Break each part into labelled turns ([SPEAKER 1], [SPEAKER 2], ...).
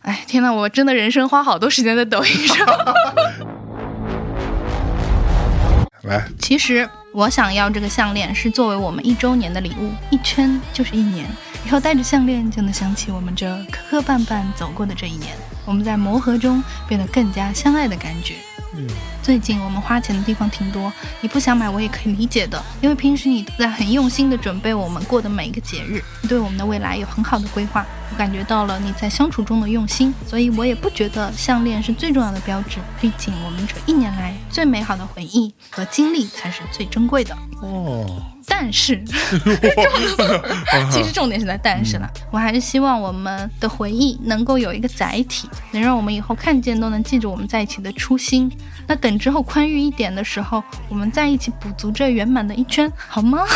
[SPEAKER 1] 哎天呐，我真的人生花好多时间在抖音上。
[SPEAKER 2] 来，
[SPEAKER 1] 其实我想要这个项链是作为我们一周年的礼物，一圈就是一年，以后戴着项链就能想起我们这磕磕绊绊走过的这一年，我们在磨合中变得更加相爱的感觉。
[SPEAKER 2] 嗯，
[SPEAKER 1] 最近我们花钱的地方挺多，你不想买我也可以理解的，因为平时你都在很用心的准备我们过的每一个节日，你对我们的未来有很好的规划，我感觉到了你在相处中的用心，所以我也不觉得项链是最重要的标志，毕竟我们这一年来最美好的回忆和经历才是最珍贵的。
[SPEAKER 2] 哦，
[SPEAKER 1] 但是，
[SPEAKER 2] 嗯
[SPEAKER 1] 其实重点是在但是了。我还是希望我们的回忆能够有一个载体，能让我们以后看见都能记着我们在一起的初心。那等之后宽裕一点的时候，我们在一起补足这圆满的一圈，好吗？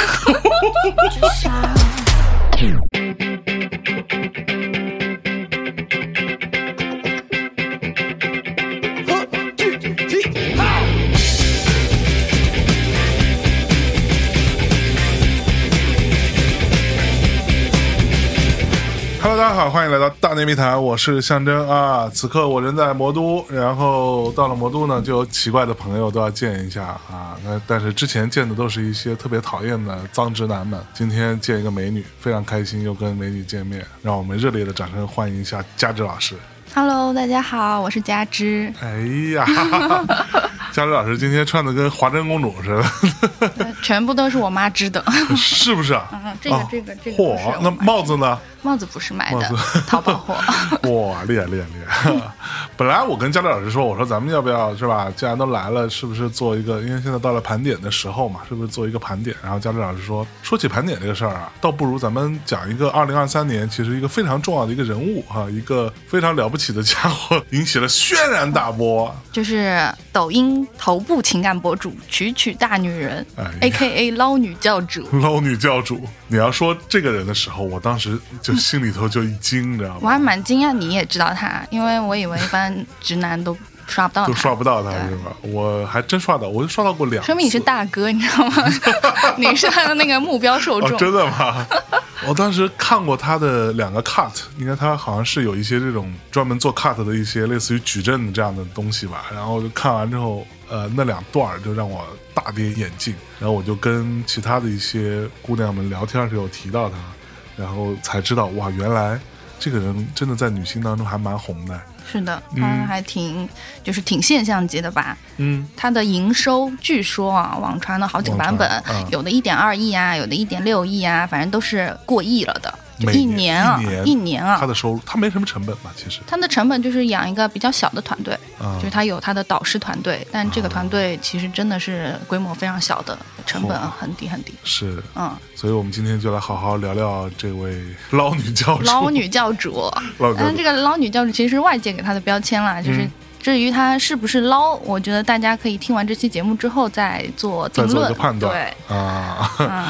[SPEAKER 2] Hello，大家好，欢迎来到大内密谈，我是象征啊。此刻我人在魔都，然后到了魔都呢，就有奇怪的朋友都要见一下啊。那但是之前见的都是一些特别讨厌的脏直男们，今天见一个美女，非常开心，又跟美女见面，让我们热烈的掌声欢迎一下佳芝老师。
[SPEAKER 1] Hello，大家好，我是佳芝。
[SPEAKER 2] 哎 呀，哈哈佳芝老师今天穿的跟华筝公主似的，
[SPEAKER 1] 呃全部都是我妈织的。
[SPEAKER 2] 是不是啊？
[SPEAKER 1] 嗯，这个
[SPEAKER 2] 啊
[SPEAKER 1] 这个这个不
[SPEAKER 2] 嚯、
[SPEAKER 1] 是我
[SPEAKER 2] 那
[SPEAKER 1] 买的
[SPEAKER 2] 帽子呢？
[SPEAKER 1] 帽子不是买的
[SPEAKER 2] 帽，
[SPEAKER 1] 淘宝货。
[SPEAKER 2] 哇，厉害厉害厉 害！本来我跟佳丽老师说，我说咱们要不要是吧？既然都来了，是不是做一个？因为现在到了盘点的时候嘛，是不是做一个盘点？然后佳丽老师说，说起盘点这个事儿啊，倒不如咱们讲一个二零二三年其实一个非常重要的一个人物哈、一个非常了不起的家伙，引起了轩然大波。
[SPEAKER 1] 就是抖音头部情感博主曲曲大女人、
[SPEAKER 2] 哎呀
[SPEAKER 1] a K A 捞女教主。
[SPEAKER 2] 捞女教主，你要说这个人的时候，我当时就心里头就一惊，你知道
[SPEAKER 1] 我
[SPEAKER 2] 吗？
[SPEAKER 1] 还蛮惊讶你也知道她，因为我以为一般直男都刷不到
[SPEAKER 2] 就
[SPEAKER 1] 她。
[SPEAKER 2] 刷不到他
[SPEAKER 1] 对
[SPEAKER 2] 是吧？我还真刷到，我就刷到过两次。
[SPEAKER 1] 说明你是大哥，你知道 吗？你是他的那个目标受众
[SPEAKER 2] 哦，。真的吗？ 我当时看过他的两个 cut，应该他好像是有一些这种专门做 cut 的一些类似于矩阵这样的东西吧。然后就看完之后，呃，那两段儿就让我大跌眼镜。然后我就跟其他的一些姑娘们聊天的时候提到他，然后才知道哇，原来这个人真的在女性当中还蛮红的。
[SPEAKER 1] 是的，他还挺、就是挺现象级的吧。
[SPEAKER 2] 嗯，
[SPEAKER 1] 它的营收据说啊，网传了好几个版本，
[SPEAKER 2] 网传嗯
[SPEAKER 1] 有的一点二亿啊，有的一点六亿啊，反正都是过亿了的，就
[SPEAKER 2] 每
[SPEAKER 1] 一
[SPEAKER 2] 年
[SPEAKER 1] 年啊，
[SPEAKER 2] 一年
[SPEAKER 1] 一年啊
[SPEAKER 2] 他，的收入他没什么成本吧？其实
[SPEAKER 1] 它的成本就是养一个比较小的团队，
[SPEAKER 2] 啊
[SPEAKER 1] 就是它有它的导师团队，但
[SPEAKER 2] 嗯
[SPEAKER 1] 这个团队其实真的是规模非常小的，成本
[SPEAKER 2] 哦
[SPEAKER 1] 很低很低。
[SPEAKER 2] 是，
[SPEAKER 1] 嗯，
[SPEAKER 2] 所以我们今天就来好好聊聊这位捞女教主。
[SPEAKER 1] 捞女教主，
[SPEAKER 2] 捞女教
[SPEAKER 1] 但是
[SPEAKER 2] 主
[SPEAKER 1] 这个捞女教主其实是外界给她的标签啦，就是
[SPEAKER 2] 嗯
[SPEAKER 1] 至于她是不是捞，我觉得大家可以听完这期节目之后再做定
[SPEAKER 2] 再做一
[SPEAKER 1] 论
[SPEAKER 2] 个判断
[SPEAKER 1] 对，
[SPEAKER 2] 啊。
[SPEAKER 1] 嗯，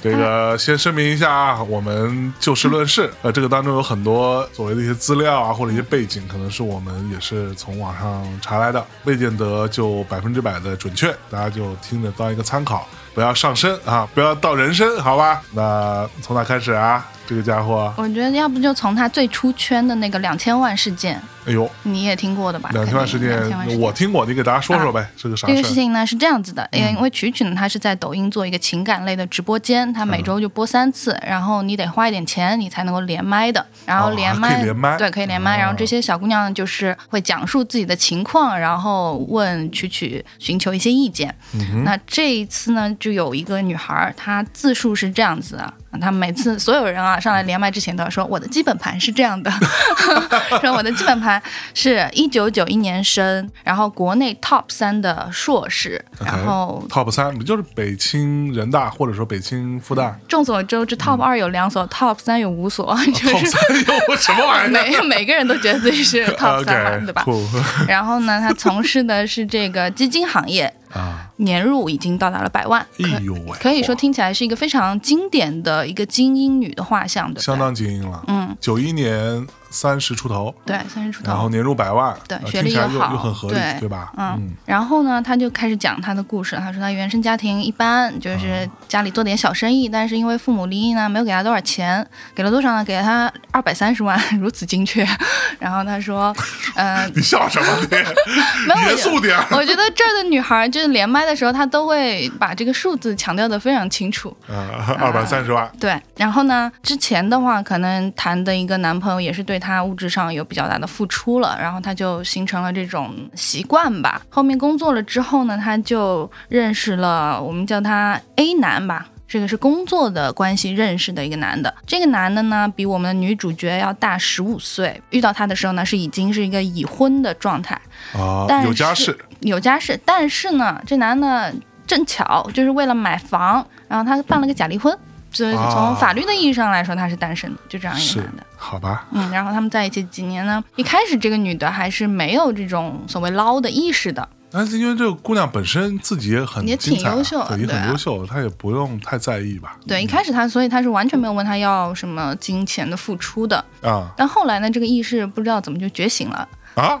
[SPEAKER 2] 这个先声明一下啊，我们就事 论事。呃，这个当中有很多所谓的一些资料啊，或者一些背景，可能是我们也是从网上查来的，未见得就百分之百的准确，大家就听着当一个参考，不要上身啊，不要到人身，好吧？那从哪开始啊？这个家伙，
[SPEAKER 1] 我觉得要不就从她最出圈的那个两千万事件，
[SPEAKER 2] 哎呦，
[SPEAKER 1] 你也听过的吧？
[SPEAKER 2] 两千万事
[SPEAKER 1] 啊肯定
[SPEAKER 2] 件
[SPEAKER 1] 两千万事，件啊
[SPEAKER 2] 我听过，你给大家嗯说说呗，是个啥
[SPEAKER 1] 这个事
[SPEAKER 2] 事儿？
[SPEAKER 1] 情呢是这样子的，因为曲曲呢，她是在抖音做一个情感类的直播间，她每周就播三次，然后你得花一点钱，你才能够连麦的。然后
[SPEAKER 2] 哦
[SPEAKER 1] 连
[SPEAKER 2] 还
[SPEAKER 1] 麦，
[SPEAKER 2] 可以连麦
[SPEAKER 1] 对，可以连麦。然后
[SPEAKER 2] 哦
[SPEAKER 1] 这些小姑娘就是会讲述自己的情况，然后问曲曲寻求一些意见。
[SPEAKER 2] 嗯
[SPEAKER 1] 那这一次呢，就有一个女孩儿，她自述是这样子的。她每次所有人啊上来连麦之前都要说我的基本盘是这样的， 说我的基本盘是一九九一年生，然后国内 top 三的硕士，然后
[SPEAKER 2] 哎 top 三不就是北清人大或者说北清复 旦
[SPEAKER 1] 众所周知 top 二有两所，top 三有五所， 就
[SPEAKER 2] 嗯哦？top
[SPEAKER 1] 是
[SPEAKER 2] 三有什么玩意儿
[SPEAKER 1] 每每个人都觉得自己 是 top 三嘛，
[SPEAKER 2] ？OK，
[SPEAKER 1] 对吧？
[SPEAKER 2] 酷
[SPEAKER 1] 然后呢，他从事的是这个基金行业，
[SPEAKER 2] 啊，
[SPEAKER 1] 年入已经到达了百万，
[SPEAKER 2] 哎
[SPEAKER 1] 可
[SPEAKER 2] 呦喂，
[SPEAKER 1] 可以说
[SPEAKER 2] 哇
[SPEAKER 1] 听起来是一个非常经典的一个精英女的画像，对
[SPEAKER 2] 相
[SPEAKER 1] 不对？
[SPEAKER 2] 当精英了。
[SPEAKER 1] 嗯，
[SPEAKER 2] 九一年三十出头，
[SPEAKER 1] 对，三十出
[SPEAKER 2] 然后
[SPEAKER 1] 头。
[SPEAKER 2] 年入百万，
[SPEAKER 1] 对
[SPEAKER 2] 呃
[SPEAKER 1] 学
[SPEAKER 2] 听
[SPEAKER 1] 历
[SPEAKER 2] 起来
[SPEAKER 1] 又
[SPEAKER 2] 又
[SPEAKER 1] 好
[SPEAKER 2] 又很合理，
[SPEAKER 1] 对
[SPEAKER 2] 对吧？
[SPEAKER 1] 嗯，然后呢，他就开始讲他的故事了。他说哎他原生家庭一般，就是家里做点小生意，但是因为父母离异呢，没有给他多少钱，给了多少呢？给了他二百三十万，如此精确。 然后他说， 呃，
[SPEAKER 2] 你笑什么？
[SPEAKER 1] 没
[SPEAKER 2] 你
[SPEAKER 1] 有，我
[SPEAKER 2] 严
[SPEAKER 1] 觉得
[SPEAKER 2] 肃点儿。
[SPEAKER 1] 我觉得这儿的女孩就是连麦的时候，她都会把这个数字强调的非常清楚。
[SPEAKER 2] 呃，二百三十万，
[SPEAKER 1] 对，然后呢，之前的话可能谈的一个男朋友也是对她物质上有比较大的付出了，然后她就形成了这种习惯吧。后面工作了之后呢，她就认识了我们叫他 A 男吧。这个是工作的关系认识的一个男的，这个男的呢比我们的女主角要大十五岁。遇到他的时候呢是已经是一个已婚的状态，
[SPEAKER 2] 啊
[SPEAKER 1] 但，是
[SPEAKER 2] 有家室，
[SPEAKER 1] 有家室，但是呢，这男的正巧就是为了买房，然后他办了个假离婚，所以
[SPEAKER 2] 啊
[SPEAKER 1] 从法律的意义上来说，他是单身的，就这样一个
[SPEAKER 2] 是
[SPEAKER 1] 男的。
[SPEAKER 2] 好吧？
[SPEAKER 1] 嗯，然后他们在一起几年呢，一开始这个女的还是没有这种所谓捞的意识的，
[SPEAKER 2] 但是因为这个姑娘本身自己也很
[SPEAKER 1] 也挺
[SPEAKER 2] 精彩啊
[SPEAKER 1] 优秀的
[SPEAKER 2] 对也
[SPEAKER 1] 对啊
[SPEAKER 2] 很优秀，她也不用太在意吧？
[SPEAKER 1] 对，一开始她，所以她是完全没有问她要什么金钱的付出的，
[SPEAKER 2] 啊
[SPEAKER 1] 但后来呢，这个意识不知道怎么就觉醒了，
[SPEAKER 2] 啊，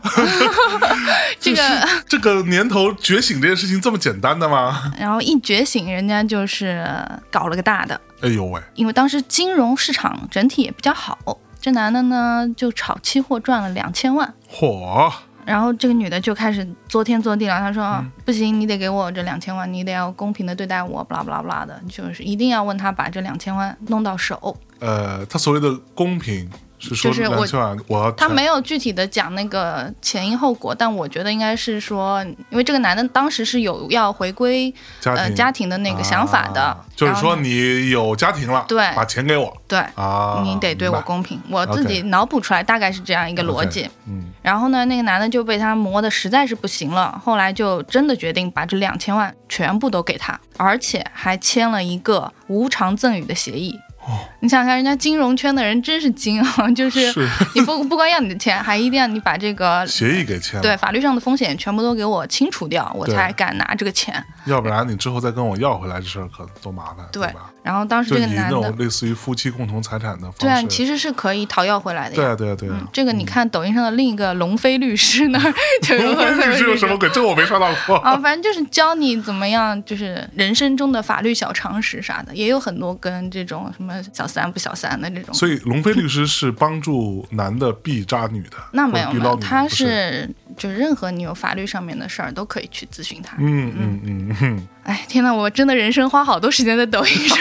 [SPEAKER 1] 这个
[SPEAKER 2] 这个年头觉醒这件事情这么简单的吗？
[SPEAKER 1] 然后一觉醒，人家就是搞了个大的，
[SPEAKER 2] 哎呦喂，
[SPEAKER 1] 因为当时金融市场整体也比较好，这男的呢就炒期货赚了两千万，
[SPEAKER 2] 嚯！
[SPEAKER 1] 然后这个女的就开始作天作地了，她说、啊
[SPEAKER 2] 嗯
[SPEAKER 1] 不行，你得给我这两千万，你得要公平的对待我，不啦不啦不啦的，就是一定要问他把这两千万弄到手。
[SPEAKER 2] 呃，他所谓的公平是说
[SPEAKER 1] 就是
[SPEAKER 2] 两
[SPEAKER 1] 我
[SPEAKER 2] 千万，我要
[SPEAKER 1] 他
[SPEAKER 2] 全
[SPEAKER 1] 没有具体的讲那个前因后果，但我觉得应该是说，因为这个男的当时是有要回归
[SPEAKER 2] 家庭、
[SPEAKER 1] 呃家庭的那个想法的，
[SPEAKER 2] 啊就是
[SPEAKER 1] 然后
[SPEAKER 2] 说
[SPEAKER 1] 呢
[SPEAKER 2] 你有家庭了，
[SPEAKER 1] 对
[SPEAKER 2] 把钱给我
[SPEAKER 1] 对。
[SPEAKER 2] 啊，
[SPEAKER 1] 你得对我
[SPEAKER 2] 明白
[SPEAKER 1] 公平，我自己脑补出来大概是这样一个逻辑。
[SPEAKER 2] 嗯，
[SPEAKER 1] 然后呢，那个男的就被他磨得实在是不行了，后来就真的决定把这两千万全部都给他，而且还签了一个无偿赠与的协议。
[SPEAKER 2] 哦
[SPEAKER 1] 你想想看，人家金融圈的人真是精啊， 就是
[SPEAKER 2] 是
[SPEAKER 1] 你不不光要你的钱，还一定要你把这个
[SPEAKER 2] 协议给签了，
[SPEAKER 1] 对法律上的风险全部都给我清除掉，我
[SPEAKER 2] 对
[SPEAKER 1] 才敢拿这个钱。
[SPEAKER 2] 要不然你之后再跟我要回来这事儿可多麻烦，
[SPEAKER 1] 对
[SPEAKER 2] 吧？
[SPEAKER 1] 然后当时
[SPEAKER 2] 就
[SPEAKER 1] 这个
[SPEAKER 2] 以那
[SPEAKER 1] 男的
[SPEAKER 2] 种，类似于夫妻共同财产的
[SPEAKER 1] 对啊
[SPEAKER 2] 方，式，
[SPEAKER 1] 其实是可以讨要回来的
[SPEAKER 2] 对
[SPEAKER 1] 呀。嗯
[SPEAKER 2] 啊对啊对啊。
[SPEAKER 1] 这个你看抖音上的另一个龙飞律师那 儿就有
[SPEAKER 2] 我
[SPEAKER 1] 很多
[SPEAKER 2] 问你是有什么鬼？这我没刷到 过。
[SPEAKER 1] 啊，反正就是教你怎么样，就是人生中的法律小常识啥的，也有很多跟这种什么小三不小三的这种。
[SPEAKER 2] 所以龙飞律师是帮助男的避渣女的，
[SPEAKER 1] 那没有
[SPEAKER 2] 或者避
[SPEAKER 1] 没
[SPEAKER 2] 捞
[SPEAKER 1] 有，
[SPEAKER 2] 女的
[SPEAKER 1] 他
[SPEAKER 2] 不是
[SPEAKER 1] 是就任何你有法律上面的事儿都可以去咨询他。
[SPEAKER 2] 嗯嗯嗯嗯，
[SPEAKER 1] 哎，天呐，我真的人生花好多时间在抖音上，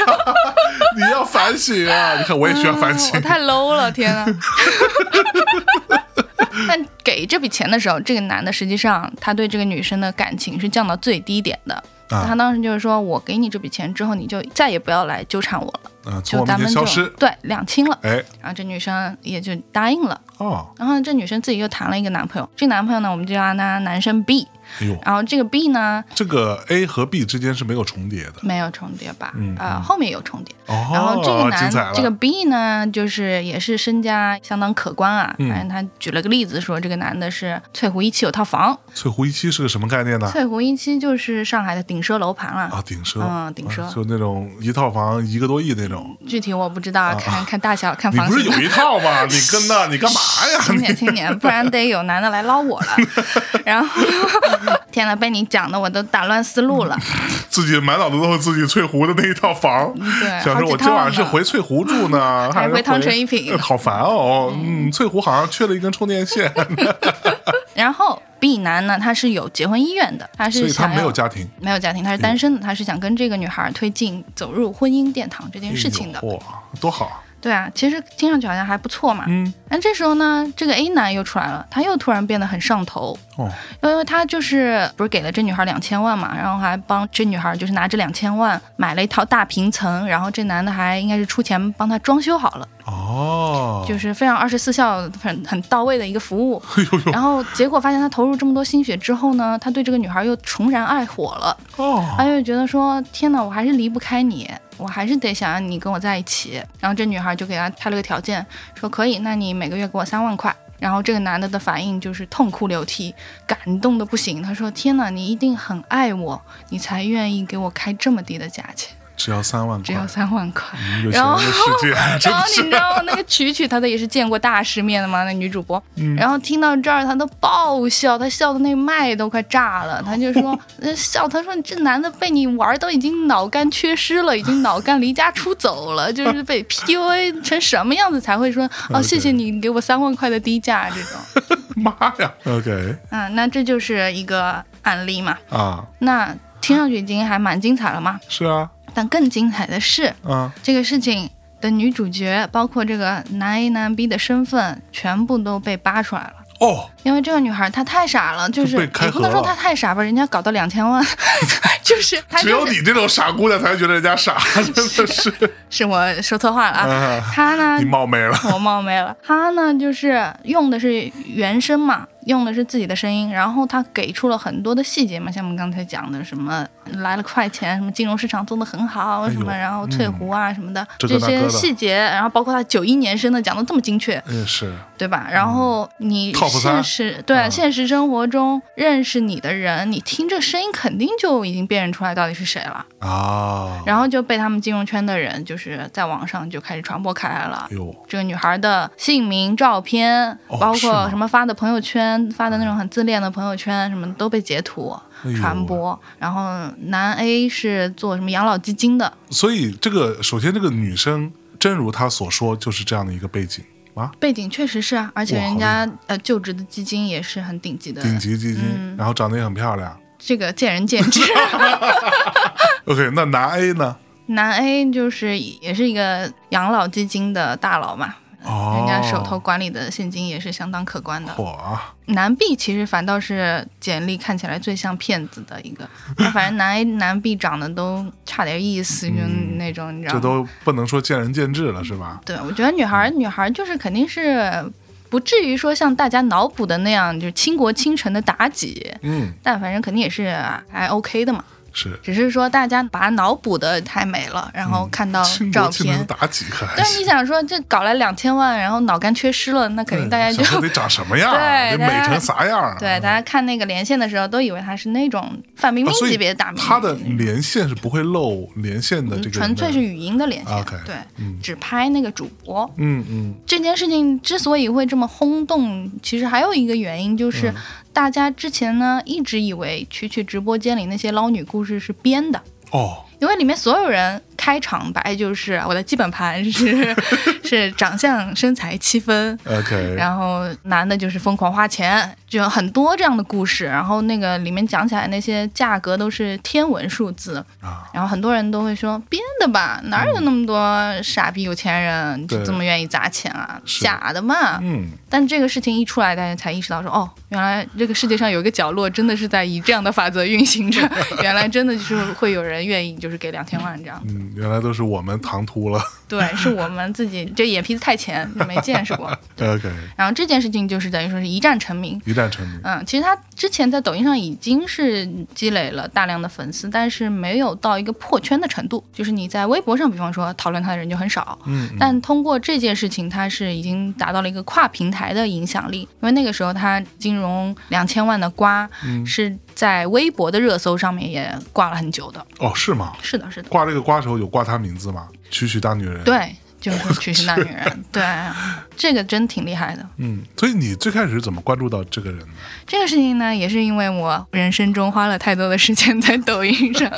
[SPEAKER 2] 你要反省啊！你看我也需要反省
[SPEAKER 1] 我。太 low 了，天呐。 但给这笔钱的时候，这个男的实际上他对这个女生的感情是降到最低点的。
[SPEAKER 2] 啊
[SPEAKER 1] 他当时就是说，我给你这笔钱之后，你就再也不要来纠缠我了。
[SPEAKER 2] 啊，从
[SPEAKER 1] 就
[SPEAKER 2] 我
[SPEAKER 1] 咱
[SPEAKER 2] 面
[SPEAKER 1] 们
[SPEAKER 2] 前
[SPEAKER 1] 就
[SPEAKER 2] 消失。
[SPEAKER 1] 对两清了。
[SPEAKER 2] 哎，
[SPEAKER 1] 然后这女生也就答应了。
[SPEAKER 2] 哦，
[SPEAKER 1] 然后这女生自己又谈了一个男朋友，这个男朋友呢，我们就叫他男生 B。
[SPEAKER 2] 哎呦，
[SPEAKER 1] 然后这个 B 呢，
[SPEAKER 2] 这个 A 和 B 之间是没有重叠的。
[SPEAKER 1] 没有重叠吧？
[SPEAKER 2] 嗯
[SPEAKER 1] 呃，
[SPEAKER 2] 嗯
[SPEAKER 1] 后面有重叠。
[SPEAKER 2] 哦，
[SPEAKER 1] 然后这个
[SPEAKER 2] 精
[SPEAKER 1] 男、
[SPEAKER 2] 彩了，
[SPEAKER 1] 这个 B 呢，就是也是身家相当可观啊。
[SPEAKER 2] 嗯
[SPEAKER 1] 反正他举了个例子说，这个男的是翠湖一期有套房，
[SPEAKER 2] 翠湖一期是个什么概念呢？
[SPEAKER 1] 翠湖一期就是上海的顶奢楼盘了。
[SPEAKER 2] 啊，顶奢，
[SPEAKER 1] 嗯，顶奢
[SPEAKER 2] 啊，就那种一套房一个多亿那种。
[SPEAKER 1] 具体我不知道，看看大小，看
[SPEAKER 2] 啊你
[SPEAKER 1] 房
[SPEAKER 2] 不
[SPEAKER 1] 型。
[SPEAKER 2] 是有一套吗？你跟那，你干嘛
[SPEAKER 1] 轻
[SPEAKER 2] 呀？
[SPEAKER 1] 点轻点，不然得有男的来捞 我了。然后，天呐，被你讲的我都打乱思路了。
[SPEAKER 2] 自己满脑子都是自己翠湖的那一套房。
[SPEAKER 1] 嗯对，
[SPEAKER 2] 想
[SPEAKER 1] 好
[SPEAKER 2] 说
[SPEAKER 1] 几
[SPEAKER 2] 我今
[SPEAKER 1] 套
[SPEAKER 2] 晚
[SPEAKER 1] 呢
[SPEAKER 2] 是回翠湖 住呢，
[SPEAKER 1] 还
[SPEAKER 2] 是
[SPEAKER 1] 回汤臣一品
[SPEAKER 2] 呃好烦哦。嗯，翠湖好像缺了一根充电线，
[SPEAKER 1] 然后 B 男呢，他是有结婚意愿的，他
[SPEAKER 2] 所
[SPEAKER 1] 是
[SPEAKER 2] 以他
[SPEAKER 1] 想要
[SPEAKER 2] 没有家庭
[SPEAKER 1] 没有家庭，他是单身的，他是想跟这个女孩推进走入婚姻殿堂这件事情的
[SPEAKER 2] 哎。呦哇，多好。
[SPEAKER 1] 对啊，其实听上去好像还不错嘛。
[SPEAKER 2] 嗯，
[SPEAKER 1] 但这时候呢，这个 A 男又出来了，他又突然变得很上头，
[SPEAKER 2] 哦，
[SPEAKER 1] 因为他就是不是给了这女孩两千万嘛，然后还帮这女孩就是拿这两千万买了一套大平层，然后这男的还应该是出钱帮她装修好了，
[SPEAKER 2] 哦，
[SPEAKER 1] 就是非常二十四孝很很到位的一个服务。
[SPEAKER 2] 哎呦呦，
[SPEAKER 1] 然后结果发现他投入这么多心血之后呢，他对这个女孩又重燃爱火了，
[SPEAKER 2] 哦，
[SPEAKER 1] 他就觉得说天哪，我还是离不开你，我还是得想让你跟我在一起。然后这女孩就给他开了个条件，说可以，那你每个月给我三万块。然后这个男的的反应就是痛哭流涕，感动的不行。他说：“天哪，你一定很爱我，你才愿意给我开这么低的价钱，
[SPEAKER 2] 只要三万
[SPEAKER 1] 只
[SPEAKER 2] 块，
[SPEAKER 1] 要三万块。”
[SPEAKER 2] 嗯有钱
[SPEAKER 1] 然
[SPEAKER 2] 人
[SPEAKER 1] 后
[SPEAKER 2] 的世界， 真
[SPEAKER 1] 然后你
[SPEAKER 2] 的
[SPEAKER 1] 知
[SPEAKER 2] 是
[SPEAKER 1] 道那个曲曲，她的也是见过大世面的嘛，那女主播。
[SPEAKER 2] 嗯
[SPEAKER 1] 然后听到这儿，她都爆笑，她笑的那麦都快炸了。她就 说呃笑，她说这男的被你玩都已经脑干缺失了，已经脑干离家出走了，就是 被 PUA 成什么样子才会说
[SPEAKER 2] 啊
[SPEAKER 1] 哦，谢谢你给我三万块的低价 这种。
[SPEAKER 2] 妈呀！OK
[SPEAKER 1] 嗯，那这就是一个案例嘛。
[SPEAKER 2] 啊，
[SPEAKER 1] 那听上去已经还蛮精彩了嘛，
[SPEAKER 2] 是啊，
[SPEAKER 1] 但更精彩的是，
[SPEAKER 2] 啊，
[SPEAKER 1] 这个事情的女主角，包括这个男 A 男 B 的身份，全部都被扒出来了。
[SPEAKER 2] 哦，
[SPEAKER 1] 因为这个女孩她太傻了，就是
[SPEAKER 2] 就被开
[SPEAKER 1] 也不能
[SPEAKER 2] 盒了
[SPEAKER 1] 说她太傻吧，人家搞到两千万， 就是她
[SPEAKER 2] 只有
[SPEAKER 1] 就
[SPEAKER 2] 你
[SPEAKER 1] 是
[SPEAKER 2] 这种傻姑娘才觉得人 家傻，真的是，
[SPEAKER 1] 是我说错话了啊，
[SPEAKER 2] 啊
[SPEAKER 1] 她呢
[SPEAKER 2] 你冒昧了，
[SPEAKER 1] 我冒昧了。他呢，就是用的是原声嘛，用的是自己的声音，然后他给出了很多的细节嘛，像我们刚才讲的什么来了快钱，什么金融市场做得很好，
[SPEAKER 2] 哎呦嗯
[SPEAKER 1] 什么然后退胡啊、什么的，
[SPEAKER 2] 这
[SPEAKER 1] 这
[SPEAKER 2] 个那个
[SPEAKER 1] 些
[SPEAKER 2] 的
[SPEAKER 1] 细节，然后包括他九一年生的讲的这么精确，
[SPEAKER 2] 嗯，是
[SPEAKER 1] 对吧？然后你
[SPEAKER 2] 嗯 Top 三
[SPEAKER 1] 现实对、
[SPEAKER 2] 嗯
[SPEAKER 1] 现实生活中认识你的人，你听这声音肯定就已经辨认出来到底是谁了，
[SPEAKER 2] 啊，
[SPEAKER 1] 然后就被他们金融圈的人就是在网上就开始传播开来了
[SPEAKER 2] 哎。呦，
[SPEAKER 1] 这个女孩的姓名、照片，
[SPEAKER 2] 哦
[SPEAKER 1] 包
[SPEAKER 2] 是吗哦
[SPEAKER 1] 括什么发的朋友圈、发的那种很自恋的朋友圈，什么都被截图
[SPEAKER 2] 哎呦
[SPEAKER 1] 传播。然后男 A 是做什么养老基金的，
[SPEAKER 2] 所以这个首先这个女生真如她所说，就是这样的一个背景啊，
[SPEAKER 1] 背景确实是啊，而且
[SPEAKER 2] 哇好
[SPEAKER 1] 人家呃就职的基金也是很顶级的，
[SPEAKER 2] 顶级基
[SPEAKER 1] 嗯
[SPEAKER 2] 金，然后长得也很漂亮。
[SPEAKER 1] 这个见仁见 智。
[SPEAKER 2] OK，那男 A 呢？
[SPEAKER 1] 男 A 就是也是一个养老基金的大佬嘛。
[SPEAKER 2] 哦，
[SPEAKER 1] 人家手头管理的现金也是相当可观的。
[SPEAKER 2] 火啊，
[SPEAKER 1] 男 B 其实反倒是简历看起来最像骗子的一个，那反正 男 A 男 B 长得都差点意思，就那种你知
[SPEAKER 2] 这
[SPEAKER 1] 道吗？
[SPEAKER 2] 都不能说见仁见智了，是吧？
[SPEAKER 1] 对，我觉得女孩儿女孩儿就是肯定是不至于说像大家脑补的那样，就是倾国倾城的妲己，
[SPEAKER 2] 嗯，
[SPEAKER 1] 但反正肯定也是还 OK 的嘛，
[SPEAKER 2] 是。
[SPEAKER 1] 只是说大家把脑补的太美了，然后看到
[SPEAKER 2] 嗯倾国
[SPEAKER 1] 照
[SPEAKER 2] 倾城
[SPEAKER 1] 片。
[SPEAKER 2] 妲己可还
[SPEAKER 1] 啊但是
[SPEAKER 2] 行
[SPEAKER 1] 你，想说，这搞来两千万，然后脑干缺失了，那肯定大家就
[SPEAKER 2] 嗯想说得长什么样啊，
[SPEAKER 1] 对
[SPEAKER 2] 得美
[SPEAKER 1] 大家
[SPEAKER 2] 成啥样啊？
[SPEAKER 1] 对，大家看那个连线的时候，都以为他是那种范冰
[SPEAKER 2] 啊
[SPEAKER 1] 冰
[SPEAKER 2] 所以
[SPEAKER 1] 级别的大明星，嗯
[SPEAKER 2] 他的连线是不会漏连线的，这个
[SPEAKER 1] 纯粹是语音的连线，
[SPEAKER 2] OK，
[SPEAKER 1] 对，
[SPEAKER 2] 嗯
[SPEAKER 1] 只拍那个主播。
[SPEAKER 2] 嗯嗯
[SPEAKER 1] 这件事情之所以会这么轰动，其实还有一个原因
[SPEAKER 2] 嗯
[SPEAKER 1] 就是，大家之前呢一直以为曲曲直播间里那些捞女故事是编的，
[SPEAKER 2] 哦，
[SPEAKER 1] 因为里面所有人开场白就是啊我的基本盘是 是长相、身材、七分，
[SPEAKER 2] OK，
[SPEAKER 1] 然后男的就是疯狂花钱，就很多这样的故事。然后那个里面讲起来那些价格都是天文数字，
[SPEAKER 2] 啊，
[SPEAKER 1] 然后很多人都会说编的吧，哪有那么多傻逼有钱人
[SPEAKER 2] 对
[SPEAKER 1] 就这么愿意砸钱啊？
[SPEAKER 2] 是
[SPEAKER 1] 假的嘛！
[SPEAKER 2] 嗯，
[SPEAKER 1] 但这个事情一出来，大家才意识到说，哦，原来这个世界上有一个角落真的是在以这样的法则运行着， 原来真的就是会有人愿意就是给两千万这样。
[SPEAKER 2] 嗯，原来都是我们唐突了
[SPEAKER 1] 对，是我们自己这眼皮子太浅，就没见识 过。
[SPEAKER 2] ，OK，
[SPEAKER 1] 然后这件事情就是等于说是一战成名，
[SPEAKER 2] 一战成名，
[SPEAKER 1] 嗯，其实他之前在抖音上已经是积累了大量的粉丝，但是没有到一个破圈的程度。就是你在微博上，比方说讨论他的人就很少，
[SPEAKER 2] 嗯，嗯
[SPEAKER 1] 但通过这件事情，他是已经达到了一个跨平台的影响力。因为那个时候他金融两千万的瓜
[SPEAKER 2] 嗯
[SPEAKER 1] 是在微博的热搜上面也挂了很久的。
[SPEAKER 2] 哦，是吗？
[SPEAKER 1] 是的，是的，
[SPEAKER 2] 挂这个瓜的时候有挂她名字吗？曲曲大女人，，
[SPEAKER 1] 对，就是 曲是那女人，对，这个真挺厉害的。
[SPEAKER 2] 嗯，所以你最开始怎么关注到这个人的？
[SPEAKER 1] 这个事情呢，也是因为我人生中花了太多的时间在抖音上，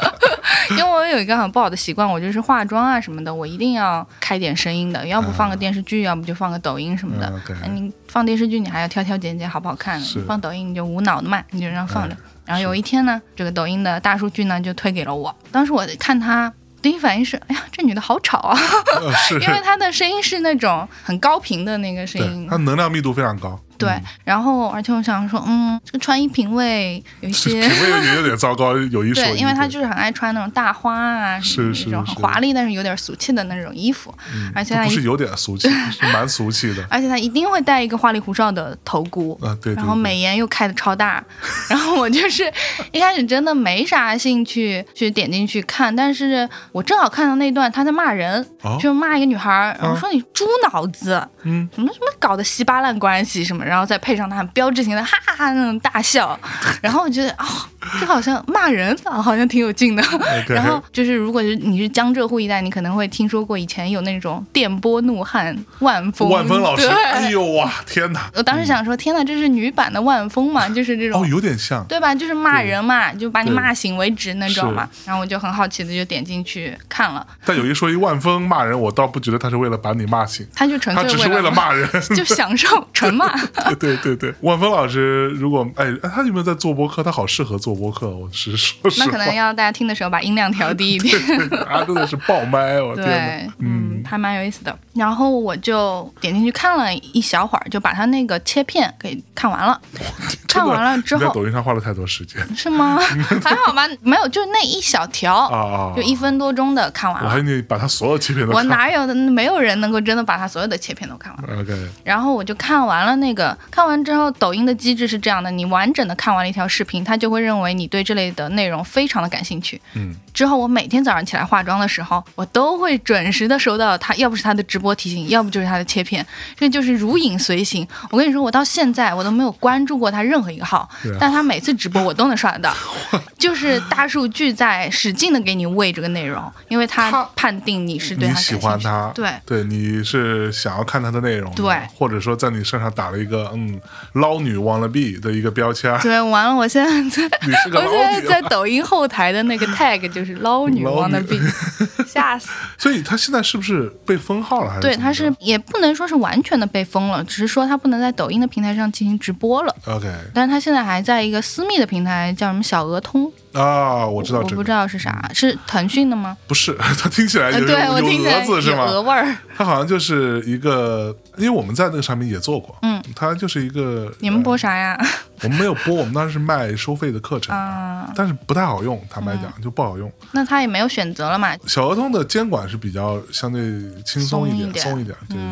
[SPEAKER 1] 因为我有一个很不好的习惯，我就是化妆啊什么的，我一定要开点声音的，要不放个电视剧，要不就放个抖音什么的。
[SPEAKER 2] 啊嗯，OK
[SPEAKER 1] 那你放电视剧，你还要挑挑拣拣好不好看
[SPEAKER 2] 是；
[SPEAKER 1] 放抖音你就无脑的嘛，你就这样放着
[SPEAKER 2] 嗯。
[SPEAKER 1] 然后有一天呢，这个抖音的大数据呢就推给了我，当时我看他。第一反应是，哎呀，这女的好吵啊！
[SPEAKER 2] 呃是，
[SPEAKER 1] 因为她的声音是那种很高频的那个声音
[SPEAKER 2] 对，，她能量密度非常高，
[SPEAKER 1] 对，
[SPEAKER 2] 嗯
[SPEAKER 1] 然后而且我想说，嗯，这个穿衣品味有一
[SPEAKER 2] 品
[SPEAKER 1] 些。
[SPEAKER 2] 味也有点糟糕，有一说
[SPEAKER 1] 对，
[SPEAKER 2] 一，
[SPEAKER 1] 因为他
[SPEAKER 2] 对
[SPEAKER 1] 就是很爱穿那种大花啊，什么
[SPEAKER 2] 是是
[SPEAKER 1] 那种
[SPEAKER 2] 是
[SPEAKER 1] 很华丽但是有点俗气的那种衣服，
[SPEAKER 2] 嗯
[SPEAKER 1] 而且
[SPEAKER 2] 都
[SPEAKER 1] 他
[SPEAKER 2] 不
[SPEAKER 1] 一
[SPEAKER 2] 是有点 俗气，是蛮俗气的
[SPEAKER 1] 而且他一定会戴一个花里胡哨的头箍，
[SPEAKER 2] 啊，对，对
[SPEAKER 1] 然后
[SPEAKER 2] 对
[SPEAKER 1] 美颜又开的超 大，然后我就是一开始真的没啥兴趣去点进去看，但是我正好看到那段他在骂人，
[SPEAKER 2] 哦
[SPEAKER 1] 就骂一个女孩儿，然后
[SPEAKER 2] 啊
[SPEAKER 1] 说你猪脑子，
[SPEAKER 2] 嗯
[SPEAKER 1] 什么什么搞的稀巴烂关系什么，然后再配上他很标志性的哈哈哈那种大 笑，然后我觉得哦，这好像骂人啊，好像挺有劲的。
[SPEAKER 2] OK
[SPEAKER 1] 然后就是，如果是你是江浙沪一带，你可能会听说过以前有那种电波怒汉万峰，
[SPEAKER 2] 万峰老师，
[SPEAKER 1] 对
[SPEAKER 2] 哎呦哇，天哪！
[SPEAKER 1] 我当时想说，天哪，这是女版的万峰嘛，就是这种。
[SPEAKER 2] 哦，有点像，
[SPEAKER 1] 对吧？就是骂人嘛，就把你
[SPEAKER 2] 对
[SPEAKER 1] 骂醒为止那种嘛。然后我就很好奇的就点进去看了，
[SPEAKER 2] 但有一说一，万峰骂人，我倒不觉得他是为了把你骂醒，
[SPEAKER 1] 他就纯
[SPEAKER 2] 他只
[SPEAKER 1] 粹
[SPEAKER 2] 是为了骂人。
[SPEAKER 1] 就享 受纯骂。
[SPEAKER 2] 对对对对，万峰老师，如果哎，哎他有没有在做播客？他好适合做播客，哦我是说实
[SPEAKER 1] 那
[SPEAKER 2] 话，
[SPEAKER 1] 可能要大家听的时候把音量调低一点。
[SPEAKER 2] 啊，真的是爆麦，哦我天
[SPEAKER 1] 对
[SPEAKER 2] 哪，，
[SPEAKER 1] 嗯，还蛮有意思的。然后我就点进去看了一小会儿，就把他那个切片给看完了。 看完了之
[SPEAKER 2] 你在
[SPEAKER 1] 后
[SPEAKER 2] 抖音上花了太多时间
[SPEAKER 1] 是 吗？还好吧，没有，就那一小
[SPEAKER 2] 啊
[SPEAKER 1] 条，
[SPEAKER 2] 啊！
[SPEAKER 1] 哦就一分多钟的看完
[SPEAKER 2] 我
[SPEAKER 1] 了。
[SPEAKER 2] 还以为你把他所有切片都
[SPEAKER 1] 我
[SPEAKER 2] 看
[SPEAKER 1] 哪有的？没有人能够真的把他所有的切片都看完。
[SPEAKER 2] ？OK，
[SPEAKER 1] 然后我就看完了那个，看完之后，抖音的机制是这样的：你完整的看完了一条视频，它就会认为你对这类的内容非常的感兴趣。
[SPEAKER 2] 嗯，
[SPEAKER 1] 之后我每天早上起来化妆的时候，我都会准时的收到他，要不是他的直播提醒，要不就是他的切片，这就是如影随形。我跟你说，我到现在我都没有关注过他任何一个号，
[SPEAKER 2] 对啊
[SPEAKER 1] 但他每次直播我都能刷得到，就是大数据在使劲的给你喂这个内容，因为
[SPEAKER 2] 他
[SPEAKER 1] 他判定你是对
[SPEAKER 2] 你
[SPEAKER 1] 他感
[SPEAKER 2] 喜
[SPEAKER 1] 兴趣，
[SPEAKER 2] 欢他，
[SPEAKER 1] 对。
[SPEAKER 2] 对，你是想要看他的内容的，
[SPEAKER 1] 对
[SPEAKER 2] 或者说在你身上打了一个嗯“捞女 wanna be” 的一个标签儿，
[SPEAKER 1] 对，完了，我现在在
[SPEAKER 2] 你是个
[SPEAKER 1] 我现
[SPEAKER 2] 捞
[SPEAKER 1] 在
[SPEAKER 2] 女
[SPEAKER 1] 在抖音后台的那个 tag 就是捞女
[SPEAKER 2] 捞
[SPEAKER 1] 王的
[SPEAKER 2] 女
[SPEAKER 1] 病，吓死！
[SPEAKER 2] 所以他现在是不是被封号了？还是
[SPEAKER 1] 对，
[SPEAKER 2] 怎么
[SPEAKER 1] 他
[SPEAKER 2] 着
[SPEAKER 1] 是也不能说是完全的被封了，只是说他不能在抖音的平台上进行直播了。
[SPEAKER 2] OK
[SPEAKER 1] 但是他现在还在一个私密的平台，叫什么小鹅通，
[SPEAKER 2] 啊，我知道
[SPEAKER 1] 我
[SPEAKER 2] 这
[SPEAKER 1] 不
[SPEAKER 2] 个
[SPEAKER 1] 知道是啥，是腾讯的吗？
[SPEAKER 2] 不是， 他听起来
[SPEAKER 1] 呃，
[SPEAKER 2] 有
[SPEAKER 1] 对我
[SPEAKER 2] 有
[SPEAKER 1] 听
[SPEAKER 2] 有
[SPEAKER 1] 起来
[SPEAKER 2] 蛾
[SPEAKER 1] 有
[SPEAKER 2] 子是吗
[SPEAKER 1] 鹅？味 儿，
[SPEAKER 2] 他好像就是一个，因为我们在那个上面也做过，
[SPEAKER 1] 嗯，
[SPEAKER 2] 他就是一个
[SPEAKER 1] 你们
[SPEAKER 2] 呃
[SPEAKER 1] 播啥呀？
[SPEAKER 2] 我们没有播，我们当时是卖收费的课程，
[SPEAKER 1] 啊，嗯
[SPEAKER 2] 但是不太好用，坦白讲就不好用。
[SPEAKER 1] 那他也没有选择了嘛，
[SPEAKER 2] 小儿童的监管是比较相对轻松一点，松
[SPEAKER 1] 松
[SPEAKER 2] 一点，对对对，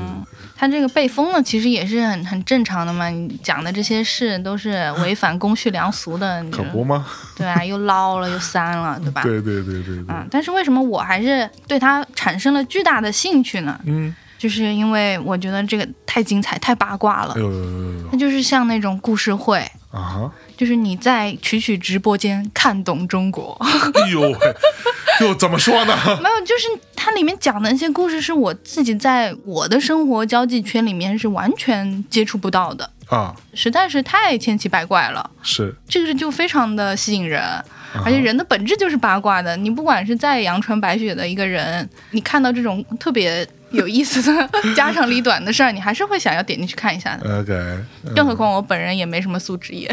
[SPEAKER 1] 他这个被封了，其实也是很很正常的嘛。你讲的这些事都是违反公序良俗的，你
[SPEAKER 2] 可不吗？
[SPEAKER 1] 对啊，又捞了又删了，嗯对吧？
[SPEAKER 2] 对对对对对
[SPEAKER 1] 啊，，但是为什么我还是对它产生了巨大的兴趣呢？
[SPEAKER 2] 嗯，
[SPEAKER 1] 就是因为我觉得这个太精彩、太八卦了
[SPEAKER 2] 哎。呦呦呦呦呦
[SPEAKER 1] 它就是像那种故事会，
[SPEAKER 2] 啊
[SPEAKER 1] 就是你在曲曲直播间看懂中国，
[SPEAKER 2] 哈，哎呦喂， 又怎么说呢？
[SPEAKER 1] 没有，就是它里面讲的一些故事是我自己在我的生活交际圈里面是完全接触不到的，
[SPEAKER 2] 啊，
[SPEAKER 1] 实在是太千奇百怪了。
[SPEAKER 2] 是，
[SPEAKER 1] 这个就非常的吸引人，而且人的本质就是八卦的。你不管是再阳春白雪的一个人，你看到这种特别有意思的 家长里短的事儿，你还是会想要点进去看一下的。
[SPEAKER 2] 呃 OK，
[SPEAKER 1] 更何况我本人也没什么素质，也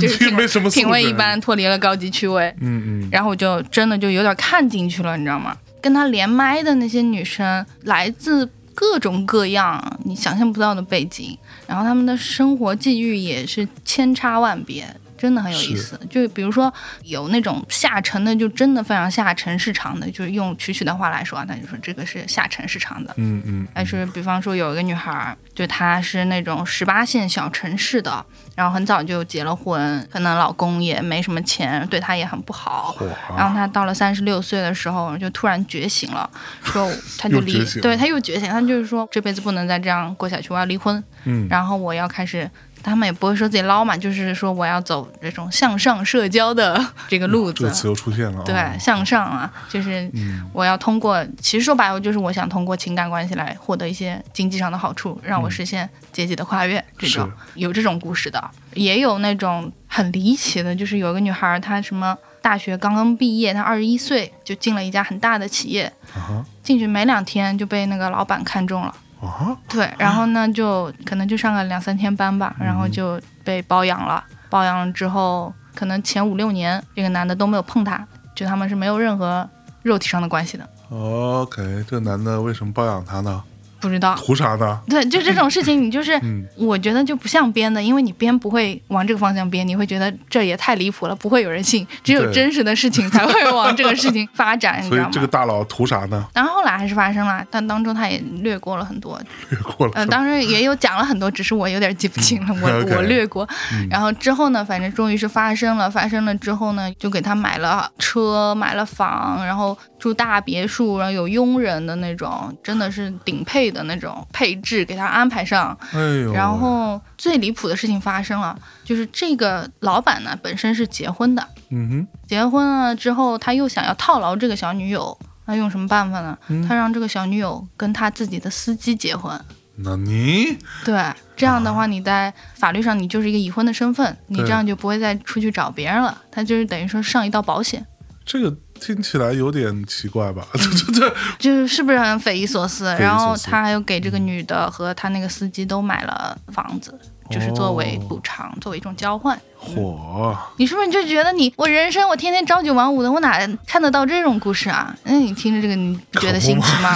[SPEAKER 1] 就是
[SPEAKER 2] 你没什嗯么素质
[SPEAKER 1] 品味一般，脱离了高级趣味。
[SPEAKER 2] 嗯嗯，
[SPEAKER 1] 然后我就真的就有点看进去了，你知道吗？跟他连麦的那些女生来自各种各样你想象不到的背景，然后他们的生活际遇也是千差万别。真的很有意思，就比如说有那种下沉的，就真的非常下沉市场的，就是用曲曲的话来说啊，那就说这个是下沉市场的。
[SPEAKER 2] 嗯嗯，
[SPEAKER 1] 但是比方说有一个女孩儿，就她是那种十八线小城市的，然后很早就结了婚，可能老公也没什么钱，对她也很不好。然
[SPEAKER 2] 哇，
[SPEAKER 1] 后她到了三十六岁的时候，就突然觉醒了， 说她就
[SPEAKER 2] 又觉
[SPEAKER 1] 离
[SPEAKER 2] 醒，了
[SPEAKER 1] 对她又觉醒，她就是说这辈子不能再这样过下去，我要离婚，
[SPEAKER 2] 嗯，
[SPEAKER 1] 然后我要开始。他们也不会说自己捞嘛，就是说我要走这种向上社交的 这个路子
[SPEAKER 2] 这个，词又出现了，
[SPEAKER 1] 对，向上啊，就是我要通过，其实说白了就是我想通过情感关系来获得一些经济上的好处，让我实现阶级的跨越。这种有这种故事的，也有那种很离奇的，就是有一个女孩儿，她什么大学刚刚毕业，她二十一岁就进了一家很大的企业，
[SPEAKER 2] 啊
[SPEAKER 1] 进去没两天就被那个老板看中了。
[SPEAKER 2] 哈啊，嗯
[SPEAKER 1] 对，然后呢，就可能就上个两三天班吧，然后就被包养了。包养了之后，可能前五六年，这个男的都没有碰她，就他们是没有任何肉体上的关系的，
[SPEAKER 2] OK，这男的为什么包养她呢？
[SPEAKER 1] 不知道。
[SPEAKER 2] 图啥呢？
[SPEAKER 1] 对，就这种事情，你就是，
[SPEAKER 2] 嗯
[SPEAKER 1] 我觉得就不像编的，因为你编不会往这个方向编，你会觉得这也太离谱了，不会有人信，只有
[SPEAKER 2] 对
[SPEAKER 1] 真实的事情才会往这个事情发展，哎你 知
[SPEAKER 2] 所以
[SPEAKER 1] 道吗？
[SPEAKER 2] 这个大佬图啥呢？
[SPEAKER 1] 然后后来还是发生了，但当中他也略过了很多，
[SPEAKER 2] 略过了，
[SPEAKER 1] 嗯，当然也有讲了很多，只是我有点记不清了，我
[SPEAKER 2] OK
[SPEAKER 1] 我略过。然后之后呢，反正终于是发生了，发生了之后呢，就给他买了车，买了房，然后住大别墅，然后有佣人的那种，真的是顶配费的那种配置给他安排上，
[SPEAKER 2] 哎呦，
[SPEAKER 1] 然后最离谱的事情发生了，就是这个老板呢本身是结婚的，
[SPEAKER 2] 嗯
[SPEAKER 1] 结婚了之后他又想要套牢这个小女友，那用什么办法呢？他让这个小女友跟他自己的司机结婚。
[SPEAKER 2] 哼，那你
[SPEAKER 1] 对，这样的话你在法律上你就是一个已婚的身份，你这样就不会再出去找别人了。他就是等于说上一道保险，
[SPEAKER 2] 这个听起来有点奇怪吧？ 这这这，
[SPEAKER 1] 就是是不是很匪夷所思？
[SPEAKER 2] 夷所思
[SPEAKER 1] 然后他还有给这个女的和他那个司机都买了房子，就是作
[SPEAKER 2] 哦
[SPEAKER 1] 为补偿，作为一种交换。
[SPEAKER 2] 嚯，
[SPEAKER 1] 你是不是就觉得你我人生我天天朝九晚五的，我哪看得到这种故事啊？那、你听着这个，你不觉得新奇吗？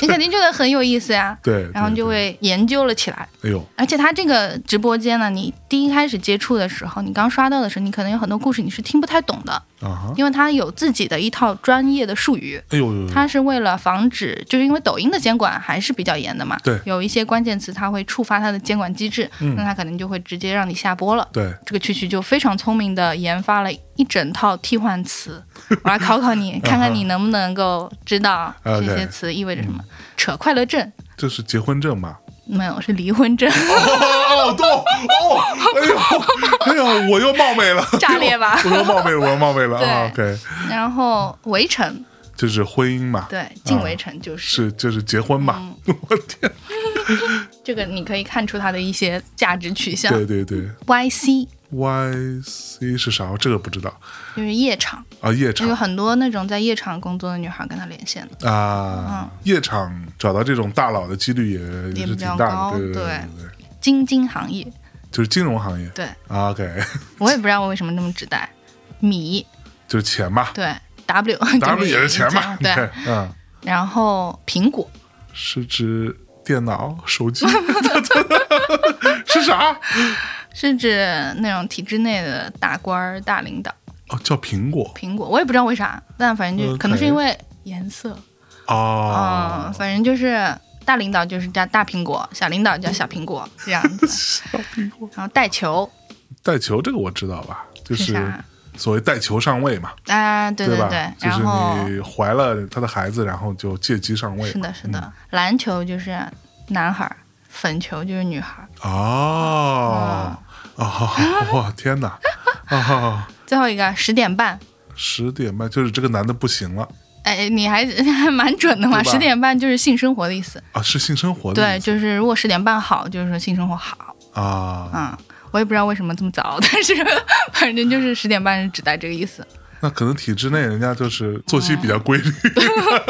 [SPEAKER 1] 你肯定觉得很有意思呀、
[SPEAKER 2] 对，
[SPEAKER 1] 然后
[SPEAKER 2] 对
[SPEAKER 1] 就，会研究了起来。
[SPEAKER 2] 对哎呦，
[SPEAKER 1] 而且它这个直播间呢，你第一开始接触的时候，你刚刷到的时候，你可能有很多故事你是听不太懂的，
[SPEAKER 2] 啊哈，
[SPEAKER 1] 因为它有自己的一套专业的术语。
[SPEAKER 2] 哎呦呦呦，
[SPEAKER 1] 它是为了防止，就是因为抖音的监管还是比较严的嘛，
[SPEAKER 2] 对
[SPEAKER 1] 有一些关键词它会触发它的监管机制，
[SPEAKER 2] 嗯
[SPEAKER 1] 那它可能就会直接让你下播了。
[SPEAKER 2] 对，
[SPEAKER 1] 这个蛐蛐就非常聪明的研发了一整套替换词，我来考考你，看看你能不能够知 道这
[SPEAKER 2] OK
[SPEAKER 1] 些词意味着什么。扯快乐证
[SPEAKER 2] 这是结婚证吧？
[SPEAKER 1] 没有，是离婚证，
[SPEAKER 2] 哦，对，哦，哎呦，哎呦，我又冒昧了，
[SPEAKER 1] 炸裂吧
[SPEAKER 2] 我又冒昧了，我又冒昧了啊！OK，
[SPEAKER 1] 然后围城，
[SPEAKER 2] 就是婚姻嘛，
[SPEAKER 1] 对，嗯近围城就是、
[SPEAKER 2] 啊是就是结婚嘛，我天，
[SPEAKER 1] 这个，你可以看出它的一些价值取向。
[SPEAKER 2] 对对对
[SPEAKER 1] YC
[SPEAKER 2] ，YC 是啥？这个不知道
[SPEAKER 1] 就是夜场，
[SPEAKER 2] 啊，夜
[SPEAKER 1] 有
[SPEAKER 2] 场
[SPEAKER 1] 很多那种在夜场工作的女孩跟他连线的，
[SPEAKER 2] 啊，
[SPEAKER 1] 嗯
[SPEAKER 2] 夜场找到这种大佬的几率也也是挺大的，对对对，
[SPEAKER 1] 晶晶行业，
[SPEAKER 2] 就是金融行业啊
[SPEAKER 1] 对
[SPEAKER 2] ，OK，
[SPEAKER 1] 我也不知道我为什么这么指代，米
[SPEAKER 2] 就是钱嘛，
[SPEAKER 1] 对 W，就是
[SPEAKER 2] 当然也是钱嘛，
[SPEAKER 1] 嗯对，
[SPEAKER 2] 嗯，
[SPEAKER 1] 然后苹果
[SPEAKER 2] 是指电脑、手机， 是啥？
[SPEAKER 1] 是指那种体制内的大官儿、大领导。
[SPEAKER 2] 哦，叫苹果
[SPEAKER 1] 苹果我也不知道为啥，但反正就
[SPEAKER 2] OK
[SPEAKER 1] 可能是因为颜色，
[SPEAKER 2] 啊，
[SPEAKER 1] 嗯，反正就是大领导就是叫大苹果，小领导叫小苹果这样 子。然后带球
[SPEAKER 2] 带球这个我知道吧，就是是
[SPEAKER 1] 啥？
[SPEAKER 2] 所谓带球上位嘛，
[SPEAKER 1] 啊，对对，
[SPEAKER 2] 吧？就
[SPEAKER 1] 然后
[SPEAKER 2] 是你怀了他的孩子，然后就借机上位
[SPEAKER 1] 是的，是的，篮球就是男孩儿，粉球就是女孩儿。
[SPEAKER 2] 哦
[SPEAKER 1] 嗯
[SPEAKER 2] 哦， 哇，天哪！啊，
[SPEAKER 1] 最后一个十点半，
[SPEAKER 2] 十点半就是这个男的不行了
[SPEAKER 1] 哎，你还 还蛮准的嘛。
[SPEAKER 2] 对吧
[SPEAKER 1] 十点半就是性生活的意思，
[SPEAKER 2] 啊，是性生活的
[SPEAKER 1] 对，
[SPEAKER 2] 意思
[SPEAKER 1] 就是如果十点半好，就是说性生活好。
[SPEAKER 2] 啊，
[SPEAKER 1] 嗯，我也不知道为什么这么早， 但是反正就是十点半是指代这个意思。
[SPEAKER 2] 那可能体制内人家就是作息
[SPEAKER 1] 嗯
[SPEAKER 2] 比较规律。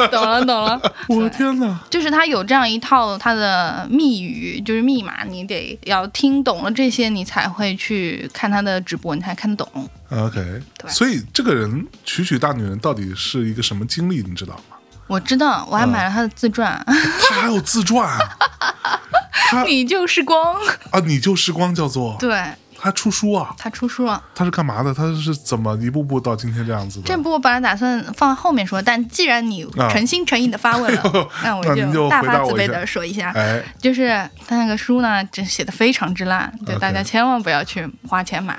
[SPEAKER 1] 懂了，懂了。
[SPEAKER 2] 我的天哪！
[SPEAKER 1] 就是它有这样一套它的密语，就是密码，你得要听懂了这些，你才会去看他的直播，你才看得懂。
[SPEAKER 2] OK，
[SPEAKER 1] 对
[SPEAKER 2] 所以这个人曲曲大女人到底是一个什么经历，你知道吗？
[SPEAKER 1] 我知道，我还买了他的自 传，
[SPEAKER 2] 他还有自传啊他
[SPEAKER 1] 你就是光。
[SPEAKER 2] 啊！你就时光叫做
[SPEAKER 1] 对
[SPEAKER 2] 他出书啊，
[SPEAKER 1] 他出书了，
[SPEAKER 2] 他是干嘛的？他是怎么一步步到今天这样子的？
[SPEAKER 1] 这部我本来打算放后面说，但既然你
[SPEAKER 2] 啊
[SPEAKER 1] 诚心诚意的发问了， 那我
[SPEAKER 2] 那您就
[SPEAKER 1] 就大
[SPEAKER 2] 回答
[SPEAKER 1] 发
[SPEAKER 2] 我
[SPEAKER 1] 慈
[SPEAKER 2] 一
[SPEAKER 1] 悲
[SPEAKER 2] 下
[SPEAKER 1] 的说一下，
[SPEAKER 2] 哎，
[SPEAKER 1] 就是他那个书呢，这写的非常之烂，就
[SPEAKER 2] OK
[SPEAKER 1] 大家千万不要去花钱买。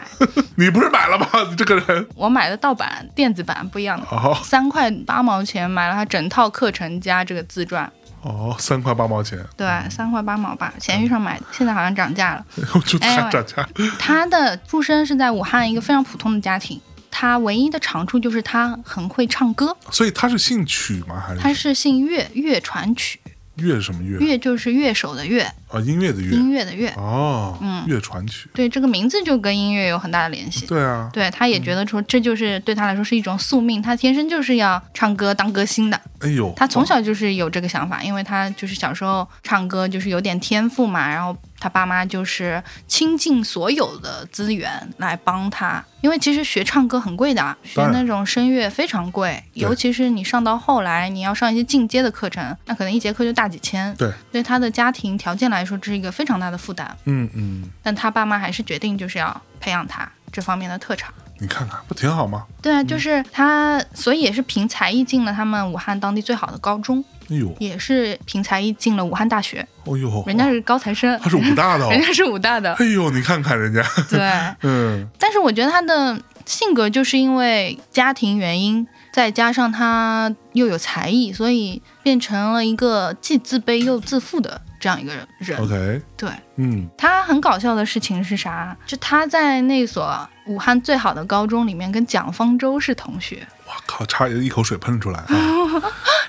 [SPEAKER 2] 你不是买了吗？ 你这个人
[SPEAKER 1] 我买的盗版、电子版不一样的，
[SPEAKER 2] 哦
[SPEAKER 1] 三块八毛钱买了他整套课程加这个自传，
[SPEAKER 2] 哦，三块八毛钱，
[SPEAKER 1] 对，三块八毛吧，闲鱼上买的，现在好像涨价了。
[SPEAKER 2] 我就他
[SPEAKER 1] 哎
[SPEAKER 2] 涨价
[SPEAKER 1] 他的出身是在武汉一个非常普通的家庭，他唯一的长处就是他很会唱歌，
[SPEAKER 2] 所以他是姓曲吗？还
[SPEAKER 1] 他
[SPEAKER 2] 是
[SPEAKER 1] 是信乐乐传曲，
[SPEAKER 2] 乐什么乐
[SPEAKER 1] 乐就是乐手的乐，
[SPEAKER 2] 啊？音乐的乐
[SPEAKER 1] 音乐的乐。
[SPEAKER 2] 哦，
[SPEAKER 1] 嗯
[SPEAKER 2] 乐传曲。
[SPEAKER 1] 对，这个名字就跟音乐有很大的联系。
[SPEAKER 2] 对啊，
[SPEAKER 1] 对，嗯他也觉得说这就是对他来说是一种宿命，他天生就是要唱歌当歌星的。
[SPEAKER 2] 哎呦，
[SPEAKER 1] 他从小就是有这个想法，因为他就是小时候唱歌就是有点天赋嘛，然后他爸妈就是倾尽所有的资源来帮他，因为其实学唱歌很贵的，啊学
[SPEAKER 2] 当然
[SPEAKER 1] 那种声乐非常贵，
[SPEAKER 2] 对
[SPEAKER 1] 尤其是你上到后来你要上一些进阶的课程，那可能一节课就大几千，
[SPEAKER 2] 对，
[SPEAKER 1] 对他的家庭条件来说这是一个非常大的负担，
[SPEAKER 2] 嗯嗯，
[SPEAKER 1] 但他爸妈还是决定就是要培养他这方面的特长。
[SPEAKER 2] 你看看不挺好吗？
[SPEAKER 1] 对啊，就是他，所以也是凭才艺进了他们武汉当地最好的高中。
[SPEAKER 2] 哎呦，
[SPEAKER 1] 也是凭才艺进了武汉大学，
[SPEAKER 2] 哦呦，
[SPEAKER 1] 人家是高材生，
[SPEAKER 2] 他是武 大的、哦，
[SPEAKER 1] 人家是武大 的，
[SPEAKER 2] 哎呦，你看看人家，
[SPEAKER 1] 对。
[SPEAKER 2] 嗯
[SPEAKER 1] 但是我觉得他的性格就是因为家庭原因，再加上他又有才艺，所以变成了一个既自卑又自负的这样一个人。
[SPEAKER 2] OK，
[SPEAKER 1] 对
[SPEAKER 2] 嗯
[SPEAKER 1] 他很搞笑的事情是啥？就他在那所武汉最好的高中里面跟蒋方舟是同 学，
[SPEAKER 2] 哇靠，差一口水喷出 来啊！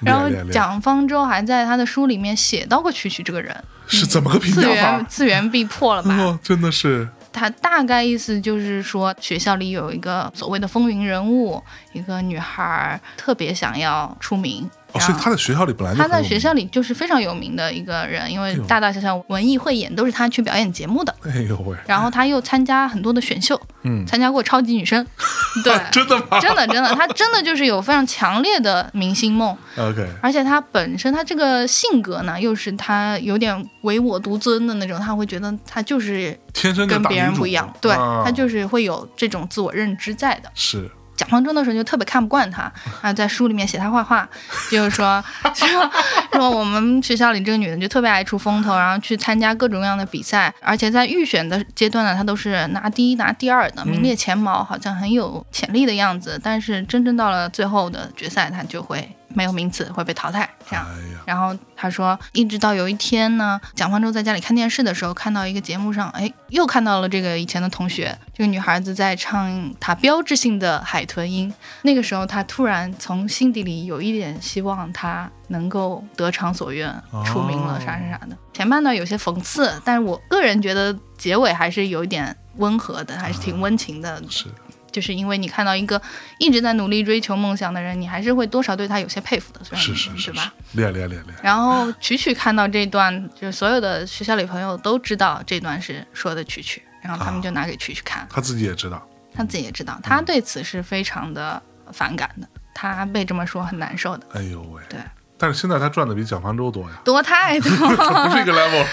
[SPEAKER 1] 然后
[SPEAKER 2] 厉害厉害
[SPEAKER 1] 蒋方舟还在他的书里面写到过蛐蛐这个人，
[SPEAKER 2] 是怎么个评
[SPEAKER 1] 嗯次
[SPEAKER 2] 价
[SPEAKER 1] 元
[SPEAKER 2] 法？
[SPEAKER 1] 次元必破了 吧？
[SPEAKER 2] 哦，真的是
[SPEAKER 1] 他大概意思就是说，学校里有一个所谓的风云人物，一个女孩儿特别想要出名。
[SPEAKER 2] 哦，
[SPEAKER 1] 然
[SPEAKER 2] 所以
[SPEAKER 1] 后
[SPEAKER 2] 他在学校里本来就
[SPEAKER 1] 她在
[SPEAKER 2] 很有
[SPEAKER 1] 学校里就是非常有名的一个人，因为
[SPEAKER 2] 呦
[SPEAKER 1] 大大小小文艺汇演都是她去表演节目的。
[SPEAKER 2] 名，哎呦喂，
[SPEAKER 1] 然后她又参加很多的选秀，
[SPEAKER 2] 嗯，
[SPEAKER 1] 参加过超级女声， 对，
[SPEAKER 2] 真的吗
[SPEAKER 1] 真的真的，她真的就是有非常强烈的明星梦，
[SPEAKER 2] ？OK，
[SPEAKER 1] 而且她本身她这个性格呢，又是她有点唯我独尊的那种，她会觉得她就是
[SPEAKER 2] 天生的
[SPEAKER 1] 跟
[SPEAKER 2] 大
[SPEAKER 1] 别
[SPEAKER 2] 女
[SPEAKER 1] 人
[SPEAKER 2] 主
[SPEAKER 1] 不一样，对
[SPEAKER 2] 啊
[SPEAKER 1] 他就是会有这种自我认知在的。
[SPEAKER 2] 是
[SPEAKER 1] 蒋方舟那时候就特别看不惯他啊，在书里面写他坏话，就是说说 说我们学校里这个女人就特别爱出风头，然后去参加各种各样的比赛，而且在预选的阶段呢，她都是拿第一拿第二
[SPEAKER 2] 嗯
[SPEAKER 1] 的，名列前茅，好像很有潜力的样子。但是真正到了最后的决赛，她就会没有名次，会被淘汰这样。
[SPEAKER 2] 哎呀，
[SPEAKER 1] 然后他说，一直到有一天呢，蒋方舟在家里看电视的时候，看到一个节目上，哎，又看到了这个以前的同学，这个女孩子在唱她标志性的海豚音。那个时候，他突然从心底里有一点希望，她能够得偿所愿，出名了
[SPEAKER 2] 哦
[SPEAKER 1] 啥啥啥的。前半段有些讽刺，但是我个人觉得结尾还是有一点温和的，还是挺温情的。
[SPEAKER 2] 是
[SPEAKER 1] 就是因为你看到一个一直在努力追求梦想的人，你还是会多少对他有些佩服的，虽然
[SPEAKER 2] 是是
[SPEAKER 1] 对
[SPEAKER 2] 是
[SPEAKER 1] 吧
[SPEAKER 2] 是？，厉害厉害厉害厉害，
[SPEAKER 1] 然后曲曲看到这段，就是所有的学校里朋友都知道这段是说的曲曲，然后他们就拿给曲曲看，
[SPEAKER 2] 他自己也知道，
[SPEAKER 1] 他自己也知道，他对此是非常的反感的，他被这么说很难受的，
[SPEAKER 2] 哎呦喂，
[SPEAKER 1] 对，
[SPEAKER 2] 但是现在他赚的比蒋方舟多呀，
[SPEAKER 1] 多太多
[SPEAKER 2] 不是
[SPEAKER 1] 了。
[SPEAKER 2] 一个 level 了，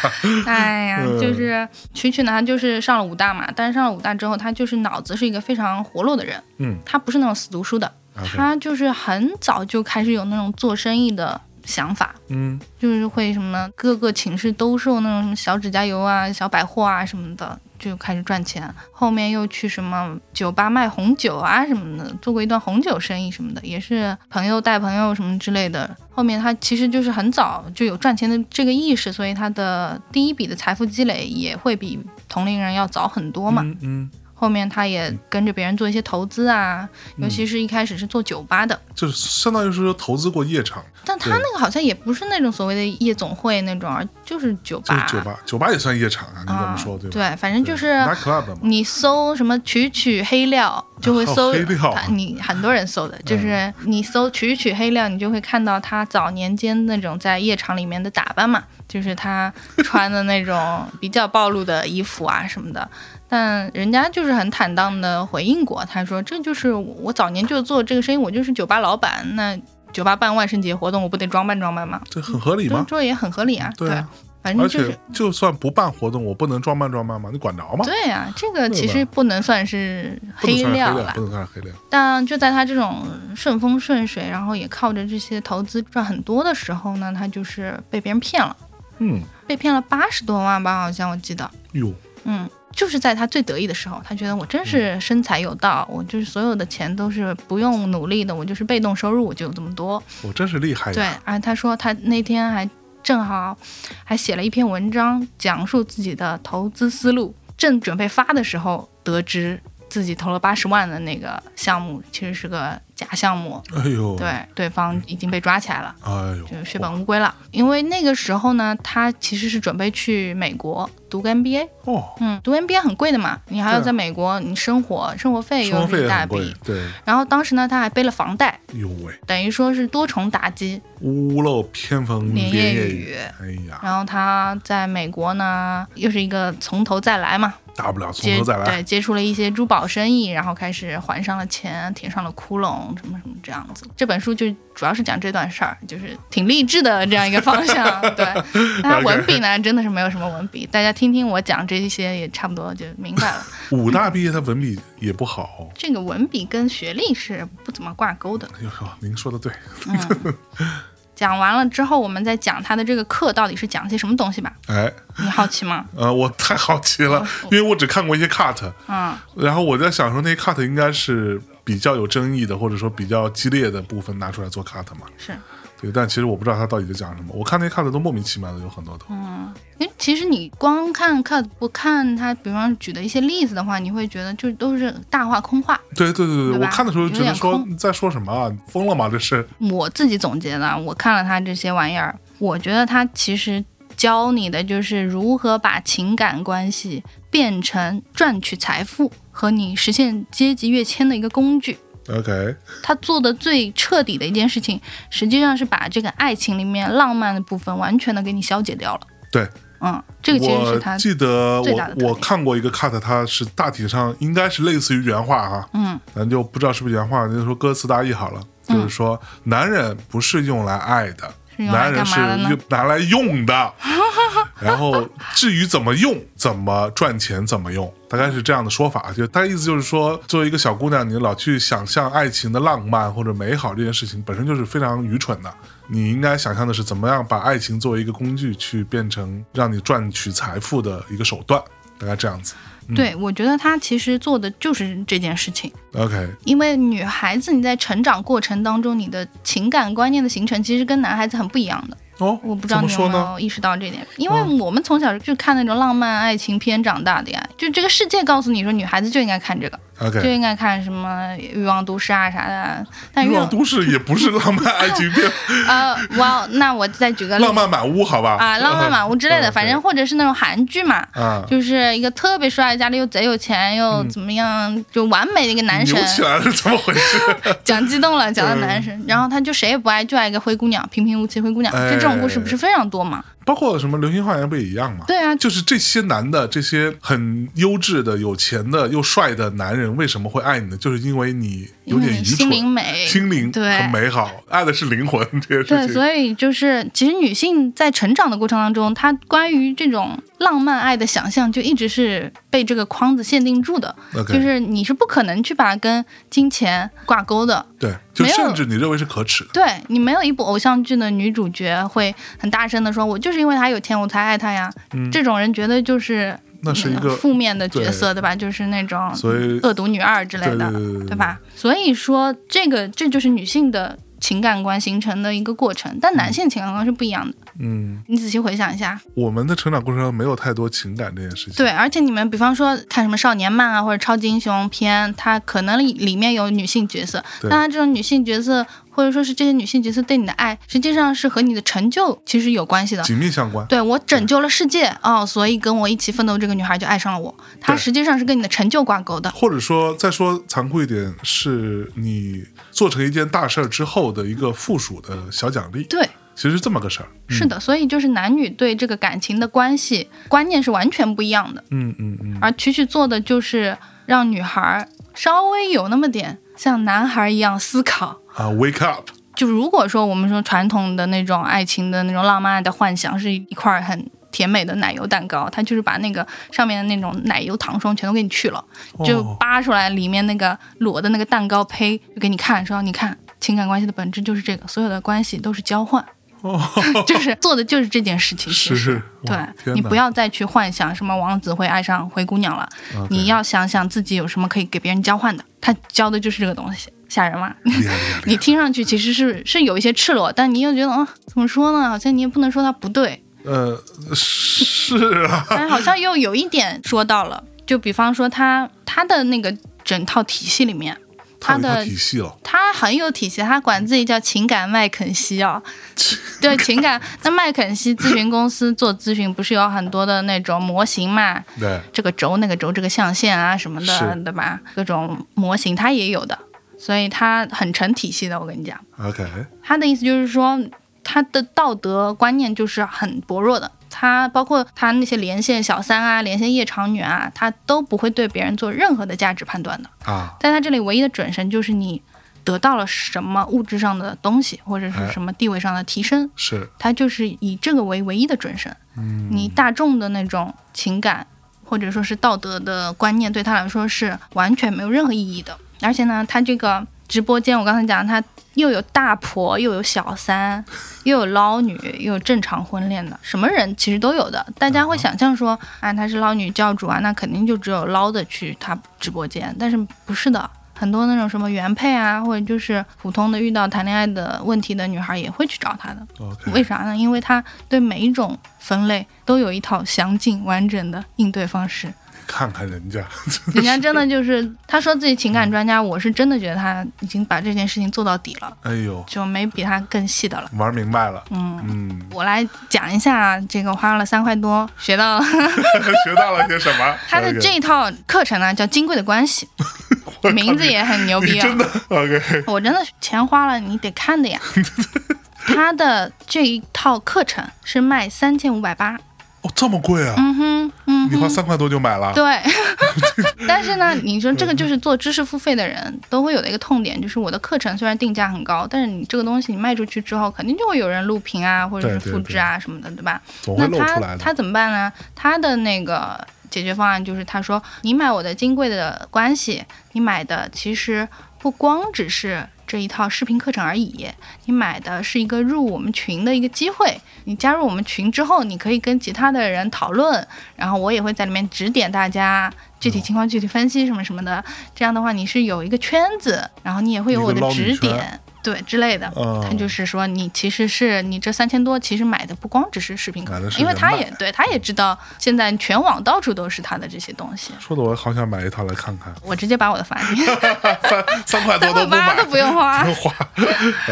[SPEAKER 1] 哎呀，
[SPEAKER 2] 嗯
[SPEAKER 1] 就是曲曲呢，他就是上了武大嘛，但是上了武大之后，他就是脑子是一个非常活络的人，
[SPEAKER 2] 嗯
[SPEAKER 1] 他不是那种死读书的，
[SPEAKER 2] ，OK，
[SPEAKER 1] 他就是很早就开始有那种做生意的想法，
[SPEAKER 2] 嗯，
[SPEAKER 1] 就是会什么各个寝室兜售那种什么小指甲油啊、小百货啊什么的，就开始赚钱。后面又去什么酒吧卖红酒啊什么的，做过一段红酒生意什么的，也是朋友带朋友什么之类的。后面他其实就是很早就有赚钱的这个意识，所以他的第一笔的财富积累也会比同龄人要早很多嘛。
[SPEAKER 2] 嗯嗯，
[SPEAKER 1] 后面他也跟着别人做一些投资啊，
[SPEAKER 2] 嗯
[SPEAKER 1] 尤其是一开始是做酒吧的，
[SPEAKER 2] 就是相当于是说投资过夜场，
[SPEAKER 1] 但他
[SPEAKER 2] 对
[SPEAKER 1] 那个好像也不是那种所谓的夜总会那种，而就是酒
[SPEAKER 2] 就
[SPEAKER 1] 吧。
[SPEAKER 2] 是酒吧，酒吧也算夜场啊，你这
[SPEAKER 1] 啊
[SPEAKER 2] 么，说对吧？
[SPEAKER 1] 对，反正就是。
[SPEAKER 2] 拿 club 嘛，
[SPEAKER 1] 你搜什么曲曲黑料，就会
[SPEAKER 2] 还有
[SPEAKER 1] 搜
[SPEAKER 2] 黑料啊
[SPEAKER 1] 他你很多人搜的，
[SPEAKER 2] 嗯
[SPEAKER 1] 就是你搜曲曲黑料，你就会看到他早年间那种在夜场里面的打扮嘛，就是他穿的那种比较暴露的衣服啊什么的。但人家就是很坦荡的回应过，他说这就是我我早年就做这个生意，我就是酒吧老板，那酒吧办万圣节活动，我不得装扮装扮吗？
[SPEAKER 2] 这很合理
[SPEAKER 1] 这
[SPEAKER 2] 吗？
[SPEAKER 1] 这也很合理啊，
[SPEAKER 2] 对啊，
[SPEAKER 1] 反正
[SPEAKER 2] 而
[SPEAKER 1] 就是
[SPEAKER 2] 且就算不办活动，我不能装扮装扮吗？你管着吗？
[SPEAKER 1] 对呀、这个
[SPEAKER 2] 对
[SPEAKER 1] 其
[SPEAKER 2] 吧
[SPEAKER 1] 实不能算是
[SPEAKER 2] 不能
[SPEAKER 1] 黑
[SPEAKER 2] 算是
[SPEAKER 1] 料
[SPEAKER 2] 黑料，啊
[SPEAKER 1] 了
[SPEAKER 2] 不，能算是黑料。
[SPEAKER 1] 但就在他这种顺风顺水，然后也靠着这些投资赚很多的时候呢，他就是被别人骗了，
[SPEAKER 2] 嗯，
[SPEAKER 1] 被骗了八十多万吧，好像我记得，
[SPEAKER 2] 哟，
[SPEAKER 1] 嗯，就是在他最得意的时候，他觉得我真是身材有道，我就是所有的钱都是不用努力的，我就是被动收入，我就有这么多。
[SPEAKER 2] 我真是厉害
[SPEAKER 1] 对
[SPEAKER 2] 哎呀！，
[SPEAKER 1] 而他说他那天还正好还写了一篇文章，讲述自己的投资思路。正准备发的时候，得知自己投了八十万的那个项目其实是个假项目，
[SPEAKER 2] 哎呦，，
[SPEAKER 1] 对，对方已经被抓起来了。
[SPEAKER 2] 哎呦，
[SPEAKER 1] 就是血本无归
[SPEAKER 2] 哦
[SPEAKER 1] 了，因为那个时候呢，他其实是准备去美国读个 MBA，
[SPEAKER 2] 哦，
[SPEAKER 1] 嗯，读 MBA 很贵的嘛，你还要
[SPEAKER 2] 对啊
[SPEAKER 1] 在美国，你生活生活费
[SPEAKER 2] 生活
[SPEAKER 1] 又
[SPEAKER 2] 费
[SPEAKER 1] 是一
[SPEAKER 2] 也
[SPEAKER 1] 大
[SPEAKER 2] 很贵
[SPEAKER 1] 笔，，
[SPEAKER 2] 对，
[SPEAKER 1] 然后当时呢，他还背了房贷，
[SPEAKER 2] 哟喂，
[SPEAKER 1] 等于说是多重打击，
[SPEAKER 2] 屋漏偏逢
[SPEAKER 1] 连夜
[SPEAKER 2] 嗯夜
[SPEAKER 1] 雨
[SPEAKER 2] 哎呀，
[SPEAKER 1] 然后他在美国呢，又是一个从头再来嘛，
[SPEAKER 2] 大不了从
[SPEAKER 1] 接
[SPEAKER 2] 头再来
[SPEAKER 1] 对，接触了一些珠宝生意，然后开始还上了钱，填上了窟窿，什么什么这样子。这本书就主要是讲这段事儿，就是挺励志的这样一个方向。 对，那他
[SPEAKER 2] OK
[SPEAKER 1] 文笔呢，真的是没有什么文笔，大家听听我讲这些也差不多就明白 了。
[SPEAKER 2] 武大毕业，他文笔也不好。
[SPEAKER 1] 这个文笔跟学历是不怎么挂钩的。嗯
[SPEAKER 2] 哎呦，您说的对，
[SPEAKER 1] 讲完了之后，我们再讲他的这个课到底是讲些什么东西吧。
[SPEAKER 2] 哎，
[SPEAKER 1] 你好奇吗？
[SPEAKER 2] 呃，我太好奇
[SPEAKER 1] 哦
[SPEAKER 2] 了，因为我只看过一些 cut，
[SPEAKER 1] 嗯，
[SPEAKER 2] 然后我在想说那些 cut 应该是比较有争议的，或者说比较激烈的部分拿出来做 cut 嘛。
[SPEAKER 1] 是，
[SPEAKER 2] 对，但其实我不知道他到底在讲什么。我看那些 cut 都莫名其妙的，有很多都。
[SPEAKER 1] 嗯因为其实你光看看不看他，比方举的一些例子的话，你会觉得就都是大话空话。
[SPEAKER 2] 对对对
[SPEAKER 1] 对
[SPEAKER 2] 我
[SPEAKER 1] 吧
[SPEAKER 2] 看的时候
[SPEAKER 1] 有
[SPEAKER 2] 觉得
[SPEAKER 1] 点
[SPEAKER 2] 说
[SPEAKER 1] 空
[SPEAKER 2] 你在说什么啊，疯了吗？这是
[SPEAKER 1] 我自己总结的，我看了他这些玩意儿，我觉得他其实教你的就是如何把情感关系变成赚取财富和你实现阶级跃迁的一个工具。
[SPEAKER 2] OK，
[SPEAKER 1] 他做的最彻底的一件事情，实际上是把这个爱情里面浪漫的部分完全的给你消解掉了。
[SPEAKER 2] 对，
[SPEAKER 1] 嗯，这个其实是他
[SPEAKER 2] 我记得
[SPEAKER 1] 最大的
[SPEAKER 2] 我
[SPEAKER 1] 特
[SPEAKER 2] 我
[SPEAKER 1] 点
[SPEAKER 2] 看过一个 cut，它是大体上应该是类似于原话哈，
[SPEAKER 1] 嗯，
[SPEAKER 2] 咱就不知道是不是原话，就说歌词大意好了，就是说男人不是用来爱的，
[SPEAKER 1] 是用来
[SPEAKER 2] 男人
[SPEAKER 1] 干
[SPEAKER 2] 是
[SPEAKER 1] 嘛的呢
[SPEAKER 2] 用？拿来 用的，然后至于怎么用、怎么赚钱、怎么用，大概是这样的说法。就大概意思就是说，作为一个小姑娘，你老去想象爱情的浪漫或者美好这件事情，本身就是非常愚蠢的。你应该想象的是，怎么样把爱情作为一个工具，去变成让你赚取财富的一个手段，大概这样子。
[SPEAKER 1] 对，我觉得他其实做的就是这件事情。
[SPEAKER 2] OK，
[SPEAKER 1] 因为女孩子你在成长过程当中，你的情感观念的形成其实跟男孩子很不一样的。
[SPEAKER 2] 哦，
[SPEAKER 1] 我不知道
[SPEAKER 2] 怎么
[SPEAKER 1] 你有
[SPEAKER 2] 说
[SPEAKER 1] 没
[SPEAKER 2] 呢？嗯
[SPEAKER 1] 有意识到这点，因为我们从小就看那种浪漫爱情片长大的呀，就这个世界告诉你说女孩子就应该看这个，就
[SPEAKER 2] OK，
[SPEAKER 1] 应该看什么《欲望都市》啊啥的。但
[SPEAKER 2] 欲
[SPEAKER 1] 欲
[SPEAKER 2] 望
[SPEAKER 1] 望
[SPEAKER 2] 都市也不是浪漫爱情片，
[SPEAKER 1] 呃，哇，那我再举个例
[SPEAKER 2] 浪漫满屋好吧？
[SPEAKER 1] 啊，浪漫满屋之类的，
[SPEAKER 2] 嗯
[SPEAKER 1] 反正或者是那种韩剧嘛。
[SPEAKER 2] 对啊，
[SPEAKER 1] 就是一个特别帅，家里又贼有钱，又
[SPEAKER 2] 嗯
[SPEAKER 1] 怎么样，就完美的一个男神
[SPEAKER 2] 扭。起来了，怎么回事？
[SPEAKER 1] 讲激动了，讲到
[SPEAKER 2] 嗯
[SPEAKER 1] 男神，然后他就谁也不爱，就爱一个灰姑娘，平平无奇灰姑娘。
[SPEAKER 2] 哎
[SPEAKER 1] 就这种故事不是非常多嘛？
[SPEAKER 2] 包括什么《流星花园》不也一样吗？
[SPEAKER 1] 对啊，
[SPEAKER 2] 就是这些男的，这些很优质的、有钱的又帅的男人，为什么会爱你呢？就是因为你有
[SPEAKER 1] 因为
[SPEAKER 2] 点
[SPEAKER 1] 你
[SPEAKER 2] 愚蠢，
[SPEAKER 1] 心灵美，
[SPEAKER 2] 心灵
[SPEAKER 1] 对
[SPEAKER 2] 很美好，爱的是灵魂这件
[SPEAKER 1] 对，
[SPEAKER 2] 事情。
[SPEAKER 1] 所以就是其实女性在成长的过程当中，她关于这种浪漫爱的想象就一直是被这个框子限定住的
[SPEAKER 2] OK
[SPEAKER 1] 就是你是不可能去把它跟金钱挂钩的。
[SPEAKER 2] 对，就
[SPEAKER 1] 没有
[SPEAKER 2] 甚至你认为是可耻的。
[SPEAKER 1] 对你没有一部偶像剧的女主角会很大声的说：“我就是因为她有钱，我才爱她呀。这种人觉得就是
[SPEAKER 2] 嗯那是一
[SPEAKER 1] 嗯
[SPEAKER 2] 个
[SPEAKER 1] 负面的角
[SPEAKER 2] 对
[SPEAKER 1] 色，对吧？就是那种
[SPEAKER 2] 所以
[SPEAKER 1] 恶毒女二之类
[SPEAKER 2] 对
[SPEAKER 1] 的，
[SPEAKER 2] 对对对对
[SPEAKER 1] 对吧？所以说，这个这就是女性的情感观形成的一个过程，但男性情感观是不一样的。
[SPEAKER 2] 嗯，
[SPEAKER 1] 你仔细回想一下，
[SPEAKER 2] 我们的成长过程中没有太多情感这件事情。
[SPEAKER 1] 对，而且你们比方说看什么少年漫啊，或者超级英雄片，它可能里里面有女性角色，
[SPEAKER 2] 对
[SPEAKER 1] 那它这种女性角色或者说是这些女性角色对你的爱，实际上是和你的成就其实有关系的。
[SPEAKER 2] 紧密相关。
[SPEAKER 1] 对我拯救了世界哦，所以跟我一起奋斗这个女孩就爱上了我，她
[SPEAKER 2] 对
[SPEAKER 1] 实际上是跟你的成就挂钩的。
[SPEAKER 2] 或者说，再说残酷一点，是你做成一件大事儿之后的一个附属的小奖励，
[SPEAKER 1] 对，
[SPEAKER 2] 其实是这么个事儿。
[SPEAKER 1] 是的，所以就是男女对这个感情的关系观念是完全不一样的。
[SPEAKER 2] 嗯嗯嗯，
[SPEAKER 1] 而曲曲做的就是让女孩儿稍微有那么点像男孩儿一样思考。
[SPEAKER 2] 啊，wake up，
[SPEAKER 1] 就如果说我们说传统的那种爱情的那种浪漫的幻想是一块很甜美的奶油蛋糕，它就是把那个上面的那种奶油糖霜全都给你去了，就
[SPEAKER 2] 哦
[SPEAKER 1] 扒出来里面那个裸的那个蛋糕胚，就给你看，说啊你看情感关系的本质就是这个，所有的关系都是交换，
[SPEAKER 2] 哦，
[SPEAKER 1] 就是 做的就是这件事情。其实
[SPEAKER 2] 是是，哇
[SPEAKER 1] 对
[SPEAKER 2] 天
[SPEAKER 1] 你
[SPEAKER 2] 哪
[SPEAKER 1] 不要再去幻想什么王子会爱上灰姑娘了
[SPEAKER 2] OK
[SPEAKER 1] 你要想想自己有什么可以给别人交换的。他教的就是这个东西，吓人吗？
[SPEAKER 2] 厉害厉害厉
[SPEAKER 1] 你听上去其实是是有一些赤裸，但你又觉得啊、怎么说呢？好像你也不能说它不对，
[SPEAKER 2] 害，呃，是 啊，
[SPEAKER 1] 但是好像又有一点说到了。就比方说他他的那个整套体系里面，他
[SPEAKER 2] 有一套
[SPEAKER 1] 的
[SPEAKER 2] 体系了，
[SPEAKER 1] 他很有体系，他管自己叫情感麦肯锡啊、对情感，那麦肯锡咨询公司做咨询不是有很多的那种模型嘛？
[SPEAKER 2] 对，
[SPEAKER 1] 这个轴那个轴这个象限啊什么的，
[SPEAKER 2] 是
[SPEAKER 1] 对吧？各种模型它也有的，所以它很成体系的。我跟你讲。
[SPEAKER 2] OK，
[SPEAKER 1] 他的意思就是说，他的道德观念就是很薄弱的。他包括他那些连线小三啊，连线夜场女啊，他都不会对别人做任何的价值判断的。
[SPEAKER 2] 啊，
[SPEAKER 1] 在他这里，唯一的准绳就是你得到了什么物质上的东西，或者
[SPEAKER 2] 哎
[SPEAKER 1] 是什么地位上的提升，
[SPEAKER 2] 是
[SPEAKER 1] 他就是以这个为唯一的准绳。你大众的那种情感或者说是道德的观念，对他来说是完全没有任何意义的。而且呢，他这个直播间，我刚才讲他又有大婆，又有小三，又有捞女，又有正常婚恋的，什么人其实都有的。大家会想象说，啊，她是捞女教主啊，那肯定就只有捞的去她直播间，但是不是的。很多那种什么原配啊，或者就是普通的遇到谈恋爱的问题的女孩也会去找他的，
[SPEAKER 2] OK，
[SPEAKER 1] 为啥呢？因为他对每一种分类都有一套详尽完整的应对方 式。
[SPEAKER 2] 看看人家，
[SPEAKER 1] 人家真的就是他说自己情感专家，我是真的觉得他已经把这件事情做到底了，
[SPEAKER 2] 哎呦，
[SPEAKER 1] 就没比他更细的了。
[SPEAKER 2] 玩明白了，
[SPEAKER 1] 嗯，
[SPEAKER 2] 嗯，
[SPEAKER 1] 我来讲一下这个花了三块多学到 了
[SPEAKER 2] 学到了些什么？
[SPEAKER 1] 他的
[SPEAKER 2] OK
[SPEAKER 1] 这套课程呢，叫《金贵的关系》
[SPEAKER 2] 我，
[SPEAKER 1] 名字也很牛
[SPEAKER 2] 你
[SPEAKER 1] 逼啊
[SPEAKER 2] 真。的 OK，
[SPEAKER 1] 我真的钱花了，你得看的 呀。他的这一套课程是卖三千五百八，
[SPEAKER 2] 哦，这么贵啊！
[SPEAKER 1] 嗯哼，嗯
[SPEAKER 2] 你
[SPEAKER 1] 哼
[SPEAKER 2] 花，三块多就买 了，
[SPEAKER 1] 对， 但是呢，你说这个就是做知识付费的人都会有的一个痛点，就是我的课程虽然定价很高，但是你这个东西你卖出去之后，肯定就会有人录屏啊，或者是
[SPEAKER 2] 对对
[SPEAKER 1] 复制啊什么的，对吧？
[SPEAKER 2] 总会
[SPEAKER 1] 那
[SPEAKER 2] 露出来
[SPEAKER 1] 他
[SPEAKER 2] 的。
[SPEAKER 1] 他怎么办呢？他的那个解决方案就是他说，你买我的金贵的关系，你买的其实不光只是。这一套视频课程而已，你买的是一个入我们群的一个机会。你加入我们群之后，你可以跟其他的人讨论，然后我也会在里面指点大家具体
[SPEAKER 2] 嗯
[SPEAKER 1] 情况具体分析什么什么的。这样的话，你是有一个圈子，然后你也会有我
[SPEAKER 2] 一
[SPEAKER 1] 的
[SPEAKER 2] 个捞女
[SPEAKER 1] 指
[SPEAKER 2] 圈
[SPEAKER 1] 点，对之类的。
[SPEAKER 2] 嗯
[SPEAKER 1] 他就是说，你其实是你这三千多，其实买的不光只是视频课
[SPEAKER 2] 买的是
[SPEAKER 1] 程，因为
[SPEAKER 2] 人
[SPEAKER 1] 他
[SPEAKER 2] 脉
[SPEAKER 1] 也对他也知道，现在全网到处都是他的这些东西。
[SPEAKER 2] 说的我好想买一套来看看，
[SPEAKER 1] 我直接把我的房间
[SPEAKER 2] 三 三块多
[SPEAKER 1] 三
[SPEAKER 2] 都
[SPEAKER 1] 百
[SPEAKER 2] 不
[SPEAKER 1] 八
[SPEAKER 2] 买，。
[SPEAKER 1] 都不用花
[SPEAKER 2] 嗯花。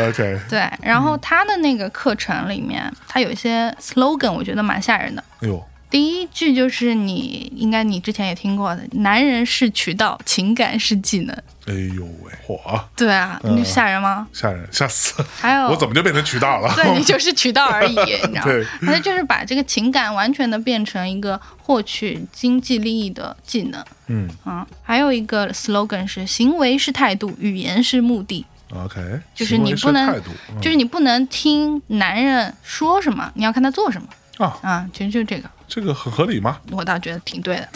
[SPEAKER 2] OK，
[SPEAKER 1] 对，然后他的那个课程里面，他有一些 slogan，我觉得蛮吓人的。
[SPEAKER 2] 哎呦，
[SPEAKER 1] 第一句就是你应该你之前也听过的，男人是渠道，情感是技能。
[SPEAKER 2] 哎呦喂，火，
[SPEAKER 1] 对啊，
[SPEAKER 2] 嗯
[SPEAKER 1] 你吓人吗？
[SPEAKER 2] 吓人，吓死！
[SPEAKER 1] 还有
[SPEAKER 2] 我怎么就变成渠道了？
[SPEAKER 1] 哦对你就是渠道而已，你知道
[SPEAKER 2] 对
[SPEAKER 1] 吗？他就是把这个情感完全的变成一个获取经济利益的技能
[SPEAKER 2] 嗯
[SPEAKER 1] 啊。还有一个 slogan 是行为是态度，语言是目的，
[SPEAKER 2] ，OK，
[SPEAKER 1] 就是
[SPEAKER 2] 行为
[SPEAKER 1] 你不能
[SPEAKER 2] 态度，嗯
[SPEAKER 1] 就是你不能听男人说什么，你要看他做什么
[SPEAKER 2] 啊，
[SPEAKER 1] 啊。其实就这个，
[SPEAKER 2] 这个很合理吗？
[SPEAKER 1] 我倒觉得挺对 的。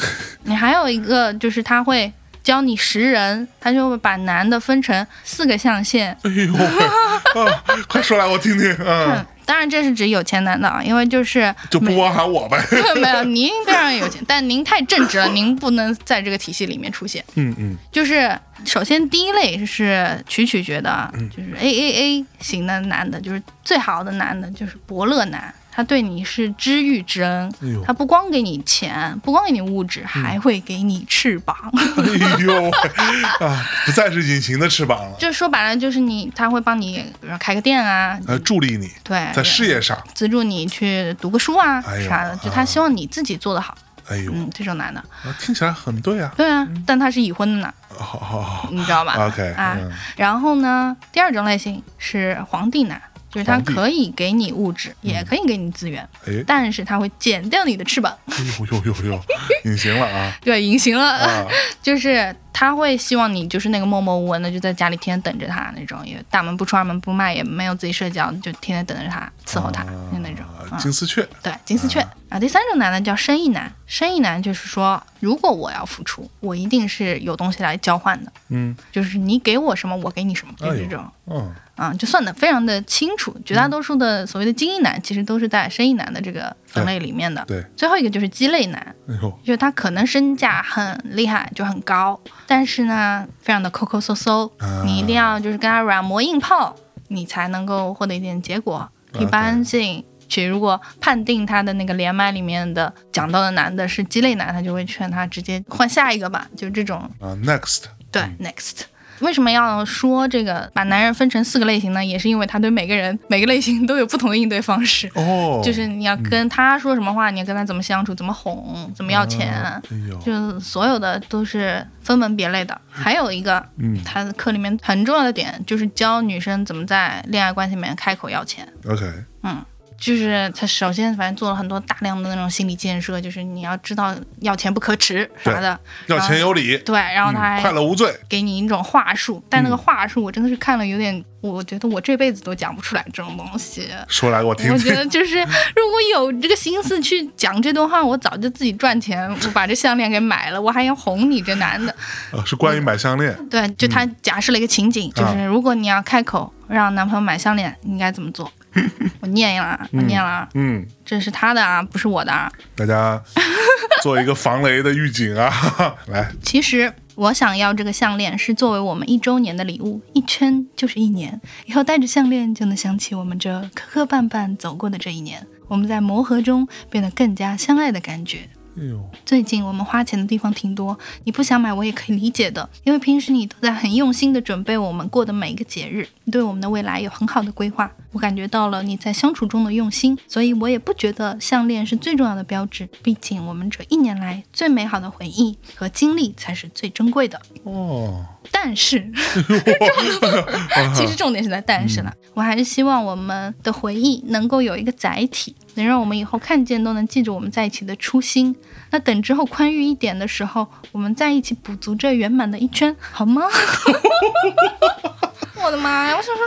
[SPEAKER 1] 你还有一个就是他会。教你识人，他就会把男的分成四个象限。
[SPEAKER 2] 哎呦喂， 啊，快说来我听听，嗯
[SPEAKER 1] 嗯，，当然这是指有钱男的啊，因为就是
[SPEAKER 2] 就不包含我呗。
[SPEAKER 1] 没有，您非常有钱，但您太正直了，您不能在这个体系里面出现。
[SPEAKER 2] 嗯嗯，
[SPEAKER 1] 就是首先第一类是曲曲觉得，啊
[SPEAKER 2] 嗯
[SPEAKER 1] 就是 A A A 型的男的，就是最好的男的，就是伯乐男，他对你是知遇之恩。
[SPEAKER 2] 哎呦
[SPEAKER 1] 他，不光给你钱，不光给你物质，还会给你翅 膀。
[SPEAKER 2] 哎呦喂，啊，不再是隐形的翅膀了，
[SPEAKER 1] 就说白了，就是你，他会帮你，比如说开个店啊，
[SPEAKER 2] 呃，助力你
[SPEAKER 1] 对，
[SPEAKER 2] 在事业上。
[SPEAKER 1] 资助你去读个书啊、
[SPEAKER 2] 哎呦
[SPEAKER 1] 啥的，就他希望你自己做得好。
[SPEAKER 2] 哎呦，
[SPEAKER 1] 嗯，这种男的，
[SPEAKER 2] 啊听起来很对啊。
[SPEAKER 1] 对啊，但他是已婚的呢，
[SPEAKER 2] 好好好
[SPEAKER 1] 你知道吧
[SPEAKER 2] ，OK，
[SPEAKER 1] 啊，
[SPEAKER 2] 嗯，
[SPEAKER 1] 然后呢，第二种类型是皇帝男，就是他
[SPEAKER 2] 皇帝
[SPEAKER 1] 可以给你物质，也可以给你资源，
[SPEAKER 2] 哎，
[SPEAKER 1] 但是他会剪掉你的翅膀，
[SPEAKER 2] 哎呦呦呦呦， 隐形 了啊
[SPEAKER 1] 对，隐形了，
[SPEAKER 2] 啊！
[SPEAKER 1] 就是他会希望你就是那个默默无闻的，就在家里天天等着他那种，也大门不出二门不迈，也没有自己社交，就天天等着他伺候他，就那种。嗯
[SPEAKER 2] 啊金丝雀，
[SPEAKER 1] 对，金丝雀啊，第三种男的叫生意男。生意男就是说，如果我要付出，我一定是有东西来交换的，
[SPEAKER 2] 嗯
[SPEAKER 1] 就是你给我什么，我给你什么，就
[SPEAKER 2] 哎
[SPEAKER 1] 是
[SPEAKER 2] 呦
[SPEAKER 1] 这种。
[SPEAKER 2] 嗯，
[SPEAKER 1] 啊，就算的非常的清楚。绝大多数的所谓的精英男，其实都是在生意男的这个分类里面的。
[SPEAKER 2] 对，
[SPEAKER 1] 最后一个就是鸡肋男，
[SPEAKER 2] 哎呦，
[SPEAKER 1] 就是他可能身价很厉害，就很高，但是呢，非常的抠抠搜搜，
[SPEAKER 2] 啊
[SPEAKER 1] 你一定要就是跟他软磨硬泡，你才能够获得一点结果。一
[SPEAKER 2] OK
[SPEAKER 1] 般性。去如果判定他的那个连麦里面的讲到的男的是鸡肋男，他就会劝他直接换下一个吧，就这种
[SPEAKER 2] 啊，next，
[SPEAKER 1] 对，next。为什么要说这个把男人分成四个类型呢？也是因为他对每个人 每个类型都有不同的应对方式，
[SPEAKER 2] 哦，
[SPEAKER 1] 就是你要跟他说什么话，你要跟他怎么相处，怎么哄，怎么要钱，
[SPEAKER 2] 啊哎呦，
[SPEAKER 1] 就是所有的都是分门别类的。还有一个，
[SPEAKER 2] 嗯
[SPEAKER 1] 他的课里面很重要的点就是教女生怎么在恋爱关系里面开口要钱。
[SPEAKER 2] ，OK，
[SPEAKER 1] 嗯，就是他首先反正做了很多大量的那种心理建设，就是你要知道要钱不可耻啥的，
[SPEAKER 2] 要钱有理，
[SPEAKER 1] 对，然后他
[SPEAKER 2] 嗯快
[SPEAKER 1] 还
[SPEAKER 2] 乐无罪，
[SPEAKER 1] 给你一种话术，但那
[SPEAKER 2] 嗯
[SPEAKER 1] 个话术我真的是看了有点，我觉得我这辈子都讲不出来这种东西。
[SPEAKER 2] 说来我听
[SPEAKER 1] 我觉
[SPEAKER 2] 听。
[SPEAKER 1] 得就是，如果有这个心思去讲这段话，我早就自己赚钱，我把这项链给买了，我还要哄你这男的。
[SPEAKER 2] 呃是关于买项链，
[SPEAKER 1] 对，就他假设了一个情景，就
[SPEAKER 2] 嗯啊
[SPEAKER 1] 是如果你要开口让男朋友买项链，你应该怎么 做？我念了啊，我念了啊，
[SPEAKER 2] 嗯，
[SPEAKER 1] 这是他的啊，不是我的啊。
[SPEAKER 2] 大家做一个防雷的预警啊！ 来，
[SPEAKER 1] 其实我想要这个项链是作为我们一周年的礼物，一圈就是一年，以后戴着项链就能想起我们这磕磕绊绊走过的这一年，我们在磨合中变得更加相爱的感觉。
[SPEAKER 2] 哎呦，
[SPEAKER 1] 最近我们花钱的地方挺多，你不想买我也可以理解的，因为平时你都在很用心的准备我们过的每一个节日，你对我们的未来有很好的规划。我感觉到了你在相处中的用心，所以我也不觉得项链是最重要的标志，毕竟我们这一年来最美好的回忆和经历才是最珍贵的。
[SPEAKER 2] 哦，
[SPEAKER 1] 但是，
[SPEAKER 2] 嗯
[SPEAKER 1] 其实重点是在但是了。我还是希望我们的回忆能够有一个载体，能让我们以后看见都能记住我们在一起的初心。那等之后宽裕一点的时候，我们在一起补足这圆满的一圈，好 吗？我的妈呀！我想说，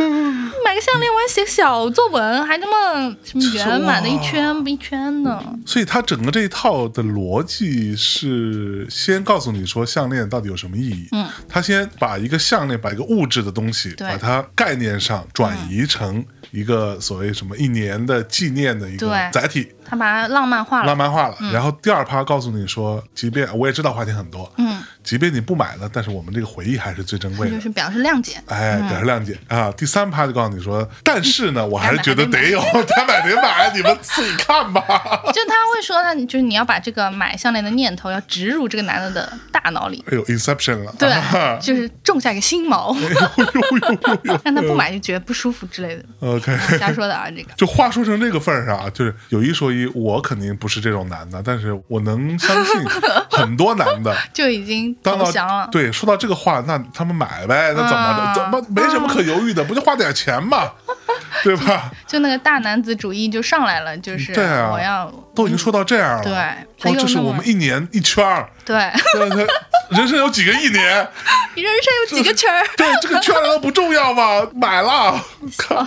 [SPEAKER 1] 买个项链，我还写小作文，还这么什么圆满的一圈一圈呢？
[SPEAKER 2] 所以它整个这一套的逻辑是先告诉你说项链到底有什么意义，
[SPEAKER 1] 嗯，
[SPEAKER 2] 他先把一个项链，把一个物质的东西，
[SPEAKER 1] 对
[SPEAKER 2] 把它概念上转移成一个所谓什么一年的纪念的一
[SPEAKER 1] 嗯
[SPEAKER 2] 个
[SPEAKER 1] 对嗯
[SPEAKER 2] 载体，
[SPEAKER 1] 他把它浪漫化
[SPEAKER 2] 浪
[SPEAKER 1] 了，
[SPEAKER 2] 漫化了。然后第二趴告诉你说，即便我也知道话题很多，
[SPEAKER 1] 嗯，
[SPEAKER 2] 即便你不买了，但是我们这个回忆还是最珍贵
[SPEAKER 1] 就
[SPEAKER 2] 的。
[SPEAKER 1] 是嗯表示谅解。
[SPEAKER 2] 哎，表示谅解啊！第三趴就告诉你说，但是呢，我还
[SPEAKER 1] 该
[SPEAKER 2] 是
[SPEAKER 1] 买
[SPEAKER 2] 觉得
[SPEAKER 1] 还得
[SPEAKER 2] 得有， 该买得买，你们自己 看吧。
[SPEAKER 1] 就他会说，他就是你要把这个买项链的念头要植入这个男的的大脑里，
[SPEAKER 2] 哎呦，Inception 了，
[SPEAKER 1] 对
[SPEAKER 2] 啊，
[SPEAKER 1] 就是种下一个心锚， 让他不买就觉得不舒服之类的。
[SPEAKER 2] 哎 OK，
[SPEAKER 1] 瞎说的啊，这个
[SPEAKER 2] 就话说成这个份儿上啊，就是有一说一，我肯定不是这种男的，但是我能相 信很多男的。
[SPEAKER 1] 就已经
[SPEAKER 2] 当
[SPEAKER 1] 投降
[SPEAKER 2] 到
[SPEAKER 1] 了。
[SPEAKER 2] 对说到这个话，那他们买呗，那怎么着？
[SPEAKER 1] 啊
[SPEAKER 2] 怎么没什么可犹豫的，不就花点钱 嘛，对吧？
[SPEAKER 1] 就那个大男子主义就上来了，就是
[SPEAKER 2] 对啊
[SPEAKER 1] 我要
[SPEAKER 2] 都已经说到这样了，
[SPEAKER 1] 对他
[SPEAKER 2] 哇，
[SPEAKER 1] 又
[SPEAKER 2] 这是
[SPEAKER 1] 弄
[SPEAKER 2] 我
[SPEAKER 1] 了
[SPEAKER 2] 们一年一圈儿，
[SPEAKER 1] 对
[SPEAKER 2] 对对， 人生有几个一年？
[SPEAKER 1] 你人生有几个圈儿？
[SPEAKER 2] 对，这个圈儿难道不重要吗？买 了，靠，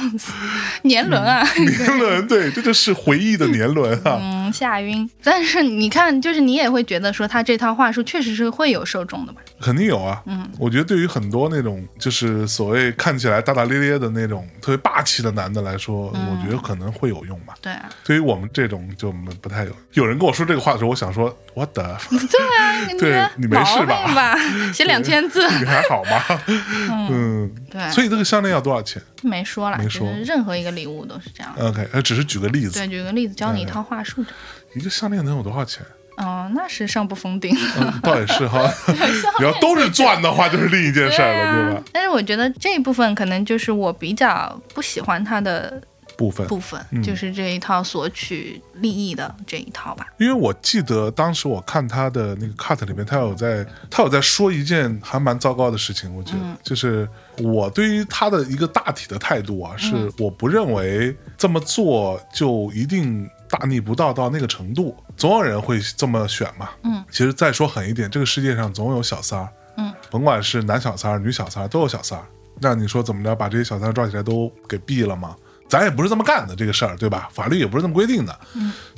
[SPEAKER 1] 年轮啊，
[SPEAKER 2] 年轮，对，这就是回忆的年轮啊。
[SPEAKER 1] 嗯，吓晕。但是你看，就是你也会觉得说他这套话术确实是会有受众的吧？
[SPEAKER 2] 肯定有啊，嗯，我觉得对于很多那种就是所谓看起来大大咧咧的那种特别霸气的男的来说，我觉得可能会有用吧。
[SPEAKER 1] 对啊，
[SPEAKER 2] 对于我们这种就没不太有。有人跟我说这个话的时候，我想说 what the，
[SPEAKER 1] 对啊，你
[SPEAKER 2] 对
[SPEAKER 1] 这
[SPEAKER 2] 你没
[SPEAKER 1] 毛
[SPEAKER 2] 事
[SPEAKER 1] 病
[SPEAKER 2] 吧
[SPEAKER 1] 吧？写两千字，
[SPEAKER 2] 你还好吗？嗯，
[SPEAKER 1] 对，
[SPEAKER 2] 所以这个项链要多少钱
[SPEAKER 1] 没说啦，
[SPEAKER 2] 没说
[SPEAKER 1] 就是任何一个礼物都是这样。
[SPEAKER 2] ？OK，呃，只是举个例子，
[SPEAKER 1] 对，举个例子，教你一套话术。
[SPEAKER 2] 一个项链能有多少钱？
[SPEAKER 1] 哦，那是上不封顶。
[SPEAKER 2] 嗯，倒也是哈。你要都是钻的话，就是另一件事儿了，对
[SPEAKER 1] 啊
[SPEAKER 2] 吧？，
[SPEAKER 1] 但是我觉得这一部分可能就是我比较不喜欢它的
[SPEAKER 2] 部分，
[SPEAKER 1] 部分，
[SPEAKER 2] 嗯
[SPEAKER 1] 就是这一套索取利益的这一套吧。
[SPEAKER 2] 因为我记得当时我看他的那个 cut 里面，他有在他有在说一件还蛮糟糕的事情，我觉得、
[SPEAKER 1] 嗯
[SPEAKER 2] 就是我对于他的一个大体的态度啊，
[SPEAKER 1] 嗯
[SPEAKER 2] 是我不认为这么做就一定大逆不道到那个程度，总有人会这么选嘛。
[SPEAKER 1] 嗯，
[SPEAKER 2] 其实再说狠一点，这个世界上总有小三儿，
[SPEAKER 1] 嗯，
[SPEAKER 2] 甭管是男小三儿、女小三儿，都有小三儿。那你说怎么着把这些小三儿抓起来都给毙了吗？咱也不是这么干的这个事儿，对吧？法律也不是这么规定的。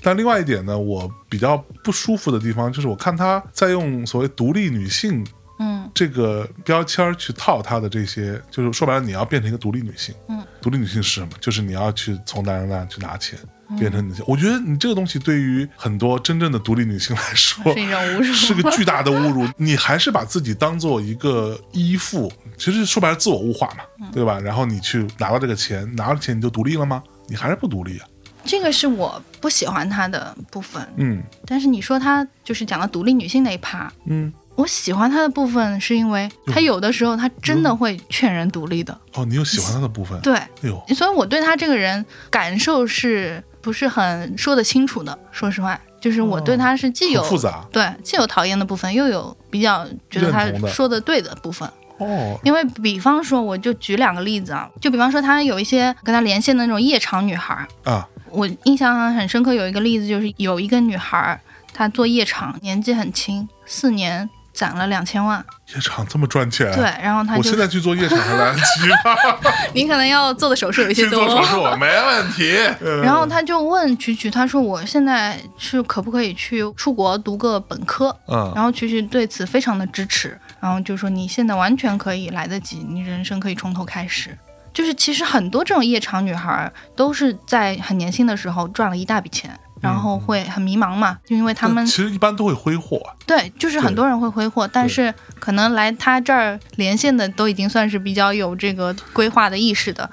[SPEAKER 2] 但另外一点呢，我比较不舒服的地方就是，我看她在用所谓独立女性
[SPEAKER 1] 嗯
[SPEAKER 2] 这个标签儿去套她的这些，就是说白了，你要变成一个独立女性。
[SPEAKER 1] 嗯，
[SPEAKER 2] 独立女性是什么？就是你要去从男人那去拿钱，
[SPEAKER 1] 嗯
[SPEAKER 2] 变成女性。我觉得你这个东西对于很多真正的独立女性来说
[SPEAKER 1] 是。一种侮辱。
[SPEAKER 2] 是个巨大的侮辱，你还是把自己当做一个依附，其实说白了自我物化嘛，
[SPEAKER 1] 嗯
[SPEAKER 2] 对吧？然后你去拿到这个钱，拿了钱你就独立了吗？你还是不独立啊？
[SPEAKER 1] 这个是我不喜欢它的部分。
[SPEAKER 2] 嗯
[SPEAKER 1] 但是你说它就是讲到独立女性那一趴，
[SPEAKER 2] 嗯，
[SPEAKER 1] 我喜欢它的部分是因为它有的时候它真的会劝人独立的。
[SPEAKER 2] 哦，你有喜欢他的部分，
[SPEAKER 1] 对，
[SPEAKER 2] 哎呦，
[SPEAKER 1] 所以我对他这个人感受是不是很说得清楚的？说实话，就是我对他是既有、
[SPEAKER 2] 哦很复杂
[SPEAKER 1] 对既有讨厌的部分，又有比较觉得他
[SPEAKER 2] 认同的
[SPEAKER 1] 说的对的部分。
[SPEAKER 2] 哦，
[SPEAKER 1] 因为比方说，我就举两个例子啊，就比方说他有一些跟他连线的那种夜场女孩儿，
[SPEAKER 2] 啊，
[SPEAKER 1] 我印象很深刻，有一个例子就是有一个女孩儿，她做夜场，年纪很轻，四年攒了两千万。
[SPEAKER 2] 夜场这么赚钱？
[SPEAKER 1] 对，，然后她
[SPEAKER 2] 哎我
[SPEAKER 1] 就
[SPEAKER 2] 现 在去做夜场还来得及吗？
[SPEAKER 1] 你可能要做的手术有一些
[SPEAKER 2] 去
[SPEAKER 1] 多哦
[SPEAKER 2] 做。手术我没问题。嗯
[SPEAKER 1] 然后她就问曲曲，她说我现在是可不可以去出国读个本科？
[SPEAKER 2] 嗯，
[SPEAKER 1] 然后曲曲对此非常的支持，然后就说你现在完全可以来得及，你人生可以从头开始。就是其实很多这种夜场女孩儿都是在很年轻的时候赚了一大笔钱，然后会很迷茫嘛，就因为他们
[SPEAKER 2] 其实一般都会挥霍，
[SPEAKER 1] 对，就是很多人会挥霍，但是可能来他这儿连线的都已经算是比较有这个规划的意识的，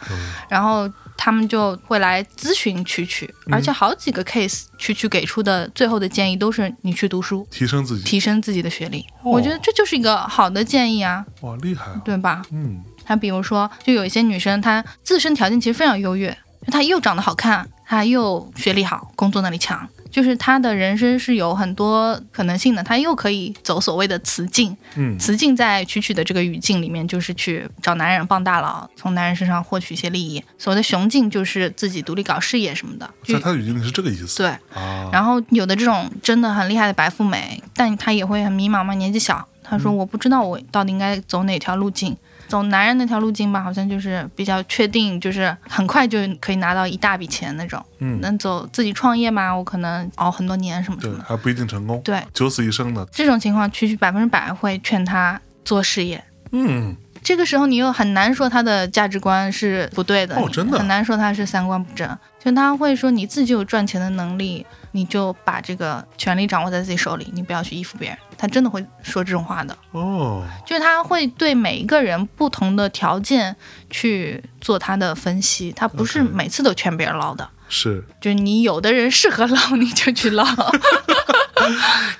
[SPEAKER 1] 然后他们就会来咨询曲曲，而且好几个 case 曲曲给出的最后的建议都是你去读书，
[SPEAKER 2] 提升自己。
[SPEAKER 1] 提升自己的学历。
[SPEAKER 2] 哦
[SPEAKER 1] 我觉得这就是一个好的建议啊，
[SPEAKER 2] 哇，厉害啊！
[SPEAKER 1] 对吧？
[SPEAKER 2] 嗯，
[SPEAKER 1] 她比如说，就有一些女生，她自身条件其实非常优越，就她又长得好看，她又学历好，工作能力强。就是她的人生是有很多可能性的，她又可以走所谓的雌竞，
[SPEAKER 2] 嗯
[SPEAKER 1] 雌竞在曲曲的这个语境里面，就是去找男人傍大佬，从男人身上获取一些利益；所谓的雄竞就是自己独立搞事业什么的，
[SPEAKER 2] 在
[SPEAKER 1] 就
[SPEAKER 2] 他的语境里是这个意思
[SPEAKER 1] 对。
[SPEAKER 2] 啊。
[SPEAKER 1] 然后有的这种真的很厉害的白富美，但她也会很迷茫嘛，年纪小，她
[SPEAKER 2] 嗯
[SPEAKER 1] 说我不知道我到底应该走哪条路径。走男人那条路径吧，好像就是比较确定，就是很快就可以拿到一大笔钱那种。
[SPEAKER 2] 嗯
[SPEAKER 1] 能走自己创业嘛，我可能熬很多年什么什
[SPEAKER 2] 对
[SPEAKER 1] 么，的。
[SPEAKER 2] 还不一定成功，
[SPEAKER 1] 对
[SPEAKER 2] 九死一生的。
[SPEAKER 1] 这种情况，区区百分之百会劝她做事业。
[SPEAKER 2] 嗯，
[SPEAKER 1] 这个时候你又很难说他的价值观是不对的，
[SPEAKER 2] 哦真的
[SPEAKER 1] 很难说他是三观不正。就他会说你自己有赚钱的能力，你就把这个权利掌握在自己手里，你不要去依附别人。他真的会说这种话的，
[SPEAKER 2] 哦，
[SPEAKER 1] 就是他会对每一个人不同的条件去做他的分析，他不是
[SPEAKER 2] OK
[SPEAKER 1] 每次都劝别人捞的。
[SPEAKER 2] 是
[SPEAKER 1] 就是你有的人适合捞，你就去捞。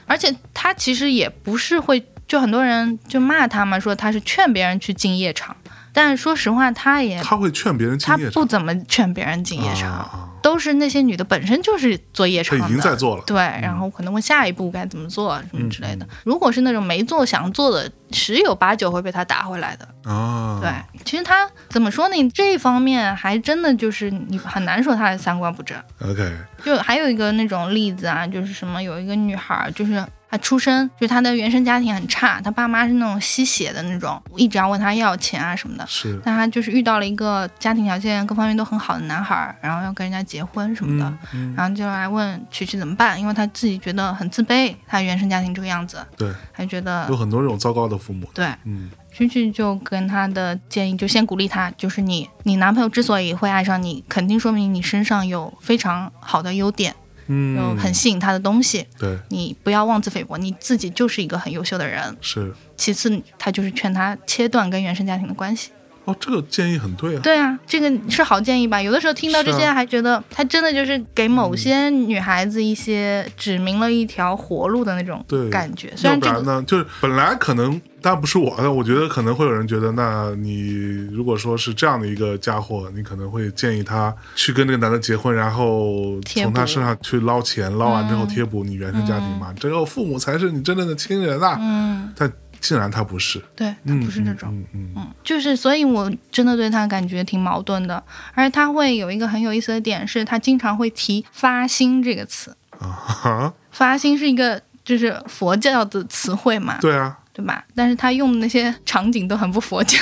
[SPEAKER 1] 而且他其实也不是会，就很多人就骂他嘛，说他是劝别人去进夜场，但是说实话，他也
[SPEAKER 2] 他会劝别人进
[SPEAKER 1] 他
[SPEAKER 2] 夜场
[SPEAKER 1] 不怎么劝别人进夜场，
[SPEAKER 2] 啊啊
[SPEAKER 1] 都是那些女的本身就是做夜场
[SPEAKER 2] 他
[SPEAKER 1] 的，
[SPEAKER 2] 已经在嗯做了。
[SPEAKER 1] 对，然后可能问下一步该怎么做什么之类的。
[SPEAKER 2] 嗯
[SPEAKER 1] 如果是那种没做想做的，十有八九会被他打回来的。
[SPEAKER 2] 啊，
[SPEAKER 1] 对，，其实他怎么说呢？这一方面还真的就是你很难说他三观不正。
[SPEAKER 2] OK，
[SPEAKER 1] 就还有一个那种例子啊，就是什么有一个女孩儿，就是她出身，就是她的原生家庭很差，她爸妈是那种吸血的那种，一直要问她要钱啊什么的。
[SPEAKER 2] 是，
[SPEAKER 1] 但她就是遇到了一个家庭条件各方面都很好的男孩儿，然后要跟人家结婚什么的，
[SPEAKER 2] 嗯嗯，
[SPEAKER 1] 然后就来问曲曲怎么办，因为她自己觉得很自卑，她原生家庭这个样子，
[SPEAKER 2] 对，
[SPEAKER 1] 还觉
[SPEAKER 2] 有
[SPEAKER 1] 得
[SPEAKER 2] 很多这种糟糕的父母。
[SPEAKER 1] 对。
[SPEAKER 2] 嗯，
[SPEAKER 1] 曲曲就跟她的建议，就先鼓励她，就是你，你男朋友之所以会爱上你，肯定说明你身上有非常好的优点，有
[SPEAKER 2] 嗯，
[SPEAKER 1] 很吸引他的东西。
[SPEAKER 2] 对，
[SPEAKER 1] 你不要妄自菲薄，你自己就是一个很优秀的人。
[SPEAKER 2] 是。
[SPEAKER 1] 其次，他就是劝他切断跟原生家庭的关系。
[SPEAKER 2] 哦，这个建议很对啊。
[SPEAKER 1] 对啊，这个是好建议吧？有的时候听到这
[SPEAKER 2] 是
[SPEAKER 1] 些，
[SPEAKER 2] 啊嗯
[SPEAKER 1] 还觉得他真的就是给某些女孩子一些指明了一条活路的那种
[SPEAKER 2] 对
[SPEAKER 1] 感觉。虽
[SPEAKER 2] 要
[SPEAKER 1] 然
[SPEAKER 2] 不
[SPEAKER 1] 这
[SPEAKER 2] 然
[SPEAKER 1] 个
[SPEAKER 2] 呢，就是本来可能，但不是我，但我觉得可能会有人觉得，那你如果说是这样的一个家伙，你可能会建议他去跟这个男的结婚，然后
[SPEAKER 1] 贴
[SPEAKER 2] 从他
[SPEAKER 1] 补
[SPEAKER 2] 身上去捞钱，捞完之
[SPEAKER 1] 嗯
[SPEAKER 2] 后贴补你原生家庭嘛，只有父母才是你真正的亲人呐、
[SPEAKER 1] 嗯，
[SPEAKER 2] 但竟然他不是，
[SPEAKER 1] 对他
[SPEAKER 2] 嗯
[SPEAKER 1] 不是这种。
[SPEAKER 2] 嗯嗯嗯，
[SPEAKER 1] 就是，所以我真的对他感觉挺矛盾的，而且他会有一个很有意思的点，是他经常会提“发心”这个词。
[SPEAKER 2] 啊哈，
[SPEAKER 1] 发心是一个就是佛教的词汇嘛，
[SPEAKER 2] 对啊，
[SPEAKER 1] 对吧？但是他用的那些场景都很不佛教，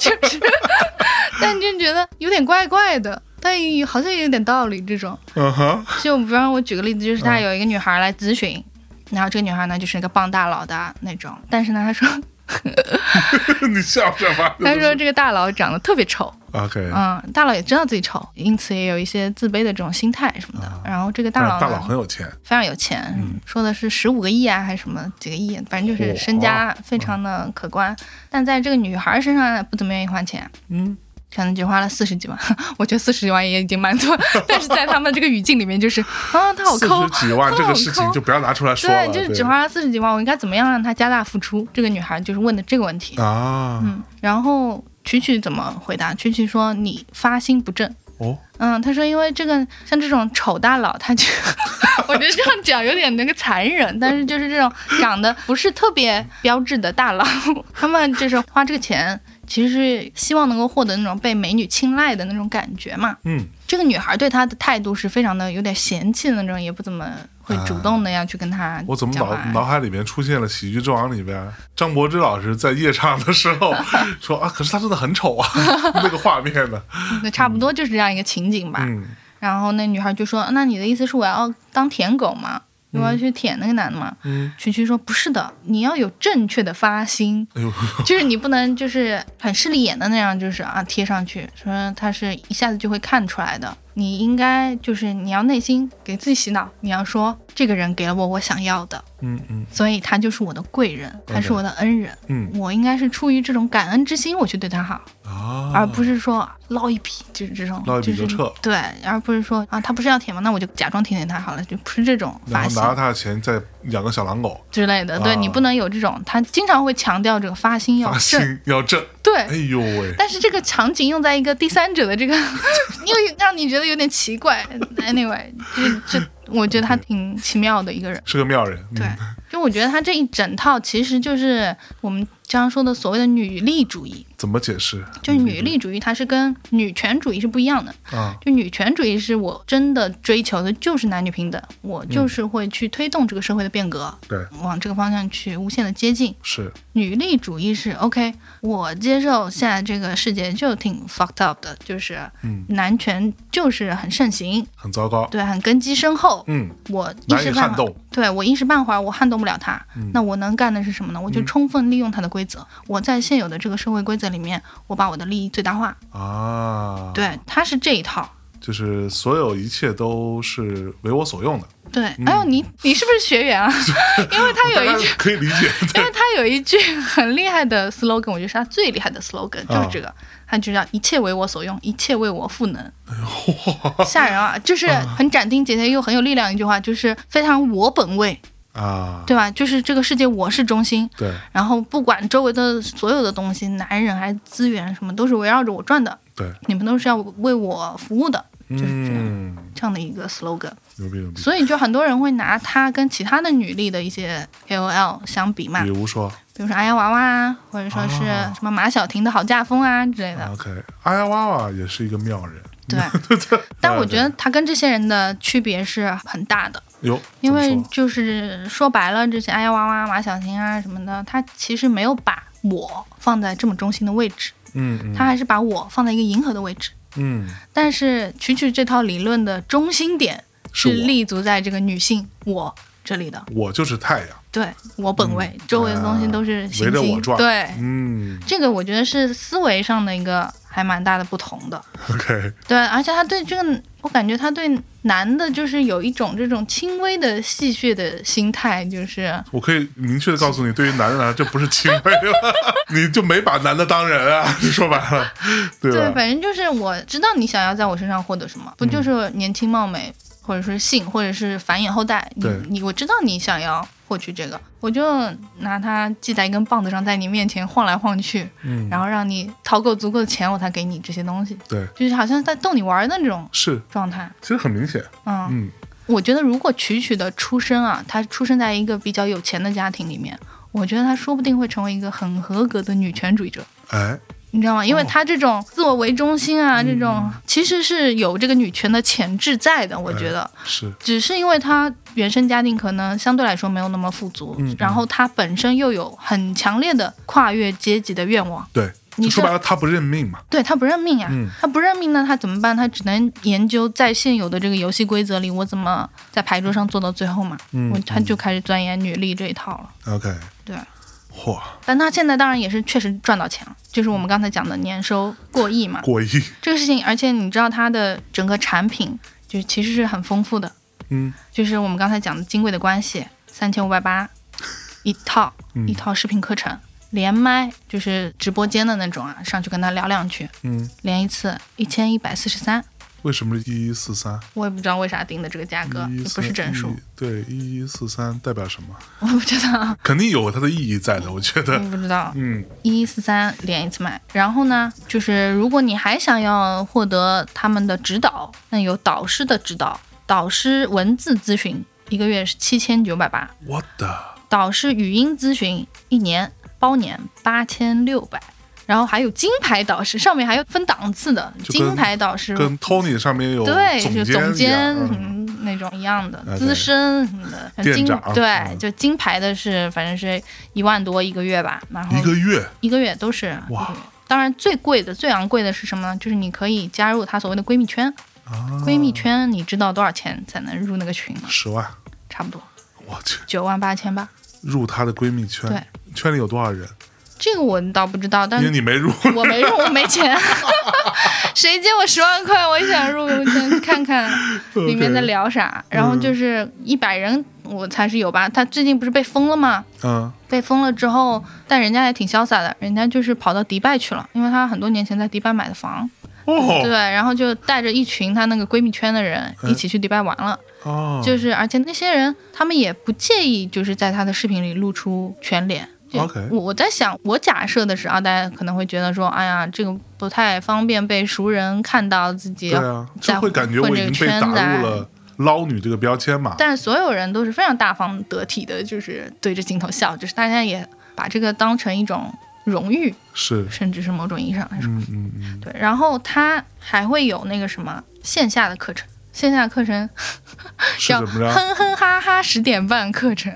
[SPEAKER 1] 就是， 但就觉得有点怪怪的，但也好像也有点道理。这种，
[SPEAKER 2] 嗯哼，
[SPEAKER 1] 就比方我举个例子，就是
[SPEAKER 2] 嗯
[SPEAKER 1] 他有一个女孩来咨询，然后这个女孩呢就是一个傍大佬的那种，但是呢，她说
[SPEAKER 2] 你笑什么？啊
[SPEAKER 1] 她 说这个大佬长得特别丑，
[SPEAKER 2] OK，
[SPEAKER 1] 嗯，大佬也知道自己丑，因此也有一些自卑的这种心态什么的。然后这个大
[SPEAKER 2] 啊
[SPEAKER 1] 佬
[SPEAKER 2] 但是大
[SPEAKER 1] 呢
[SPEAKER 2] 佬很有钱，
[SPEAKER 1] 非常有钱，
[SPEAKER 2] 嗯
[SPEAKER 1] 说的是十五个亿啊，还是什么几个亿，反正
[SPEAKER 2] 啊
[SPEAKER 1] 就是身家非常的可观。但在这个女孩身上不怎么愿意花钱，
[SPEAKER 2] 嗯，
[SPEAKER 1] 可能只花了四十几万。 我觉得四十几万也已经蛮多， 但是在他们这个语境里面，就是啊，他好
[SPEAKER 2] 四
[SPEAKER 1] 抠
[SPEAKER 2] 十，几万
[SPEAKER 1] 他
[SPEAKER 2] 这
[SPEAKER 1] 好
[SPEAKER 2] 个事情
[SPEAKER 1] 抠
[SPEAKER 2] 就不要拿出来说了，
[SPEAKER 1] 对，就是只花了四十几万，我应该怎么样让他加大付出？这个女孩就是问的这个问题。
[SPEAKER 2] 啊，
[SPEAKER 1] 嗯，然后曲曲怎么回答？曲曲说：“你发心不正。”
[SPEAKER 2] 哦，
[SPEAKER 1] 嗯，他说因为这个像这种丑大佬，他就 我觉得这样讲有点那个残忍，但是就是这种长得不是特别标致的大佬，他们就是花这个钱其实是希望能够获得那种被美女青睐的那种感觉嘛。
[SPEAKER 2] 嗯，
[SPEAKER 1] 这个女孩对他的态度是非常的有点嫌弃的那种，也不怎么会主动的要去跟他
[SPEAKER 2] 哎我怎么
[SPEAKER 1] 讲
[SPEAKER 2] 脑
[SPEAKER 1] 话
[SPEAKER 2] 脑海里面出现了《喜剧之王》里边张柏芝老师在夜场的时 候说啊，可是他真的很丑啊，那个画面呢？
[SPEAKER 1] 对，差不多就是这样一个情景吧。
[SPEAKER 2] 嗯
[SPEAKER 1] 然后那女孩就说：“那你的意思是我要当舔狗吗？我要去舔那个男的吗？”
[SPEAKER 2] 嗯，
[SPEAKER 1] 区区说：“不是的，你要有正确的发心，
[SPEAKER 2] 哎呦，
[SPEAKER 1] 就是你不能就是很势利眼的那样，就是啊贴上去，说他是一下子就会看出来的。你应该就是你要内心给自己洗脑，你要说这个人给了我我想要的，
[SPEAKER 2] 嗯嗯
[SPEAKER 1] 所以他就是我的贵人，他是我的恩人。”
[SPEAKER 2] 嗯
[SPEAKER 1] 我应该是出于这种感恩之心，我去对他好，
[SPEAKER 2] 啊，
[SPEAKER 1] 而不是说捞一笔，就是这种
[SPEAKER 2] 捞一笔
[SPEAKER 1] 是
[SPEAKER 2] 就撤
[SPEAKER 1] 对，而不是说啊，他不是要舔吗？那我就假装舔舔他好了，就不是这种
[SPEAKER 2] 然
[SPEAKER 1] 发
[SPEAKER 2] 后
[SPEAKER 1] 心
[SPEAKER 2] 拿着他的钱再养个小狼狗，
[SPEAKER 1] 之类的。对、
[SPEAKER 2] 啊
[SPEAKER 1] 你不能有这种，他经常会强调这个发心要
[SPEAKER 2] 发
[SPEAKER 1] 正，
[SPEAKER 2] 心要正，
[SPEAKER 1] 对。
[SPEAKER 2] 哎呦喂，
[SPEAKER 1] 但是这个场景用在一个第三者的这个， 又让你觉得有点奇怪。Anyway，这这，我觉
[SPEAKER 2] 嗯
[SPEAKER 1] 得他挺奇妙的一个人。
[SPEAKER 2] 是个妙人，嗯
[SPEAKER 1] 对，就我觉得他这一整套其实就是我们经常说的所谓的女力主义。
[SPEAKER 2] 怎么解释？嗯
[SPEAKER 1] 就是女力主义，它是跟女权主义是不一样的。
[SPEAKER 2] 啊，
[SPEAKER 1] 就女权主义是我真的追求的就是男女平等，我就是会去推动这个社会的变革，
[SPEAKER 2] 嗯对，
[SPEAKER 1] 往这个方向去无限的接近。
[SPEAKER 2] 是，
[SPEAKER 1] 女力主义是 OK，我接受现在这个世界就挺 fucked up 的，就是
[SPEAKER 2] 嗯，
[SPEAKER 1] 男权就是很盛行，
[SPEAKER 2] 很糟糕，
[SPEAKER 1] 对，很根基深厚。
[SPEAKER 2] 嗯，
[SPEAKER 1] 我一
[SPEAKER 2] 难以
[SPEAKER 1] 时半
[SPEAKER 2] 撼
[SPEAKER 1] 会
[SPEAKER 2] 动，
[SPEAKER 1] 对我一时半会儿我撼动不了他，那我能干的是什么呢？我就充分利用它的规则，我在现有的这个社会规则里面，我把我的利益最大化。
[SPEAKER 2] 啊，，
[SPEAKER 1] 对，他是这一套。
[SPEAKER 2] 就是所有一切都是为我所用的，
[SPEAKER 1] 对，哎呦，你你是不是学员啊？因为他有
[SPEAKER 2] 大
[SPEAKER 1] 一句
[SPEAKER 2] 家，可以理解，
[SPEAKER 1] 因为他有一句很厉害的 slogan，我觉得是他最厉害的 slogan，就是这个，他就叫“一切为我所用，一切为我赋能”， 吓人啊！就是很斩钉截铁又很有力量一句话，就是非常我本位，
[SPEAKER 2] 啊，
[SPEAKER 1] 对吧？就是这个世界我是中心，
[SPEAKER 2] 对
[SPEAKER 1] 然后不管周围的所有的东西，男人还是资源什么，都是围绕着我转的，
[SPEAKER 2] 对，
[SPEAKER 1] 你们都是要为我服务的，就是这样、
[SPEAKER 2] 嗯，
[SPEAKER 1] 这样的一个 slogan。
[SPEAKER 2] 牛逼牛逼，
[SPEAKER 1] 所以就很多人会拿她跟其他的女力的一些 KOL 相比嘛
[SPEAKER 2] 比，如说
[SPEAKER 1] 比如说阿呀娃娃啊，或者说是
[SPEAKER 2] 啊
[SPEAKER 1] 什么马小婷的好嫁风啊之类的。
[SPEAKER 2] ，OK，阿呀娃娃也是一个妙人，
[SPEAKER 1] 对，但我觉得她跟这些人的区别是很大的，
[SPEAKER 2] 哟，
[SPEAKER 1] 因
[SPEAKER 2] 怎
[SPEAKER 1] 为
[SPEAKER 2] 么说嗯
[SPEAKER 1] 就是说白了，这些哎阿呀娃娃、马小婷啊什么的，她其实没有把我放在这么中心的位置，
[SPEAKER 2] 嗯嗯
[SPEAKER 1] 她还是把我放在一个迎合的位置。
[SPEAKER 2] 嗯，
[SPEAKER 1] 但是曲曲这套理论的中心点
[SPEAKER 2] 是
[SPEAKER 1] 是
[SPEAKER 2] 我
[SPEAKER 1] 立足在这个女性我这里的。
[SPEAKER 2] 我就是太阳，
[SPEAKER 1] 对我本位，周围的东西都是行
[SPEAKER 2] 嗯哎围着
[SPEAKER 1] 星，
[SPEAKER 2] 我转
[SPEAKER 1] 对，
[SPEAKER 2] 嗯
[SPEAKER 1] 这个我觉得是思维上的一个还蛮大的不同的。
[SPEAKER 2] ，OK，
[SPEAKER 1] 对，而且他对这个，我感觉他对男的，就是有一种这种轻微的戏谑的心态，就是
[SPEAKER 2] 我可以明确的告诉你，对于男人来说，这不是轻微 了，你就没把男的当人啊，你说白了，对
[SPEAKER 1] 对，
[SPEAKER 2] 吧？嗯
[SPEAKER 1] 反正就是我知道你想要在我身上获得什么，不就是年轻貌美，或者是性，或者是繁衍后代？你
[SPEAKER 2] 对
[SPEAKER 1] 你，我知道你想要获取这个，我就拿它系在一根棒子上，在你面前晃来晃去，
[SPEAKER 2] 嗯
[SPEAKER 1] 然后让你掏够足够的钱，我才给你这些东西。
[SPEAKER 2] 对，
[SPEAKER 1] 就是好像在逗你玩儿的那种
[SPEAKER 2] 是，
[SPEAKER 1] 状态。
[SPEAKER 2] 其实很明显，
[SPEAKER 1] 嗯，
[SPEAKER 2] 嗯
[SPEAKER 1] 我觉得如果曲曲的出身啊，她出生在一个比较有钱的家庭里面，我觉得她说不定会成为一个很合格的女权主义者。
[SPEAKER 2] 哎，
[SPEAKER 1] 你知道吗？因为
[SPEAKER 2] 哦嗯
[SPEAKER 1] 她这种自我为中心啊，这种其实是有这个女权的潜质在的，我觉得。
[SPEAKER 2] 是，
[SPEAKER 1] 只是因为她原生家庭可能相对来说没有那么富足，
[SPEAKER 2] 嗯嗯
[SPEAKER 1] 然后她本身又有很强烈的跨越阶级的愿望，
[SPEAKER 2] 对，
[SPEAKER 1] 你
[SPEAKER 2] 就说
[SPEAKER 1] 这
[SPEAKER 2] 白了，他不认命嘛，
[SPEAKER 1] 对他不认命呀、
[SPEAKER 2] 嗯
[SPEAKER 1] 他不认命呢，他怎么办？他只能研究在现有的这个游戏规则里，我怎么在牌桌上做到最后嘛。
[SPEAKER 2] 嗯
[SPEAKER 1] 我他就开始钻研女力这一套了。
[SPEAKER 2] ，OK，
[SPEAKER 1] 对，
[SPEAKER 2] 嚯，
[SPEAKER 1] 但他现在当然也是确实赚到钱了，就是我们刚才讲的年收过亿嘛，
[SPEAKER 2] 过亿，
[SPEAKER 1] 这个事情。而且你知道他的整个产品就其实是很丰富的，
[SPEAKER 2] 嗯
[SPEAKER 1] 就是我们刚才讲的金贵的关系，三千五百八一套，
[SPEAKER 2] 嗯
[SPEAKER 1] 一套视频课程，连麦就是直播间的那种啊，上去跟他聊两句，
[SPEAKER 2] 嗯，
[SPEAKER 1] 连一次一千一百四十三。
[SPEAKER 2] 为什么是一一四三？
[SPEAKER 1] 我也不知道为啥定的这个价格，
[SPEAKER 2] 一
[SPEAKER 1] 也
[SPEAKER 2] 一
[SPEAKER 1] 不是整数，，
[SPEAKER 2] 对，一一四三代表什么？
[SPEAKER 1] 我不知道，
[SPEAKER 2] 肯定有它的意义在的，我觉
[SPEAKER 1] 我
[SPEAKER 2] 得，
[SPEAKER 1] 不知 道。
[SPEAKER 2] 嗯
[SPEAKER 1] 一一四三连一次买，然后呢，就是如果你还想要获得他们的指导，那有导师的指导，导师文字咨询一个月是七千九百八，
[SPEAKER 2] ，what the，
[SPEAKER 1] 导师语音咨询一年包年八千六百，然后还有金牌导师，上面还有分档次的
[SPEAKER 2] 就跟
[SPEAKER 1] 金牌导师，
[SPEAKER 2] 跟 Tony 上面有
[SPEAKER 1] 对，
[SPEAKER 2] 总
[SPEAKER 1] 就
[SPEAKER 2] 监
[SPEAKER 1] 总
[SPEAKER 2] 一样
[SPEAKER 1] 监
[SPEAKER 2] 嗯
[SPEAKER 1] 什么那种一样的
[SPEAKER 2] 啊，
[SPEAKER 1] 资
[SPEAKER 2] 对
[SPEAKER 1] 深什么的，
[SPEAKER 2] 店
[SPEAKER 1] 金
[SPEAKER 2] 长
[SPEAKER 1] 对
[SPEAKER 2] 嗯，
[SPEAKER 1] 就金牌的是反正是一万多一个月吧，然后
[SPEAKER 2] 一个月
[SPEAKER 1] 一个月都是
[SPEAKER 2] 哇。
[SPEAKER 1] 当然，最贵的、最昂贵的是什么呢？就是你可以加入他所谓的闺蜜圈。
[SPEAKER 2] 啊，
[SPEAKER 1] 闺蜜圈，你知道多少钱才能入那个群吗？
[SPEAKER 2] 十万，
[SPEAKER 1] 差不多
[SPEAKER 2] 我去，
[SPEAKER 1] 九万八千八。
[SPEAKER 2] 入她的闺蜜圈，
[SPEAKER 1] 对嗯
[SPEAKER 2] 圈里有多少人？
[SPEAKER 1] 这个我倒不知道，但
[SPEAKER 2] 因为
[SPEAKER 1] 是
[SPEAKER 2] 你没入，
[SPEAKER 1] 我没入，我没钱。 谁借我十万块？我也想入，我想看 看里面在
[SPEAKER 2] OK 嗯
[SPEAKER 1] 聊啥。然后就是一百人，我才是有吧。他最近不是被封了吗？
[SPEAKER 2] 嗯，
[SPEAKER 1] 被封了之后，但人家也挺潇洒的，人家就是跑到迪拜去了，因为他很多年前在迪拜买的房，对，
[SPEAKER 2] 哦
[SPEAKER 1] 然后就带着一群他那个闺蜜圈的人
[SPEAKER 2] 嗯
[SPEAKER 1] 一起去迪拜玩了，
[SPEAKER 2] 哦，
[SPEAKER 1] 就是而且那些人他们也不介意，就是在他的视频里露出全脸。就
[SPEAKER 2] OK
[SPEAKER 1] 我我在想，我假设的是啊，大家可能会觉得说，哎呀，这个不太方便被熟人看到自己，
[SPEAKER 2] 对啊，就
[SPEAKER 1] 在
[SPEAKER 2] 会感觉我
[SPEAKER 1] 混这
[SPEAKER 2] 已
[SPEAKER 1] 个
[SPEAKER 2] 经被
[SPEAKER 1] 圈
[SPEAKER 2] 打
[SPEAKER 1] 子啊
[SPEAKER 2] 入了捞女这个标签嘛，
[SPEAKER 1] 但是所有人都是非常大方得体的，就是对着镜头笑，就是大家也把这个当成一种荣誉，
[SPEAKER 2] 是，
[SPEAKER 1] 甚至是某种意义上来说，
[SPEAKER 2] 嗯嗯嗯，
[SPEAKER 1] 对。然后他还会有那个什么线下的课程，线下课程
[SPEAKER 2] 是
[SPEAKER 1] 叫
[SPEAKER 2] 怎么着？
[SPEAKER 1] 哼哼哈哈十点半课程，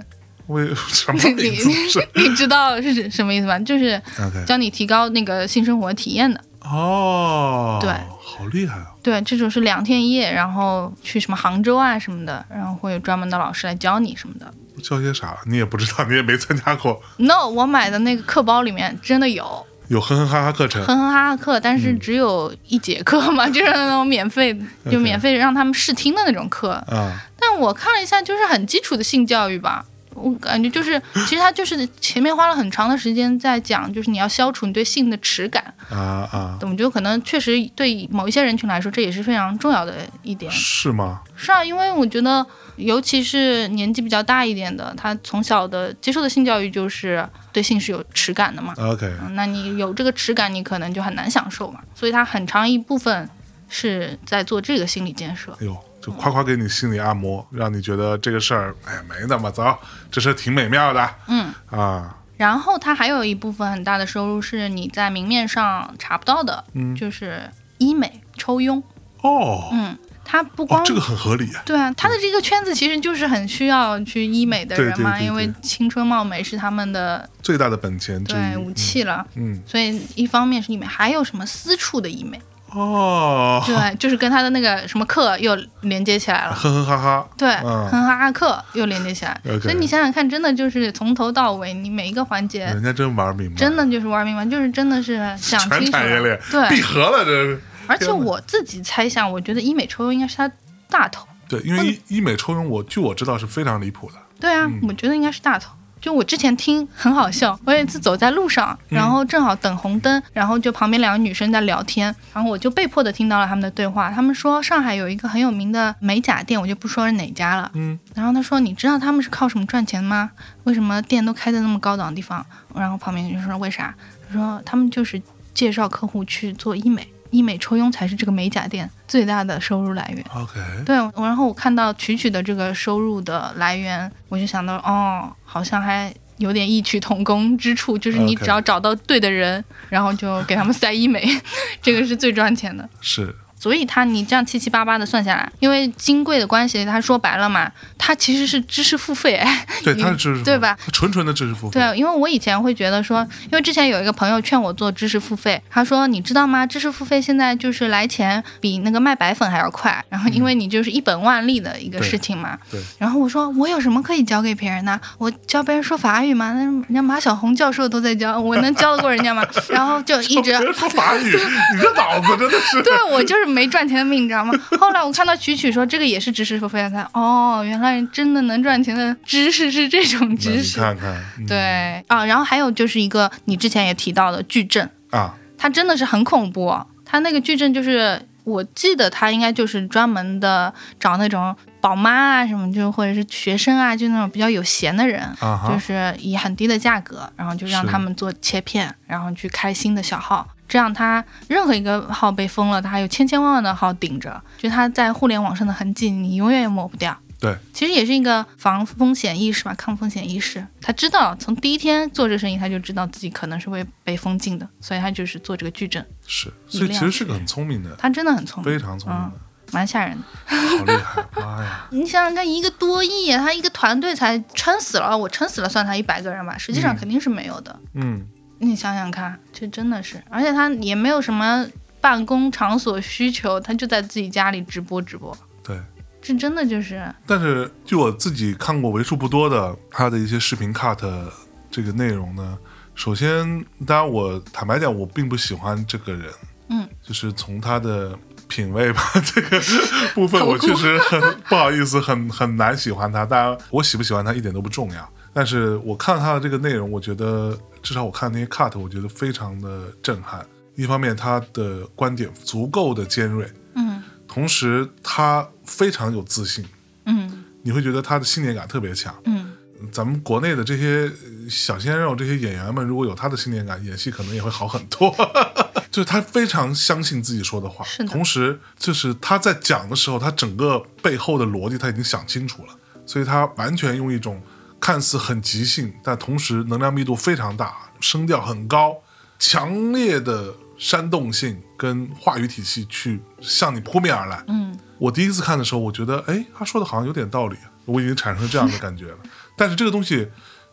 [SPEAKER 2] 为 什么
[SPEAKER 1] 你
[SPEAKER 2] 意思
[SPEAKER 1] 你
[SPEAKER 2] 是
[SPEAKER 1] 你知道是指什么意思吗？就是
[SPEAKER 2] ？OK，
[SPEAKER 1] 教你提高那个性生活体验的。
[SPEAKER 2] 哦，
[SPEAKER 1] 对
[SPEAKER 2] 好厉害啊！
[SPEAKER 1] 对，这种是两天一夜，然后去什么杭州啊什么的，然后会有专门的老师来教你什么的。
[SPEAKER 2] 教些啥你也不知道，你也没参加过，
[SPEAKER 1] No，我买的那个课包里面真的有，
[SPEAKER 2] 有哼哼哈哈课程，
[SPEAKER 1] 哼哼哈哈课，但是只有一节课嘛， 就是那种免费，就
[SPEAKER 2] OK
[SPEAKER 1] 免费让他们试听的那种课。
[SPEAKER 2] 啊，
[SPEAKER 1] 但我看了一下，就是很基础的性教育吧。我感觉就是，其实他就是前面花了很长的时间在讲，就是你要消除你对性的耻感。
[SPEAKER 2] 啊啊，
[SPEAKER 1] 我觉得可能确实对某一些人群来说，这也是非常重要的一点。
[SPEAKER 2] 是吗？
[SPEAKER 1] 是啊，因为我觉得，尤其是年纪比较大一点的，他从小的接受的性教育就是对性是有耻感的嘛。
[SPEAKER 2] OK，
[SPEAKER 1] 嗯那你有这个耻感，你可能就很难享受嘛。所以它很长一部分是在做这个心理建设。
[SPEAKER 2] 哎呦，就夸夸给你心理按摩，让你觉得这个事儿，哎，没那么糟，这事儿挺美妙的。
[SPEAKER 1] 嗯
[SPEAKER 2] 啊，
[SPEAKER 1] 然后它还有一部分很大的收入是你在明面上查不到的，
[SPEAKER 2] 嗯
[SPEAKER 1] 就是医美抽佣。
[SPEAKER 2] 哦，
[SPEAKER 1] 嗯，它不光、
[SPEAKER 2] 哦，这个很合理啊。
[SPEAKER 1] 对啊，他的这个圈子其实就是很需要去医美的人嘛，
[SPEAKER 2] 对对对对
[SPEAKER 1] 因为青春貌美是他们的
[SPEAKER 2] 最大的本钱之
[SPEAKER 1] 对
[SPEAKER 2] 一，
[SPEAKER 1] 武器了。
[SPEAKER 2] 嗯，
[SPEAKER 1] 所以一方面是医美，还有什么私处的医美，
[SPEAKER 2] 嗯，哦，
[SPEAKER 1] 对，就是跟他的那个什么课又连接起来了。
[SPEAKER 2] 哼哼哈哈，
[SPEAKER 1] 对，
[SPEAKER 2] 嗯
[SPEAKER 1] 哼哈哈课又连接起来
[SPEAKER 2] 啊 OK
[SPEAKER 1] 所以你想想看，真的就是从头到尾，你每一个环节
[SPEAKER 2] 人家真玩明白，
[SPEAKER 1] 真的就是玩明白，就是真的是想
[SPEAKER 2] 嗯全
[SPEAKER 1] 清楚
[SPEAKER 2] 产业
[SPEAKER 1] 了
[SPEAKER 2] 链，闭
[SPEAKER 1] 对，
[SPEAKER 2] 合了，这是
[SPEAKER 1] 而且
[SPEAKER 2] 天哪
[SPEAKER 1] 我自己猜想，我觉得医美抽佣应该是他大头，
[SPEAKER 2] 对，因为
[SPEAKER 1] 嗯
[SPEAKER 2] 医医美抽佣，我据我知道是非常离谱的。
[SPEAKER 1] 对啊，我觉得应该是大头。就我之前听很好笑，我有一次走在路上，然后正好等红灯，然后就旁边两个女生在聊天，然后我就被迫的听到了他们的对话。他们说上海有一个很有名的美甲店，我就不说是哪家了。
[SPEAKER 2] 嗯，
[SPEAKER 1] 然后他说你知道他们是靠什么赚钱吗？为什么店都开在那么高档的地方？然后旁边就说为啥？他说他们就是介绍客户去做医美，医美抽佣才是这个美甲店最大的收入来源。
[SPEAKER 2] OK，
[SPEAKER 1] 对，我然后我看到曲曲的这个收入的来源，我就想到，哦，好像还有点异曲同工之处，就是你
[SPEAKER 2] OK
[SPEAKER 1] 只要找到对的人然后就给他们塞医美， 这个是最赚钱的。
[SPEAKER 2] 是
[SPEAKER 1] 所以他你这样七七八八的算下来，因为金贵的关系，他说白了嘛，他其实是知识付费，哎，
[SPEAKER 2] 对，
[SPEAKER 1] 你
[SPEAKER 2] 他是知识付费，
[SPEAKER 1] 对吧
[SPEAKER 2] 他纯纯的知识付费，
[SPEAKER 1] 对，啊因为我以前会觉得说，因为之前有一个朋友劝我做知识付费，他说你知道吗？知识付费现在就是来钱比那个卖白粉还要快， 然后因为你就是一本万利的一个
[SPEAKER 2] 对
[SPEAKER 1] 事情嘛。
[SPEAKER 2] 嗯对
[SPEAKER 1] 然后我说我有什么可以教给别人呢？我教别人说法语吗？那人家马小红教授都在教，我能教得过人家吗？ 然后就一直
[SPEAKER 2] 别说法语，你这脑子真的 是。
[SPEAKER 1] 对我就是没赚钱的命，你知道吗？后来我看到曲曲说这个也是知识付费，我才哦，原来真的能赚钱的知识是这种
[SPEAKER 2] 那
[SPEAKER 1] 知
[SPEAKER 2] 你
[SPEAKER 1] 识。
[SPEAKER 2] 看看，嗯
[SPEAKER 1] 对啊，然后还有就是一个你之前也提到的矩阵，
[SPEAKER 2] 啊，
[SPEAKER 1] 它真的是很恐怖、哦。它那个矩阵就是，我记得它应该就是专门的找那种宝妈啊什么，就或者是学生啊，就那种比较有闲的人，
[SPEAKER 2] 啊哈
[SPEAKER 1] 就是以很低的价格，然后就让
[SPEAKER 2] 是
[SPEAKER 1] 他们做切片，然后去开新的小号。这样，他任何一个号被封了，他还有千千万万的号顶着，就他在互联网上的痕迹，你永远也抹不掉。
[SPEAKER 2] 对，
[SPEAKER 1] 其实也是一个防风险意识吧，抗风险意识。他知道从第一天做这生意，他就知道自己可能是会被封禁的，所以他就是做这个矩阵。
[SPEAKER 2] 是，所以其实是个很聪明的，
[SPEAKER 1] 他真的很聪明，
[SPEAKER 2] 非常聪明的，
[SPEAKER 1] 蛮吓人的。
[SPEAKER 2] 好厉害，妈呀！
[SPEAKER 1] 你想想看，一个多亿，他一个团队才撑死了，我撑死了算他一百个人吧，实际上肯定是没有的。
[SPEAKER 2] 嗯，
[SPEAKER 1] 你想想看，这真的是，而且他也没有什么办公场所需求，他就在自己家里直播直播，
[SPEAKER 2] 对。
[SPEAKER 1] 这真的就是
[SPEAKER 2] 但是据我自己看过为数不多的他的一些视频 cut 这个内容呢，首先，当然我坦白讲，我并不喜欢这个人，
[SPEAKER 1] 嗯，
[SPEAKER 2] 就是从他的品味吧 这个部分，
[SPEAKER 1] 口
[SPEAKER 2] 我
[SPEAKER 1] 哭
[SPEAKER 2] 确实很 不好意思，很很难喜欢他。当然，我喜不喜欢他一点都不重要，但是我看他的这个内容，我觉得至少我看那些 cut，我觉得非常的震撼。一方面，他的观点足够的尖锐，
[SPEAKER 1] 嗯
[SPEAKER 2] 同时他非常有自信。
[SPEAKER 1] 嗯
[SPEAKER 2] 你会觉得他的信念感特别强。
[SPEAKER 1] 嗯，
[SPEAKER 2] 咱们国内的这些呃小鲜肉、这些演员们，如果有他的信念感，演戏可能也会好很多。 就是他非常相信自己说的话，
[SPEAKER 1] 是的
[SPEAKER 2] 同时就是他在讲的时候，他整个背后的逻辑他已经想清楚了，所以他完全用一种看似很即兴，但同时能量密度非常大、声调很高、强烈的煽动性跟话语体系去向你扑面而来。
[SPEAKER 1] 嗯，
[SPEAKER 2] 我第一次看的时候，我觉得，哎，他说的好像有点道理，我已经产生了这样的感觉了。 但是这个东西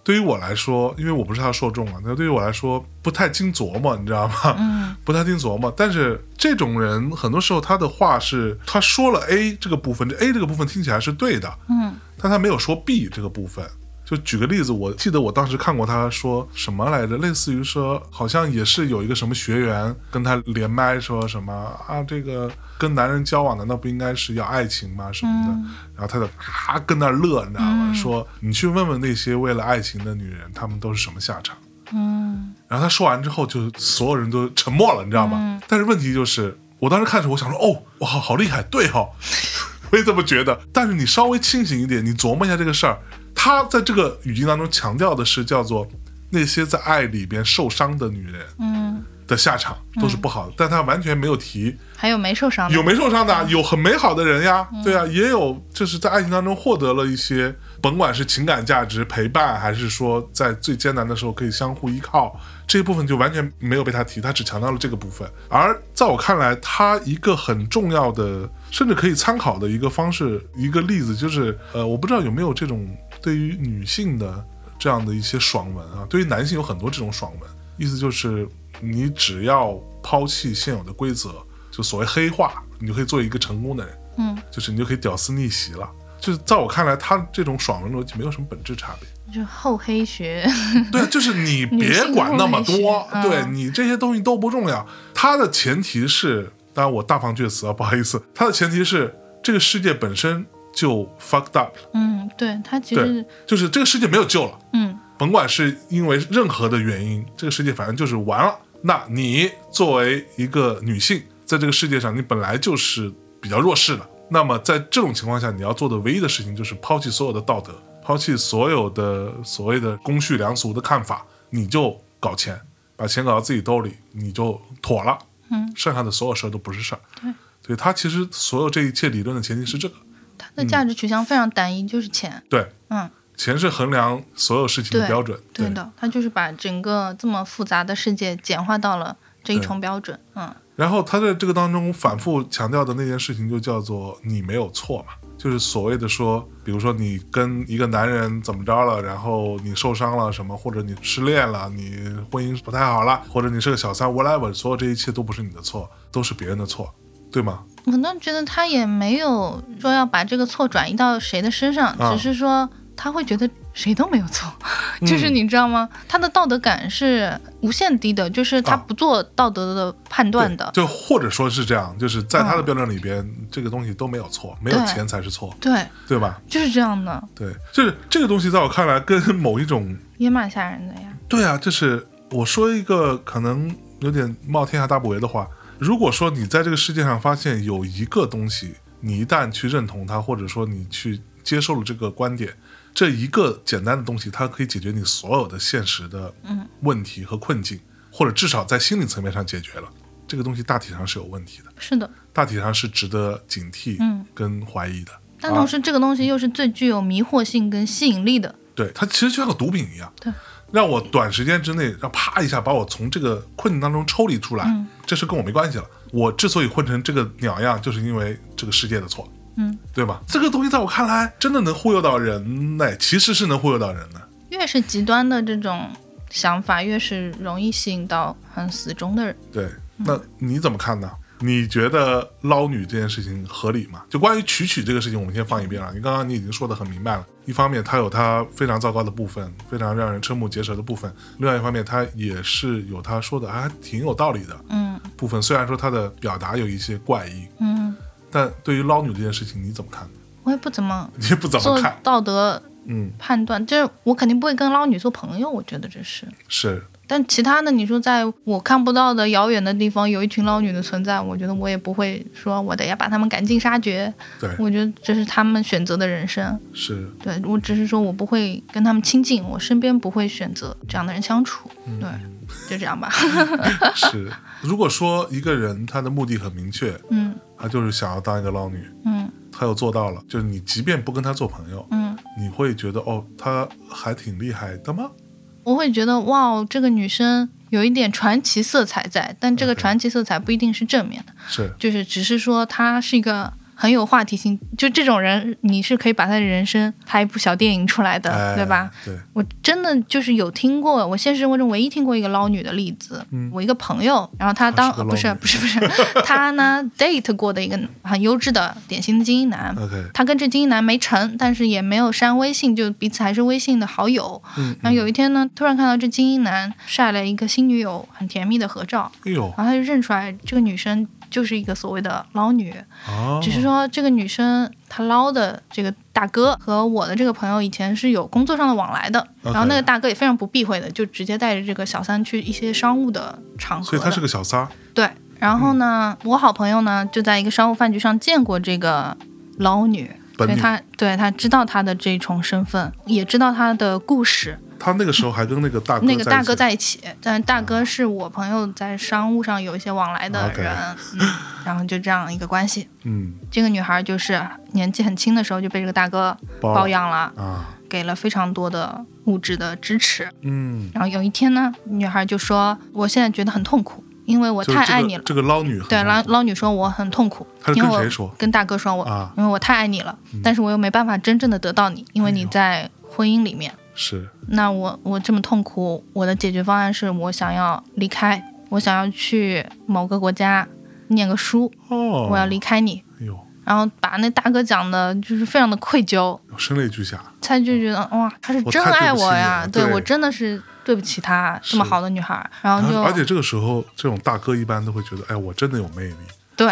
[SPEAKER 2] 对于我来说，因为我不是他的受众啊，那对于我来说不太经琢磨，你知道吗？
[SPEAKER 1] 嗯，
[SPEAKER 2] 不太经琢磨。但是这种人，很多时候他的话是他说了 A 这个部分，这 A 这个部分听起来是对的，
[SPEAKER 1] 嗯，
[SPEAKER 2] 但他没有说 B 这个部分。就举个例子，我记得我当时看过他说什么来着，类似于说，好像也是有一个什么学员跟他连麦说什么啊，这个跟男人交往难道不应该是要爱情吗？什么的，然后他就啊跟那儿乐，你知道吗？说你去问问那些为了爱情的女人，她们都是什么下场。
[SPEAKER 1] 嗯，
[SPEAKER 2] 然后他说完之后，就所有人都沉默了，你知道吗？但是问题就是，我当时看的时候，我想说，哦，哇，好厉害，对哈、哦， 我也这么觉得。但是你稍微清醒一点，你琢磨一下这个事儿，他在这个语境当中强调的是叫做那些在爱里边受伤的女人
[SPEAKER 1] 嗯，
[SPEAKER 2] 的下场都是不好的，但他完全没有提
[SPEAKER 1] 还有没受伤的，嗯
[SPEAKER 2] 有没受伤的啊，有很美好的人呀，对啊，也有就是在爱情当中获得了一些，甭管是情感价值、陪伴，还是说在最艰难的时候可以相互依靠，这一部分就完全没有被他提，他只强调了这个部分。而在我看来，他一个很重要的，甚至可以参考的一个方式、一个例子，就是呃，我不知道有没有这种对于女性的这样的一些爽文啊，对于男性有很多这种爽文，意思就是你只要抛弃现有的规则，就所谓黑化，你就可以做一个成功的人，
[SPEAKER 1] 嗯，
[SPEAKER 2] 就是你就可以屌丝逆袭了。就是在我看来，他这种爽文逻辑没有什么本质差别。
[SPEAKER 1] 就厚黑学，
[SPEAKER 2] 对，就是你
[SPEAKER 1] 女
[SPEAKER 2] 别
[SPEAKER 1] 性
[SPEAKER 2] 管那么
[SPEAKER 1] 入
[SPEAKER 2] 多
[SPEAKER 1] 门，学
[SPEAKER 2] 对
[SPEAKER 1] 嗯
[SPEAKER 2] 你这些东西都不重要。它的前提是，当然我大放厥词啊，不好意思，它的前提是这个世界本身就 fucked up，了
[SPEAKER 1] 嗯，对他其
[SPEAKER 2] 对
[SPEAKER 1] 实，，
[SPEAKER 2] 就是这个世界没有救了。
[SPEAKER 1] 嗯
[SPEAKER 2] 甭管是因为任何的原因，这个世界反正就是完了。那你作为一个女性，在这个世界上，你本来就是比较弱势的。那么在这种情况下，你要做的唯一的事情就是抛弃所有的道德，抛弃所有的所谓的公序良俗的看法，你就搞钱，把钱搞到自己兜里，你就妥了。
[SPEAKER 1] 嗯，
[SPEAKER 2] 剩下的所有事儿都不是事儿。
[SPEAKER 1] 对，
[SPEAKER 2] 所以他其实所有这一切理论的前提是这个，
[SPEAKER 1] 他的
[SPEAKER 2] 嗯
[SPEAKER 1] 价值取向非常单一，就是钱，
[SPEAKER 2] 对，
[SPEAKER 1] 嗯，
[SPEAKER 2] 钱是衡量所有事情的
[SPEAKER 1] 对
[SPEAKER 2] 标准。
[SPEAKER 1] 对的，他就是把整个这么复杂的世界简化到了这一
[SPEAKER 2] 对
[SPEAKER 1] 重标准，嗯
[SPEAKER 2] 然后他在这个当中反复强调的那件事情，就叫做你没有错嘛，就是所谓的说，比如说你跟一个男人怎么着了，然后你受伤了什么，或者你失恋了，你婚姻不太好了，或者你是个小三，whatever，所有这一切都不是你的错，都是别人的错，对吗？
[SPEAKER 1] 我倒觉得他也没有说要把这个错转移到谁的身上，
[SPEAKER 2] 啊
[SPEAKER 1] 只是说他会觉得谁都没有错，
[SPEAKER 2] 嗯
[SPEAKER 1] 就是你知道吗？他的道德感是无限低的，就是他
[SPEAKER 2] 啊
[SPEAKER 1] 不做道德的判断的。
[SPEAKER 2] 就或者说是这样，就是在他的
[SPEAKER 1] 嗯
[SPEAKER 2] 标准里边，这个东西都没有错，没有
[SPEAKER 1] 对
[SPEAKER 2] 钱才是错，
[SPEAKER 1] 对，
[SPEAKER 2] 对吧？
[SPEAKER 1] 就是这样的，
[SPEAKER 2] 对，就是这个东西在我看来，跟某一种
[SPEAKER 1] 也蛮吓人的呀。
[SPEAKER 2] 对啊，就是我说一个可能有点冒天下大不韪的话，如果说你在这个世界上发现有一个东西，你一旦去认同它，或者说你去接受了这个观点，这一个简单的东西，它可以解决你所有的现实的问题和困境，或者至少在心理层面上解决了，这个东西大体上是有问题的，
[SPEAKER 1] 是的，
[SPEAKER 2] 大体上是值得警惕
[SPEAKER 1] 嗯
[SPEAKER 2] 跟怀疑的。
[SPEAKER 1] 但同时这个东西又是最具有迷惑性跟吸引力的。
[SPEAKER 2] 对，它其实就像个毒品一样，
[SPEAKER 1] 对，
[SPEAKER 2] 让我短时间之内让啪一下把我从这个困境当中抽离出来，
[SPEAKER 1] 嗯
[SPEAKER 2] 这事跟我没关系了。我之所以混成这个鸟样，就是因为这个世界的错，
[SPEAKER 1] 嗯，
[SPEAKER 2] 对吧？这个东西在我看来真的能忽悠到人呢，其实是能忽悠到人的。
[SPEAKER 1] 越是极端的这种想法，越是容易吸引到很死忠的人。
[SPEAKER 2] 对，那你怎么看呢？你觉得捞女这件事情合理吗？就关于曲曲这个事情，我们先放一边啊。你刚刚你已经说得很明白了，一方面它有它非常糟糕的部分，非常让人瞠目结舌的部分；另外一方面，它也是有他说的还挺有道理的
[SPEAKER 1] 嗯
[SPEAKER 2] 部分。虽然说他的表达有一些怪异，
[SPEAKER 1] 嗯，
[SPEAKER 2] 但对于捞女这件事情，你怎么看？
[SPEAKER 1] 我也不怎么
[SPEAKER 2] 你也不怎么
[SPEAKER 1] 做
[SPEAKER 2] 看，
[SPEAKER 1] 道德
[SPEAKER 2] 嗯，
[SPEAKER 1] 判断，就是我肯定不会跟捞女做朋友，我觉得这是。
[SPEAKER 2] 是
[SPEAKER 1] 但其他的，你说在我看不到的遥远的地方有一群捞女的存在，我觉得我也不会说我得要把他们赶尽杀绝。
[SPEAKER 2] 对，
[SPEAKER 1] 我觉得这是他们选择的人生。
[SPEAKER 2] 是
[SPEAKER 1] 对我只是说我不会跟他们亲近，我身边不会选择这样的人相处。对，就这样吧。
[SPEAKER 2] 是。如果说一个人他的目的很明确，
[SPEAKER 1] 嗯
[SPEAKER 2] 他就是想要当一个捞女，
[SPEAKER 1] 嗯
[SPEAKER 2] 他又做到了，就是你即便不跟他做朋友，
[SPEAKER 1] 嗯，
[SPEAKER 2] 你会觉得哦，他还挺厉害的吗？
[SPEAKER 1] 我会觉得哇哦，这个女生有一点传奇色彩在，但这个
[SPEAKER 2] OK
[SPEAKER 1] 传奇色彩不一定是正面的，
[SPEAKER 2] 是
[SPEAKER 1] 就是只是说她是一个。很有话题性，就这种人，你是可以把她的人生拍一部小电影出来的，
[SPEAKER 2] 哎
[SPEAKER 1] 对吧？
[SPEAKER 2] 对，
[SPEAKER 1] 我真的就是有听过，我现实生活中唯一听过一个捞女的例子。
[SPEAKER 2] 嗯
[SPEAKER 1] 我一个朋友，然后他当、
[SPEAKER 2] 啊是个
[SPEAKER 1] 不
[SPEAKER 2] 捞
[SPEAKER 1] 是
[SPEAKER 2] 女
[SPEAKER 1] 不是不是， 他呢 date 过的一个很优质的典型的精英男。
[SPEAKER 2] OK，
[SPEAKER 1] 他跟这精英男没成，但是也没有删微信，就彼此还是微信的好友。
[SPEAKER 2] 嗯，
[SPEAKER 1] 然后有一天呢，突然看到这精英男晒了一个新女友很甜蜜的合照，
[SPEAKER 2] 哎呦
[SPEAKER 1] 然后他就认出来这个女生就是一个所谓的捞女。
[SPEAKER 2] 啊，
[SPEAKER 1] 只是说这个女生她捞的这个大哥和我的这个朋友以前是有工作上的往来的
[SPEAKER 2] OK
[SPEAKER 1] 然后那个大哥也非常不避讳的，就直接带着这个小三去一些商务的场合的。
[SPEAKER 2] 所以他是个小三儿，
[SPEAKER 1] 对，然后呢，我好朋友呢就在一个商务饭局上见过这个捞女，
[SPEAKER 2] 本
[SPEAKER 1] 所以
[SPEAKER 2] 女。
[SPEAKER 1] 他对他知道她的这重身份，也知道她的故事。
[SPEAKER 2] 他那个时候还跟那个大哥
[SPEAKER 1] 那个大哥
[SPEAKER 2] 在
[SPEAKER 1] 在一起，但大哥是我朋友在商务上有一些往来的
[SPEAKER 2] 哦 OK
[SPEAKER 1] 人嗯，然后就这样一个关系。
[SPEAKER 2] 一起嗯
[SPEAKER 1] 这个女孩就是年纪很轻的时候就被这个大哥
[SPEAKER 2] 包
[SPEAKER 1] 包养了，
[SPEAKER 2] 啊，
[SPEAKER 1] 给了非常多的物质的支持。
[SPEAKER 2] 嗯，
[SPEAKER 1] 然后有一天呢，女孩就说：“我现在觉得很痛苦，因为我
[SPEAKER 2] 就是
[SPEAKER 1] 太爱
[SPEAKER 2] 这
[SPEAKER 1] 你
[SPEAKER 2] 个嗯
[SPEAKER 1] 了。
[SPEAKER 2] 这个捞女很
[SPEAKER 1] 对，
[SPEAKER 2] 好
[SPEAKER 1] 捞捞女说我很痛苦，
[SPEAKER 2] 她是
[SPEAKER 1] 因
[SPEAKER 2] 跟
[SPEAKER 1] 为我
[SPEAKER 2] 谁说
[SPEAKER 1] 跟大哥说我，
[SPEAKER 2] 啊嗯
[SPEAKER 1] 因为我太爱你了，但是我又没办法真正的得到你，因为
[SPEAKER 2] 哎
[SPEAKER 1] 你
[SPEAKER 2] 呦
[SPEAKER 1] 在婚姻里面。
[SPEAKER 2] 是
[SPEAKER 1] 那我我这么痛苦，我的解决方案是我想要离开，我想要去某个国家念个书，
[SPEAKER 2] 哦，
[SPEAKER 1] 我要离开你。
[SPEAKER 2] 哎呦，
[SPEAKER 1] 然后把那大哥讲的就是非常的愧疚，
[SPEAKER 2] 声泪俱下，
[SPEAKER 1] 他就觉得哇，他是
[SPEAKER 2] 我
[SPEAKER 1] 真
[SPEAKER 2] 太对
[SPEAKER 1] 爱
[SPEAKER 2] 不起
[SPEAKER 1] 我
[SPEAKER 2] 你
[SPEAKER 1] 呀，
[SPEAKER 2] 了
[SPEAKER 1] 对
[SPEAKER 2] 对
[SPEAKER 1] 我真的是对不起她这么
[SPEAKER 2] 是
[SPEAKER 1] 好的女孩儿，然后就
[SPEAKER 2] 啊而且这个时候这种大哥一般都会觉得，哎，我真的有魅力，
[SPEAKER 1] 对，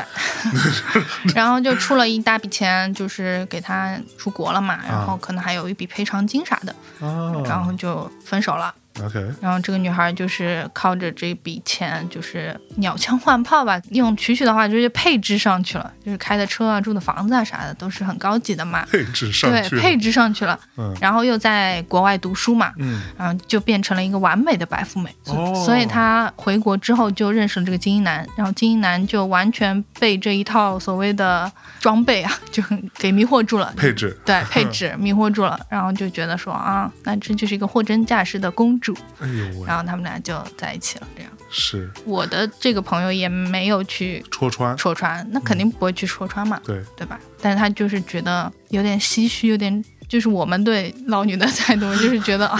[SPEAKER 1] 然后就出了一大笔钱，就是给她出国了嘛，然后可能还有一笔赔偿金啥的，
[SPEAKER 2] 啊，
[SPEAKER 1] 然后就分手了。
[SPEAKER 2] OK
[SPEAKER 1] 然后这个女孩就是靠着这笔钱，就是鸟枪换炮吧，用曲曲的话就是配置上去了，就是开的车啊、住的房子啊啥的都是很高级的嘛，
[SPEAKER 2] 配置上
[SPEAKER 1] 对
[SPEAKER 2] 去，，
[SPEAKER 1] 配置上去了，
[SPEAKER 2] 嗯
[SPEAKER 1] 然后又在国外读书嘛，
[SPEAKER 2] 嗯
[SPEAKER 1] 然后就变成了一个完美的白富美。
[SPEAKER 2] 哦
[SPEAKER 1] 所以她回国之后就认识了这个精英男，然后精英男就完全被这一套所谓的装备啊，就很给迷惑住了。
[SPEAKER 2] 配置，
[SPEAKER 1] 对配置迷惑住了，然后就觉得说啊，那这就是一个货真价实的公主，
[SPEAKER 2] 哎呦喂
[SPEAKER 1] 然，后他们俩就在一起了。这样，
[SPEAKER 2] 是
[SPEAKER 1] 我的这个朋友也没有去
[SPEAKER 2] 戳穿，
[SPEAKER 1] 戳穿，那肯定不会去戳穿嘛，
[SPEAKER 2] 对，
[SPEAKER 1] 对吧？但是他就是觉得有点唏嘘，有点就是我们对老女的态度，就是觉得啊，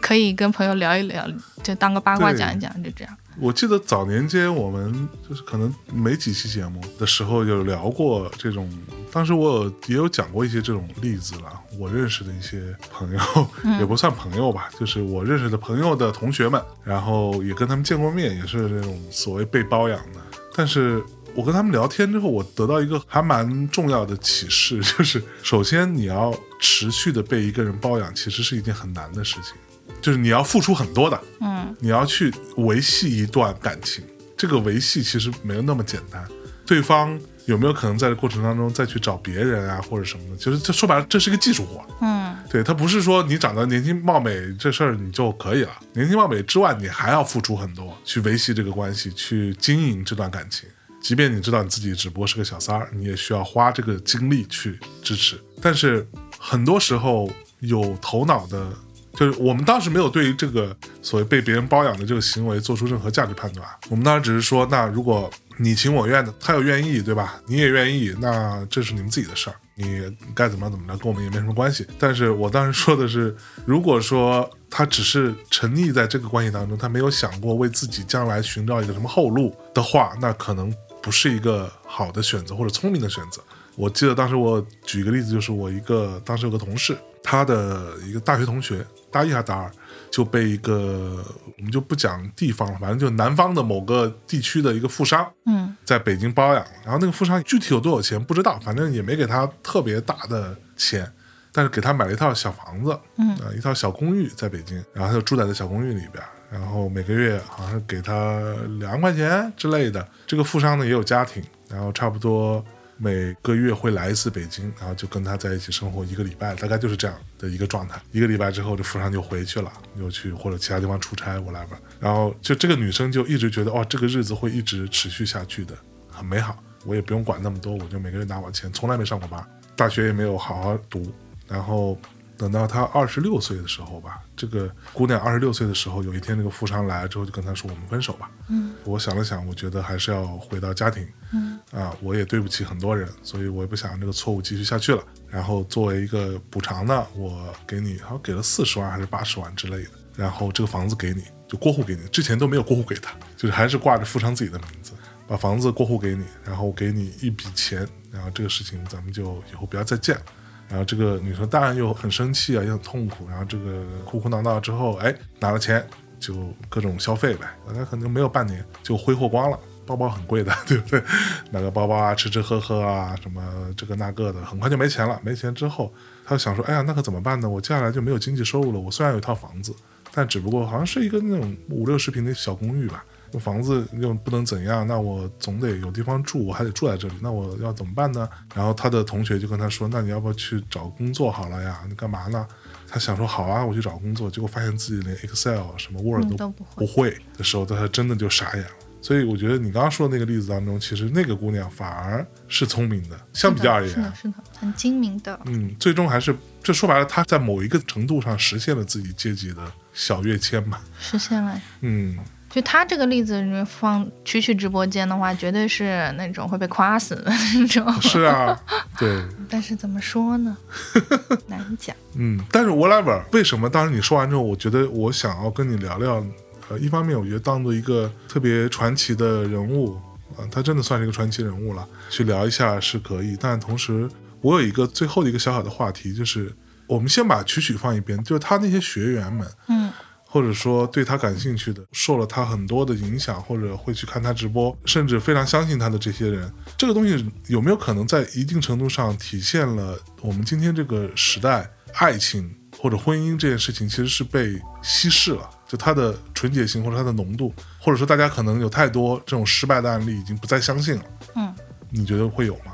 [SPEAKER 1] 可以跟朋友聊一聊，就当个八卦
[SPEAKER 2] 对
[SPEAKER 1] 讲一讲，就这样。
[SPEAKER 2] 我记得早年间我们就是可能没几期节目的时候有聊过这种，当时我有也有讲过一些这种例子了。我认识的一些朋友、 也不算朋友吧，就是我认识的朋友的同学们，然后也跟他们见过面，也是那种所谓被包养的。但是我跟他们聊天之后，我得到一个还蛮重要的启示， 就是首先你要持续的被一个人包养，其实是一件很难的事情，就是你要付出很多的。
[SPEAKER 1] 嗯
[SPEAKER 2] 你要去维系一段感情，这个维系其实没有那么简单。对方有没有可能在这过程当中再去找别人啊，或者什么的？就是这说白了，这是一个技术活。
[SPEAKER 1] 嗯，
[SPEAKER 2] 对，它不是说你长得年轻貌美这事儿你就可以了。年轻貌美之外，你还要付出很多去维系这个关系，去经营这段感情。即便你知道你自己只不过是个小三儿，你也需要花这个精力去支持。但是很多时候有头脑的，就是我们当时没有对于这个所谓被别人包养的这个行为做出任何价值判断，啊我们当时只是说，那如果你情我愿的，他有愿意，对吧？你也愿意，那这是你们自己的事儿，你该怎么样怎么着，跟我们也没什么关系。但是我当时说的是，如果说他只是沉溺在这个关系当中，他没有想过为自己将来寻找一个什么后路的话，那可能不是一个好的选择或者聪明的选择。我记得当时我举一个例子，就是我一个当时有个同事，他的一个大学同学，大一还是大二，就被一个我们就不讲地方了，反正就南方的某个地区的一个富商，
[SPEAKER 1] 嗯，
[SPEAKER 2] 在北京包养了。然后那个富商具体有多少钱不知道，反正也没给他特别大的钱，但是给他买了一套小房子，
[SPEAKER 1] 嗯
[SPEAKER 2] 啊、一套小公寓在北京，然后他就住在那小公寓里边。然后每个月好像是给他两万块钱之类的。这个富商呢也有家庭，然后差不多每个月会来一次北京，然后就跟他在一起生活一个礼拜，大概就是这样的一个状态。一个礼拜之后，这富商就回去了，又去或者其他地方出差，whatever。然后就这个女生就一直觉得，哦，这个日子会一直持续下去的，很美好。我也不用管那么多，我就每个月拿我钱，从来没上过班，大学也没有好好读。然后等到她二十六岁的时候吧，这个姑娘二十六岁的时候，有一天那个富商来了之后，就跟她说：“我们分手吧。”嗯，我想了想，我觉得还是要回到家庭。嗯，啊，我也对不起很多人，所以我也不想这个错误继续下去了。然后作为一个补偿呢，我给你，好像给了四十万还是八十万之类的，然后这个房子给你，就过户给你，之前都没有过户给他，就是还是挂着富商自己的名字。把房子过户给你，然后我给你一笔钱，然后这个事情咱们就以后不要再见了。然后这个女生当然又很生气啊，也很痛苦。然后这个哭哭闹闹之后，哎，拿了钱就各种消费呗，那可能没有半年就挥霍光了。包包很贵的，对不对？买个包包啊，吃吃喝喝啊，什么这个那个的，很快就没钱了。没钱之后，她就想说，哎呀，那可怎么办呢？我接下来就没有经济收入了。我虽然有一套房子，但只不过好像是一个那种五六十平的小公寓吧。房子又不能怎样，那我总得有地方住，我还得住在这里，那我要怎么办呢？然后他的同学就跟他说：“那你要不要去找工作好了呀？你干嘛呢？”他想说：“好啊，我去找工作。”结果发现自己连 Excel 什么 Word
[SPEAKER 1] 嗯
[SPEAKER 2] 都
[SPEAKER 1] 都不会
[SPEAKER 2] 不会的时候，他真的就傻眼了。所以我觉得你刚刚说的那个例子当中，其实那个姑娘反而是聪明的，相比较而言，啊
[SPEAKER 1] 是的，是的，很精明的。
[SPEAKER 2] 嗯，最终还是这说白了，她在某一个程度上实现了自己阶级的小跃迁吧。
[SPEAKER 1] 实现了。
[SPEAKER 2] 嗯，
[SPEAKER 1] 就他这个例子，你放曲曲直播间的话，绝对是那种会被夸死的那种。
[SPEAKER 2] 是啊， 对。
[SPEAKER 1] 但是怎么说呢？难讲。
[SPEAKER 2] 嗯，但是 whatever，为什么当时你说完之后，我觉得我想要跟你聊聊，呃，一方面我觉得当做一个特别传奇的人物，啊、他真的算是一个传奇人物了，去聊一下是可以，但同时我有一个最后的一个小小的话题，就是我们先把曲曲放一边，就是他那些学员们，
[SPEAKER 1] 嗯，
[SPEAKER 2] 或者说对他感兴趣的，受了他很多的影响，或者会去看他直播，甚至非常相信他的这些人，这个东西有没有可能在一定程度上体现了我们今天这个时代爱情或者婚姻这件事情其实是被稀释了？就它的纯洁性或者它的浓度，或者说大家可能有太多这种失败的案例，已经不再相信了。
[SPEAKER 1] 嗯，
[SPEAKER 2] 你觉得会有吗？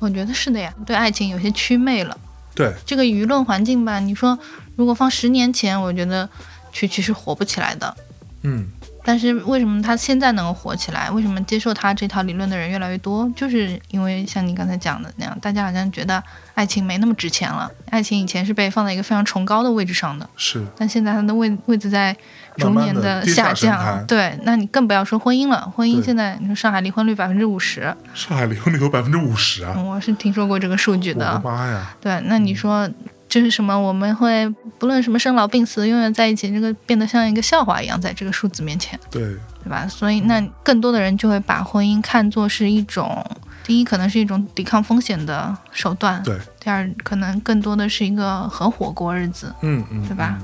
[SPEAKER 1] 我觉得是的呀，对爱情有些祛魅了。
[SPEAKER 2] 对，
[SPEAKER 1] 这个舆论环境吧，你说如果放十年前，我觉得曲曲是火不起来的。
[SPEAKER 2] 嗯，
[SPEAKER 1] 但是为什么他现在能够火起来？为什么接受他这套理论的人越来越多？就是因为像你刚才讲的那样，大家好像觉得爱情没那么值钱了。爱情以前是被放在一个非常崇高的位置上的，
[SPEAKER 2] 是，
[SPEAKER 1] 但现在它的位位置在逐年
[SPEAKER 2] 慢慢
[SPEAKER 1] 地
[SPEAKER 2] 地跌下
[SPEAKER 1] 下
[SPEAKER 2] 神
[SPEAKER 1] 降，
[SPEAKER 2] 坛
[SPEAKER 1] 对，那你更不要说婚姻了。婚姻
[SPEAKER 2] 对啊
[SPEAKER 1] 现在你说上海离婚率百分之五十，
[SPEAKER 2] 上海离婚率有百分之五十啊！
[SPEAKER 1] 我嗯是听说过这个数据
[SPEAKER 2] 我的
[SPEAKER 1] 的。
[SPEAKER 2] 妈呀！
[SPEAKER 1] 对，那
[SPEAKER 2] 嗯
[SPEAKER 1] 你说这是什么？我们会不论什么生老病死，永远在一起，这个变得像一个笑话一样，在这个数字面前，
[SPEAKER 2] 对，
[SPEAKER 1] 对吧？所以那更多的人就会把婚姻看作是一种，第一可能是一种抵抗风险的手段，
[SPEAKER 2] 对，
[SPEAKER 1] 第二可能更多的是一个合伙过日子，
[SPEAKER 2] 嗯嗯，
[SPEAKER 1] 对吧？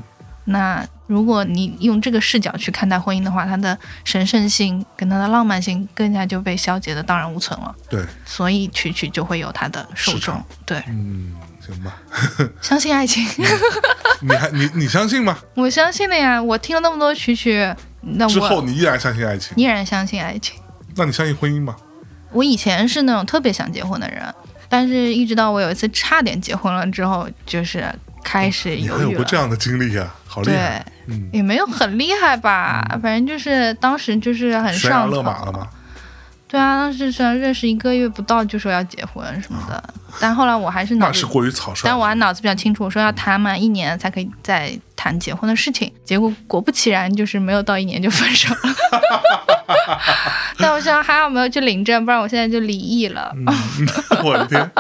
[SPEAKER 1] 那如果你用这个视角去看待婚姻的话，它的神圣性跟它的浪漫性更加就被消解的荡然无存了。
[SPEAKER 2] 对，
[SPEAKER 1] 所以曲曲就会有它的受
[SPEAKER 2] 市
[SPEAKER 1] 众
[SPEAKER 2] 场。
[SPEAKER 1] 对，
[SPEAKER 2] 嗯，行吧。
[SPEAKER 1] 相信爱情，
[SPEAKER 2] 你还你你相信吗？
[SPEAKER 1] 我相信的呀。我听了那么多曲曲，那
[SPEAKER 2] 之后
[SPEAKER 1] 我
[SPEAKER 2] 你依然相信爱情？
[SPEAKER 1] 依然相信爱情。
[SPEAKER 2] 那你相信婚姻吗？
[SPEAKER 1] 我以前是那种特别想结婚的人，但是一直到我有一次差点结婚了之后，就是开始
[SPEAKER 2] 你还
[SPEAKER 1] 犹
[SPEAKER 2] 有
[SPEAKER 1] 豫
[SPEAKER 2] 过
[SPEAKER 1] 了。
[SPEAKER 2] 这样的经历啊，好厉害！
[SPEAKER 1] 对，
[SPEAKER 2] 嗯，
[SPEAKER 1] 也没有很厉害吧，反正就是当时就是很
[SPEAKER 2] 悬崖
[SPEAKER 1] 上头。
[SPEAKER 2] 勒马了吗？
[SPEAKER 1] 对啊，当时是认识一个月不到就说要结婚什么的，但后来我还是脑
[SPEAKER 2] 那
[SPEAKER 1] 子
[SPEAKER 2] 是过于草率。
[SPEAKER 1] 但我还脑子比较清楚，我说要谈满一年才可以再谈结婚的事情。结果果不其然，就是没有到一年就分手了。 但我想还好没有去领证，不然我现在就离异了。
[SPEAKER 2] 嗯 我的天，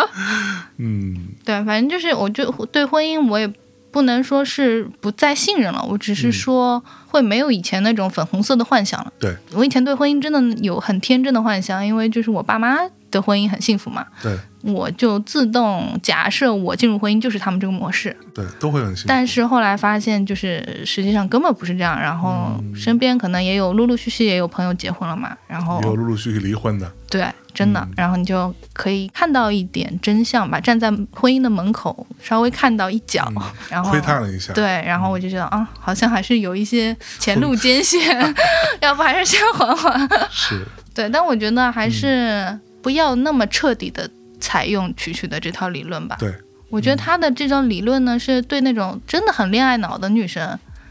[SPEAKER 2] 嗯
[SPEAKER 1] 对，反正就是我就对婚姻我也不能说是不再信任了，我只
[SPEAKER 2] 嗯
[SPEAKER 1] 是说会没有以前那种粉红色的幻想了。
[SPEAKER 2] 对，
[SPEAKER 1] 我以前对婚姻真的有很天真的幻想，因为就是我爸妈的婚姻很幸福嘛，
[SPEAKER 2] 对
[SPEAKER 1] 我就自动假设我进入婚姻就是他们这个模式。
[SPEAKER 2] 对，都会很幸福。
[SPEAKER 1] 但是后来发现，就是实际上根本不是这样。然后
[SPEAKER 2] 嗯
[SPEAKER 1] 身边可能也有陆陆续续也有朋友结婚了嘛，然后
[SPEAKER 2] 也有陆嗯陆续续离婚的，
[SPEAKER 1] 对，真的，然后你就可以看到一点真相吧，站在婚姻的门口稍微看到一角，然后
[SPEAKER 2] 嗯窥探了一下，
[SPEAKER 1] 对，然后我就觉得啊，好像还是有一些前路艰 险，要不还是先缓缓。
[SPEAKER 2] 是
[SPEAKER 1] 对，但我觉得
[SPEAKER 2] 嗯
[SPEAKER 1] 还是不要那么彻底的采用曲曲的这套理论吧。
[SPEAKER 2] 对，嗯
[SPEAKER 1] 我觉得他的这种理论呢，是对那种真的很恋爱脑的女生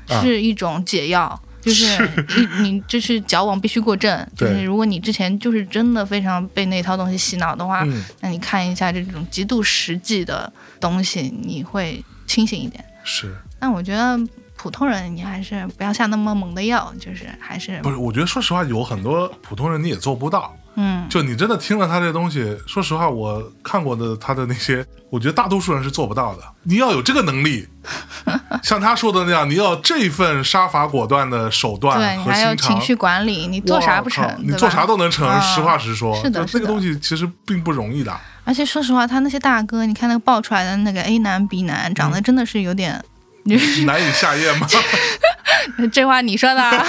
[SPEAKER 2] 啊
[SPEAKER 1] 是一种解药。 就是你，你就是矫枉必须过正。就
[SPEAKER 2] 对
[SPEAKER 1] 是如果你之前就是真的非常被那套东西洗脑的话，
[SPEAKER 2] 嗯
[SPEAKER 1] 那你看一下这种极度实际的东西，你会清醒一点。
[SPEAKER 2] 是。
[SPEAKER 1] 但我觉得普通人，你还是不要下那么猛的药，就是还是
[SPEAKER 2] 不是，我觉得说实话，有很多普通人你也做不到。
[SPEAKER 1] 嗯，
[SPEAKER 2] 就你真的听了他这东西，说实话，我看过的他的那些， 我觉得大多数人是做不到的。你要有这个 能力，像他说的那样，你要有这份杀伐果断的手段
[SPEAKER 1] 对你
[SPEAKER 2] 和
[SPEAKER 1] 还有
[SPEAKER 2] 心肠
[SPEAKER 1] 情。绪管理，你做啥不成
[SPEAKER 2] 哇靠，你
[SPEAKER 1] 对吧
[SPEAKER 2] 做啥都能成
[SPEAKER 1] 啊。
[SPEAKER 2] 实话实说，
[SPEAKER 1] 是的
[SPEAKER 2] 就是那个
[SPEAKER 1] 的
[SPEAKER 2] 东西其实并不容易的。
[SPEAKER 1] 而且说实话，他那些大哥，你看那个爆出来的那个 A 男 B 男，长
[SPEAKER 2] 嗯
[SPEAKER 1] 得真的是有 点，
[SPEAKER 2] 难以下咽 嘛。
[SPEAKER 1] 这话你说的、 啊，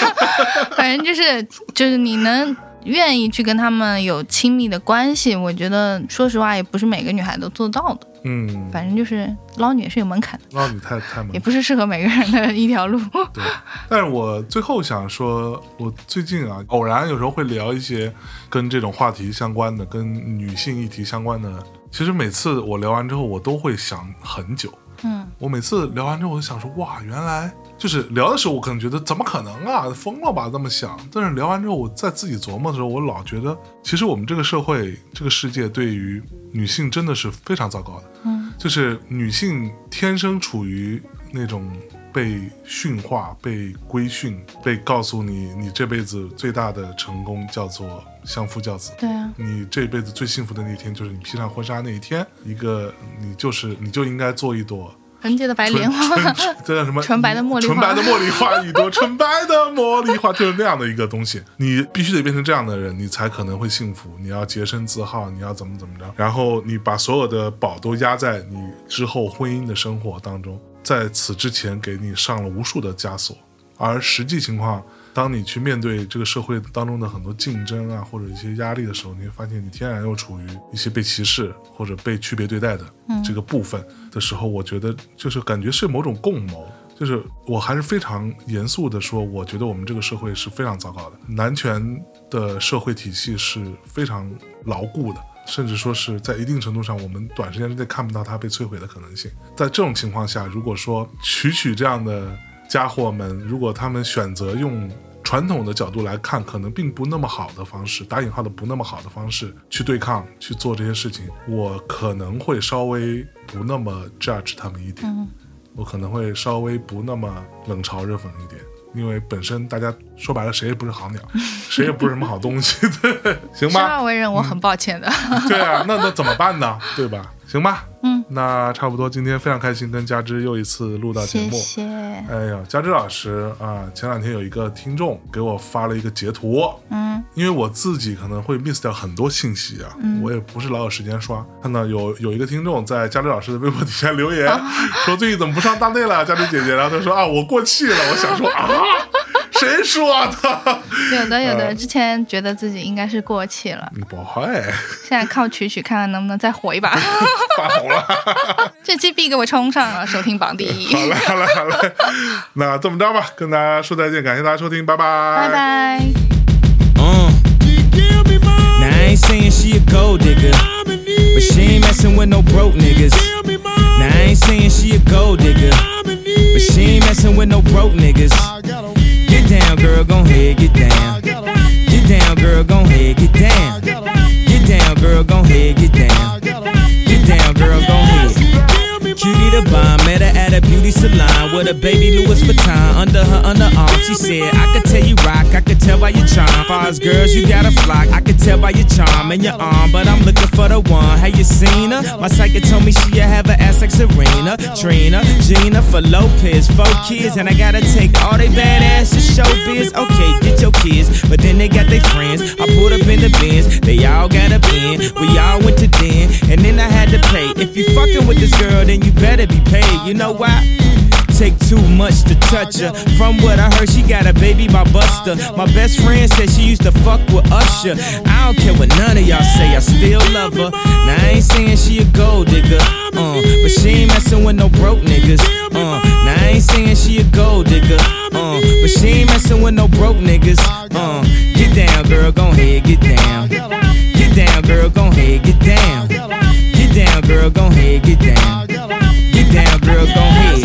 [SPEAKER 1] 反正就是就是你能愿意去跟他们有亲密的关系，我觉得说实话也不是每个女孩都做到的，
[SPEAKER 2] 嗯，
[SPEAKER 1] 反正就是捞女也是有门槛的，
[SPEAKER 2] 那你太太猛
[SPEAKER 1] 也。不是适合每个人的一条路。
[SPEAKER 2] 对，但是我最后想说，我最近啊，偶然有时候会聊一些跟这种话题相关的、跟女性议题相关的。其实每次我聊完之后，我都会想很久。
[SPEAKER 1] 嗯，
[SPEAKER 2] 我每次聊完之后，我就想说，哇，原来就是聊的时候，我可能觉得怎么可能啊，疯了吧，这么想。但是聊完之后，我在自己琢磨的时候，我老觉得，其实我们这个社会、这个世界对于女性真的是非常糟糕的。
[SPEAKER 1] 嗯，
[SPEAKER 2] 就是女性天生处于那种被驯化、被规训、被告诉你，你这辈子最大的成功叫做相夫教子。
[SPEAKER 1] 对啊，
[SPEAKER 2] 你这辈子最幸福的那一天，就是你披上婚纱那一天。一个，你就是你就应该做一朵
[SPEAKER 1] 纯洁的白莲花，
[SPEAKER 2] 纯纯这叫什么？
[SPEAKER 1] 纯白的茉莉花
[SPEAKER 2] 纯白的茉莉花 一朵，纯白的茉莉花就是那样的一个东西。你必须得变成这样的人，你才可能会幸福。你要洁身自好，你要怎么怎么着，然后你把所有的宝都压在你之后婚姻的生活当中，在此之前给你上了无数的枷锁，而实际情况。当你去面对这个社会当中的很多竞争啊，或者一些压力的时候，你会发现你天然又处于一些被歧视或者被区别对待的这个部分的时候，我觉得就是感觉是某种共谋。就是我还是非常严肃的说，我觉得我们这个社会是非常糟糕的，男权的社会体系是非常牢固的，甚至说是在一定程度上，我们短时间之内看不到它被摧毁的可能性。在这种情况下，如果说曲曲这样的家伙们，如果他们选择用传统的角度来看，可能并不那么好的方式，打引号的不那么好的方式去对抗、去做这些事情，我可能会稍微不那么 judge 他们一点，
[SPEAKER 1] 嗯
[SPEAKER 2] 我可能会稍微不那么冷嘲热讽一点。因为本身大家说白了，谁也不是好鸟，谁也不是什么好东西， 对，行
[SPEAKER 1] 生
[SPEAKER 2] 吧？
[SPEAKER 1] 而为人，我很抱歉 的。
[SPEAKER 2] 对啊，那那怎么办呢？对吧？行吧，
[SPEAKER 1] 嗯，
[SPEAKER 2] 那差不多，今天非常开心跟佳芝又一次录到节
[SPEAKER 1] 谢
[SPEAKER 2] 目。
[SPEAKER 1] 谢，
[SPEAKER 2] 哎呀，佳芝老师啊，前两天有一个听众给我发了一个截图，
[SPEAKER 1] 嗯
[SPEAKER 2] 因为我自己可能会 miss 掉很多信息啊，我也不是老有时间刷。看到有有一个听众在佳芝老师的微博底下留言， 说最近怎么不上大内了，佳芝姐姐？然后他说啊，我过气了。我想说啊， 谁说的？
[SPEAKER 1] 有的有
[SPEAKER 2] 呃
[SPEAKER 1] 的，之前觉得自己应该是过气了，
[SPEAKER 2] 你不会
[SPEAKER 1] 现在靠曲曲看看能不能再火一把。
[SPEAKER 2] 发红了。
[SPEAKER 1] 这期必给我冲上了收听榜第一，
[SPEAKER 2] 好嘞，好嘞，好嘞。那这么着吧，跟大家说再见，感谢大家收听，拜
[SPEAKER 1] 拜。
[SPEAKER 2] 拜，
[SPEAKER 1] 拜。
[SPEAKER 3] Uh. Now I ain't saying she a gold digger, but she ain't messing with no broke niggas. Now I ain't saying she a gold digger, but she ain't messing with no broke niggas. Get down, girl, gon' head, get down. Get down, girl, gon' head, get down. salon with a baby Louis Vuitton under her underarm. She said, I could tell you rock, I could tell by your charm. Far as girls, you got a flock. I could tell by your charm and your arm, but I'm looking for the one. Have you seen her? My psychic told me she have an ass like Serena, Trina, Gina for Lopez, four kids, and I gotta take all they badass to showbiz. Okay, get your kids, but then they got their friends. I pulled up in the bins, they all got a bin. We all went to den, and then I had to pay. If you fucking with this girl, then you better be paid. You know why? Take too much to touch her. From what I heard, she got a baby by Buster. My best friend said she used to fuck with Usher. I don't care what none of y'all say, I still love her. Now I ain't saying she a gold digger, uh, but she ain't messing with no broke niggas. Uh, now I ain't saying she a gold digger, uh, but she ain't messing with no broke niggas. Uh, get down, girl, go ahead, get down. Get down, girl, go ahead, get down. Get down, girl, go ahead, get down. Get down, girl, go ahead.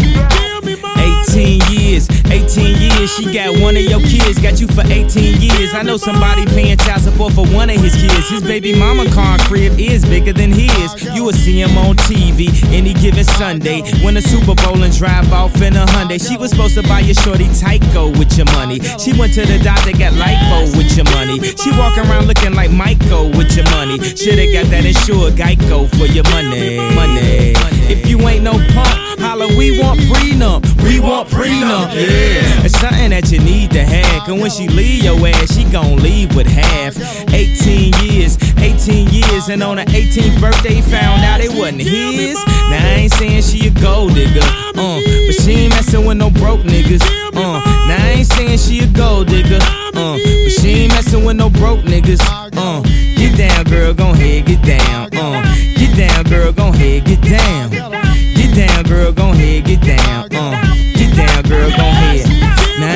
[SPEAKER 3] 18 years, 18 years. She got one of your kids, got you for 18 years. I know somebody paying child support for one of his kids. His baby mama car and crib is bigger than his. You will see him on TV any given Sunday. Win a Super Bowl and drive off in a Hyundai. She was supposed to buy your shorty Tyco with your money. She went to the doctor, got lipo with your money. She walk around looking like Michael with your money. Shoulda got that insured Geico for your money. Money. If you ain't no punk, holla, we want prenup. We want prenup, yeah. It's something that you need to have. And when she leave your ass, she gon' leave with half. 18 years, 18 years, and on her 18th birthday, found out it wasn't his. Now I ain't saying she a gold digger, uh, but she ain't messing with no broke niggas, uh. Now I ain't saying she a gold digger, uh, but she ain't messing with no broke niggas, uh. Get down, girl, gon' head, get down, uh. Get down, girl, gon' head, get down. Get down, girl, gon' head, get down, uh. Get down, girl, gon' head. Now I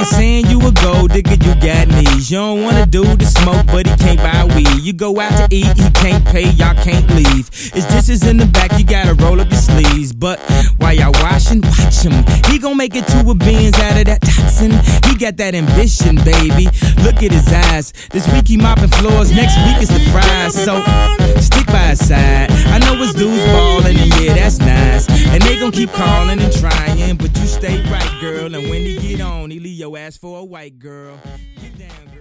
[SPEAKER 3] ain't saying you a gold digger, you got knees. You don't wanna do the smoke, but he can't buy weed. You go out to eat, he can't pay, y'all can't leave. His dishes in the back, you gotta roll up your sleeves. But while y'all washing, watch him. He gon' make it to a beans out of that Datsun. He got that ambition, baby. Look at his eyes. This week he mopping floors, next week is the fries. So stick by his side. I know his dudes ballin', and yeah, that's nice. And they gon' keep calling and trying, but you stay right, girl. And when he get on, he leave your ass for a white girl. Get down, girl.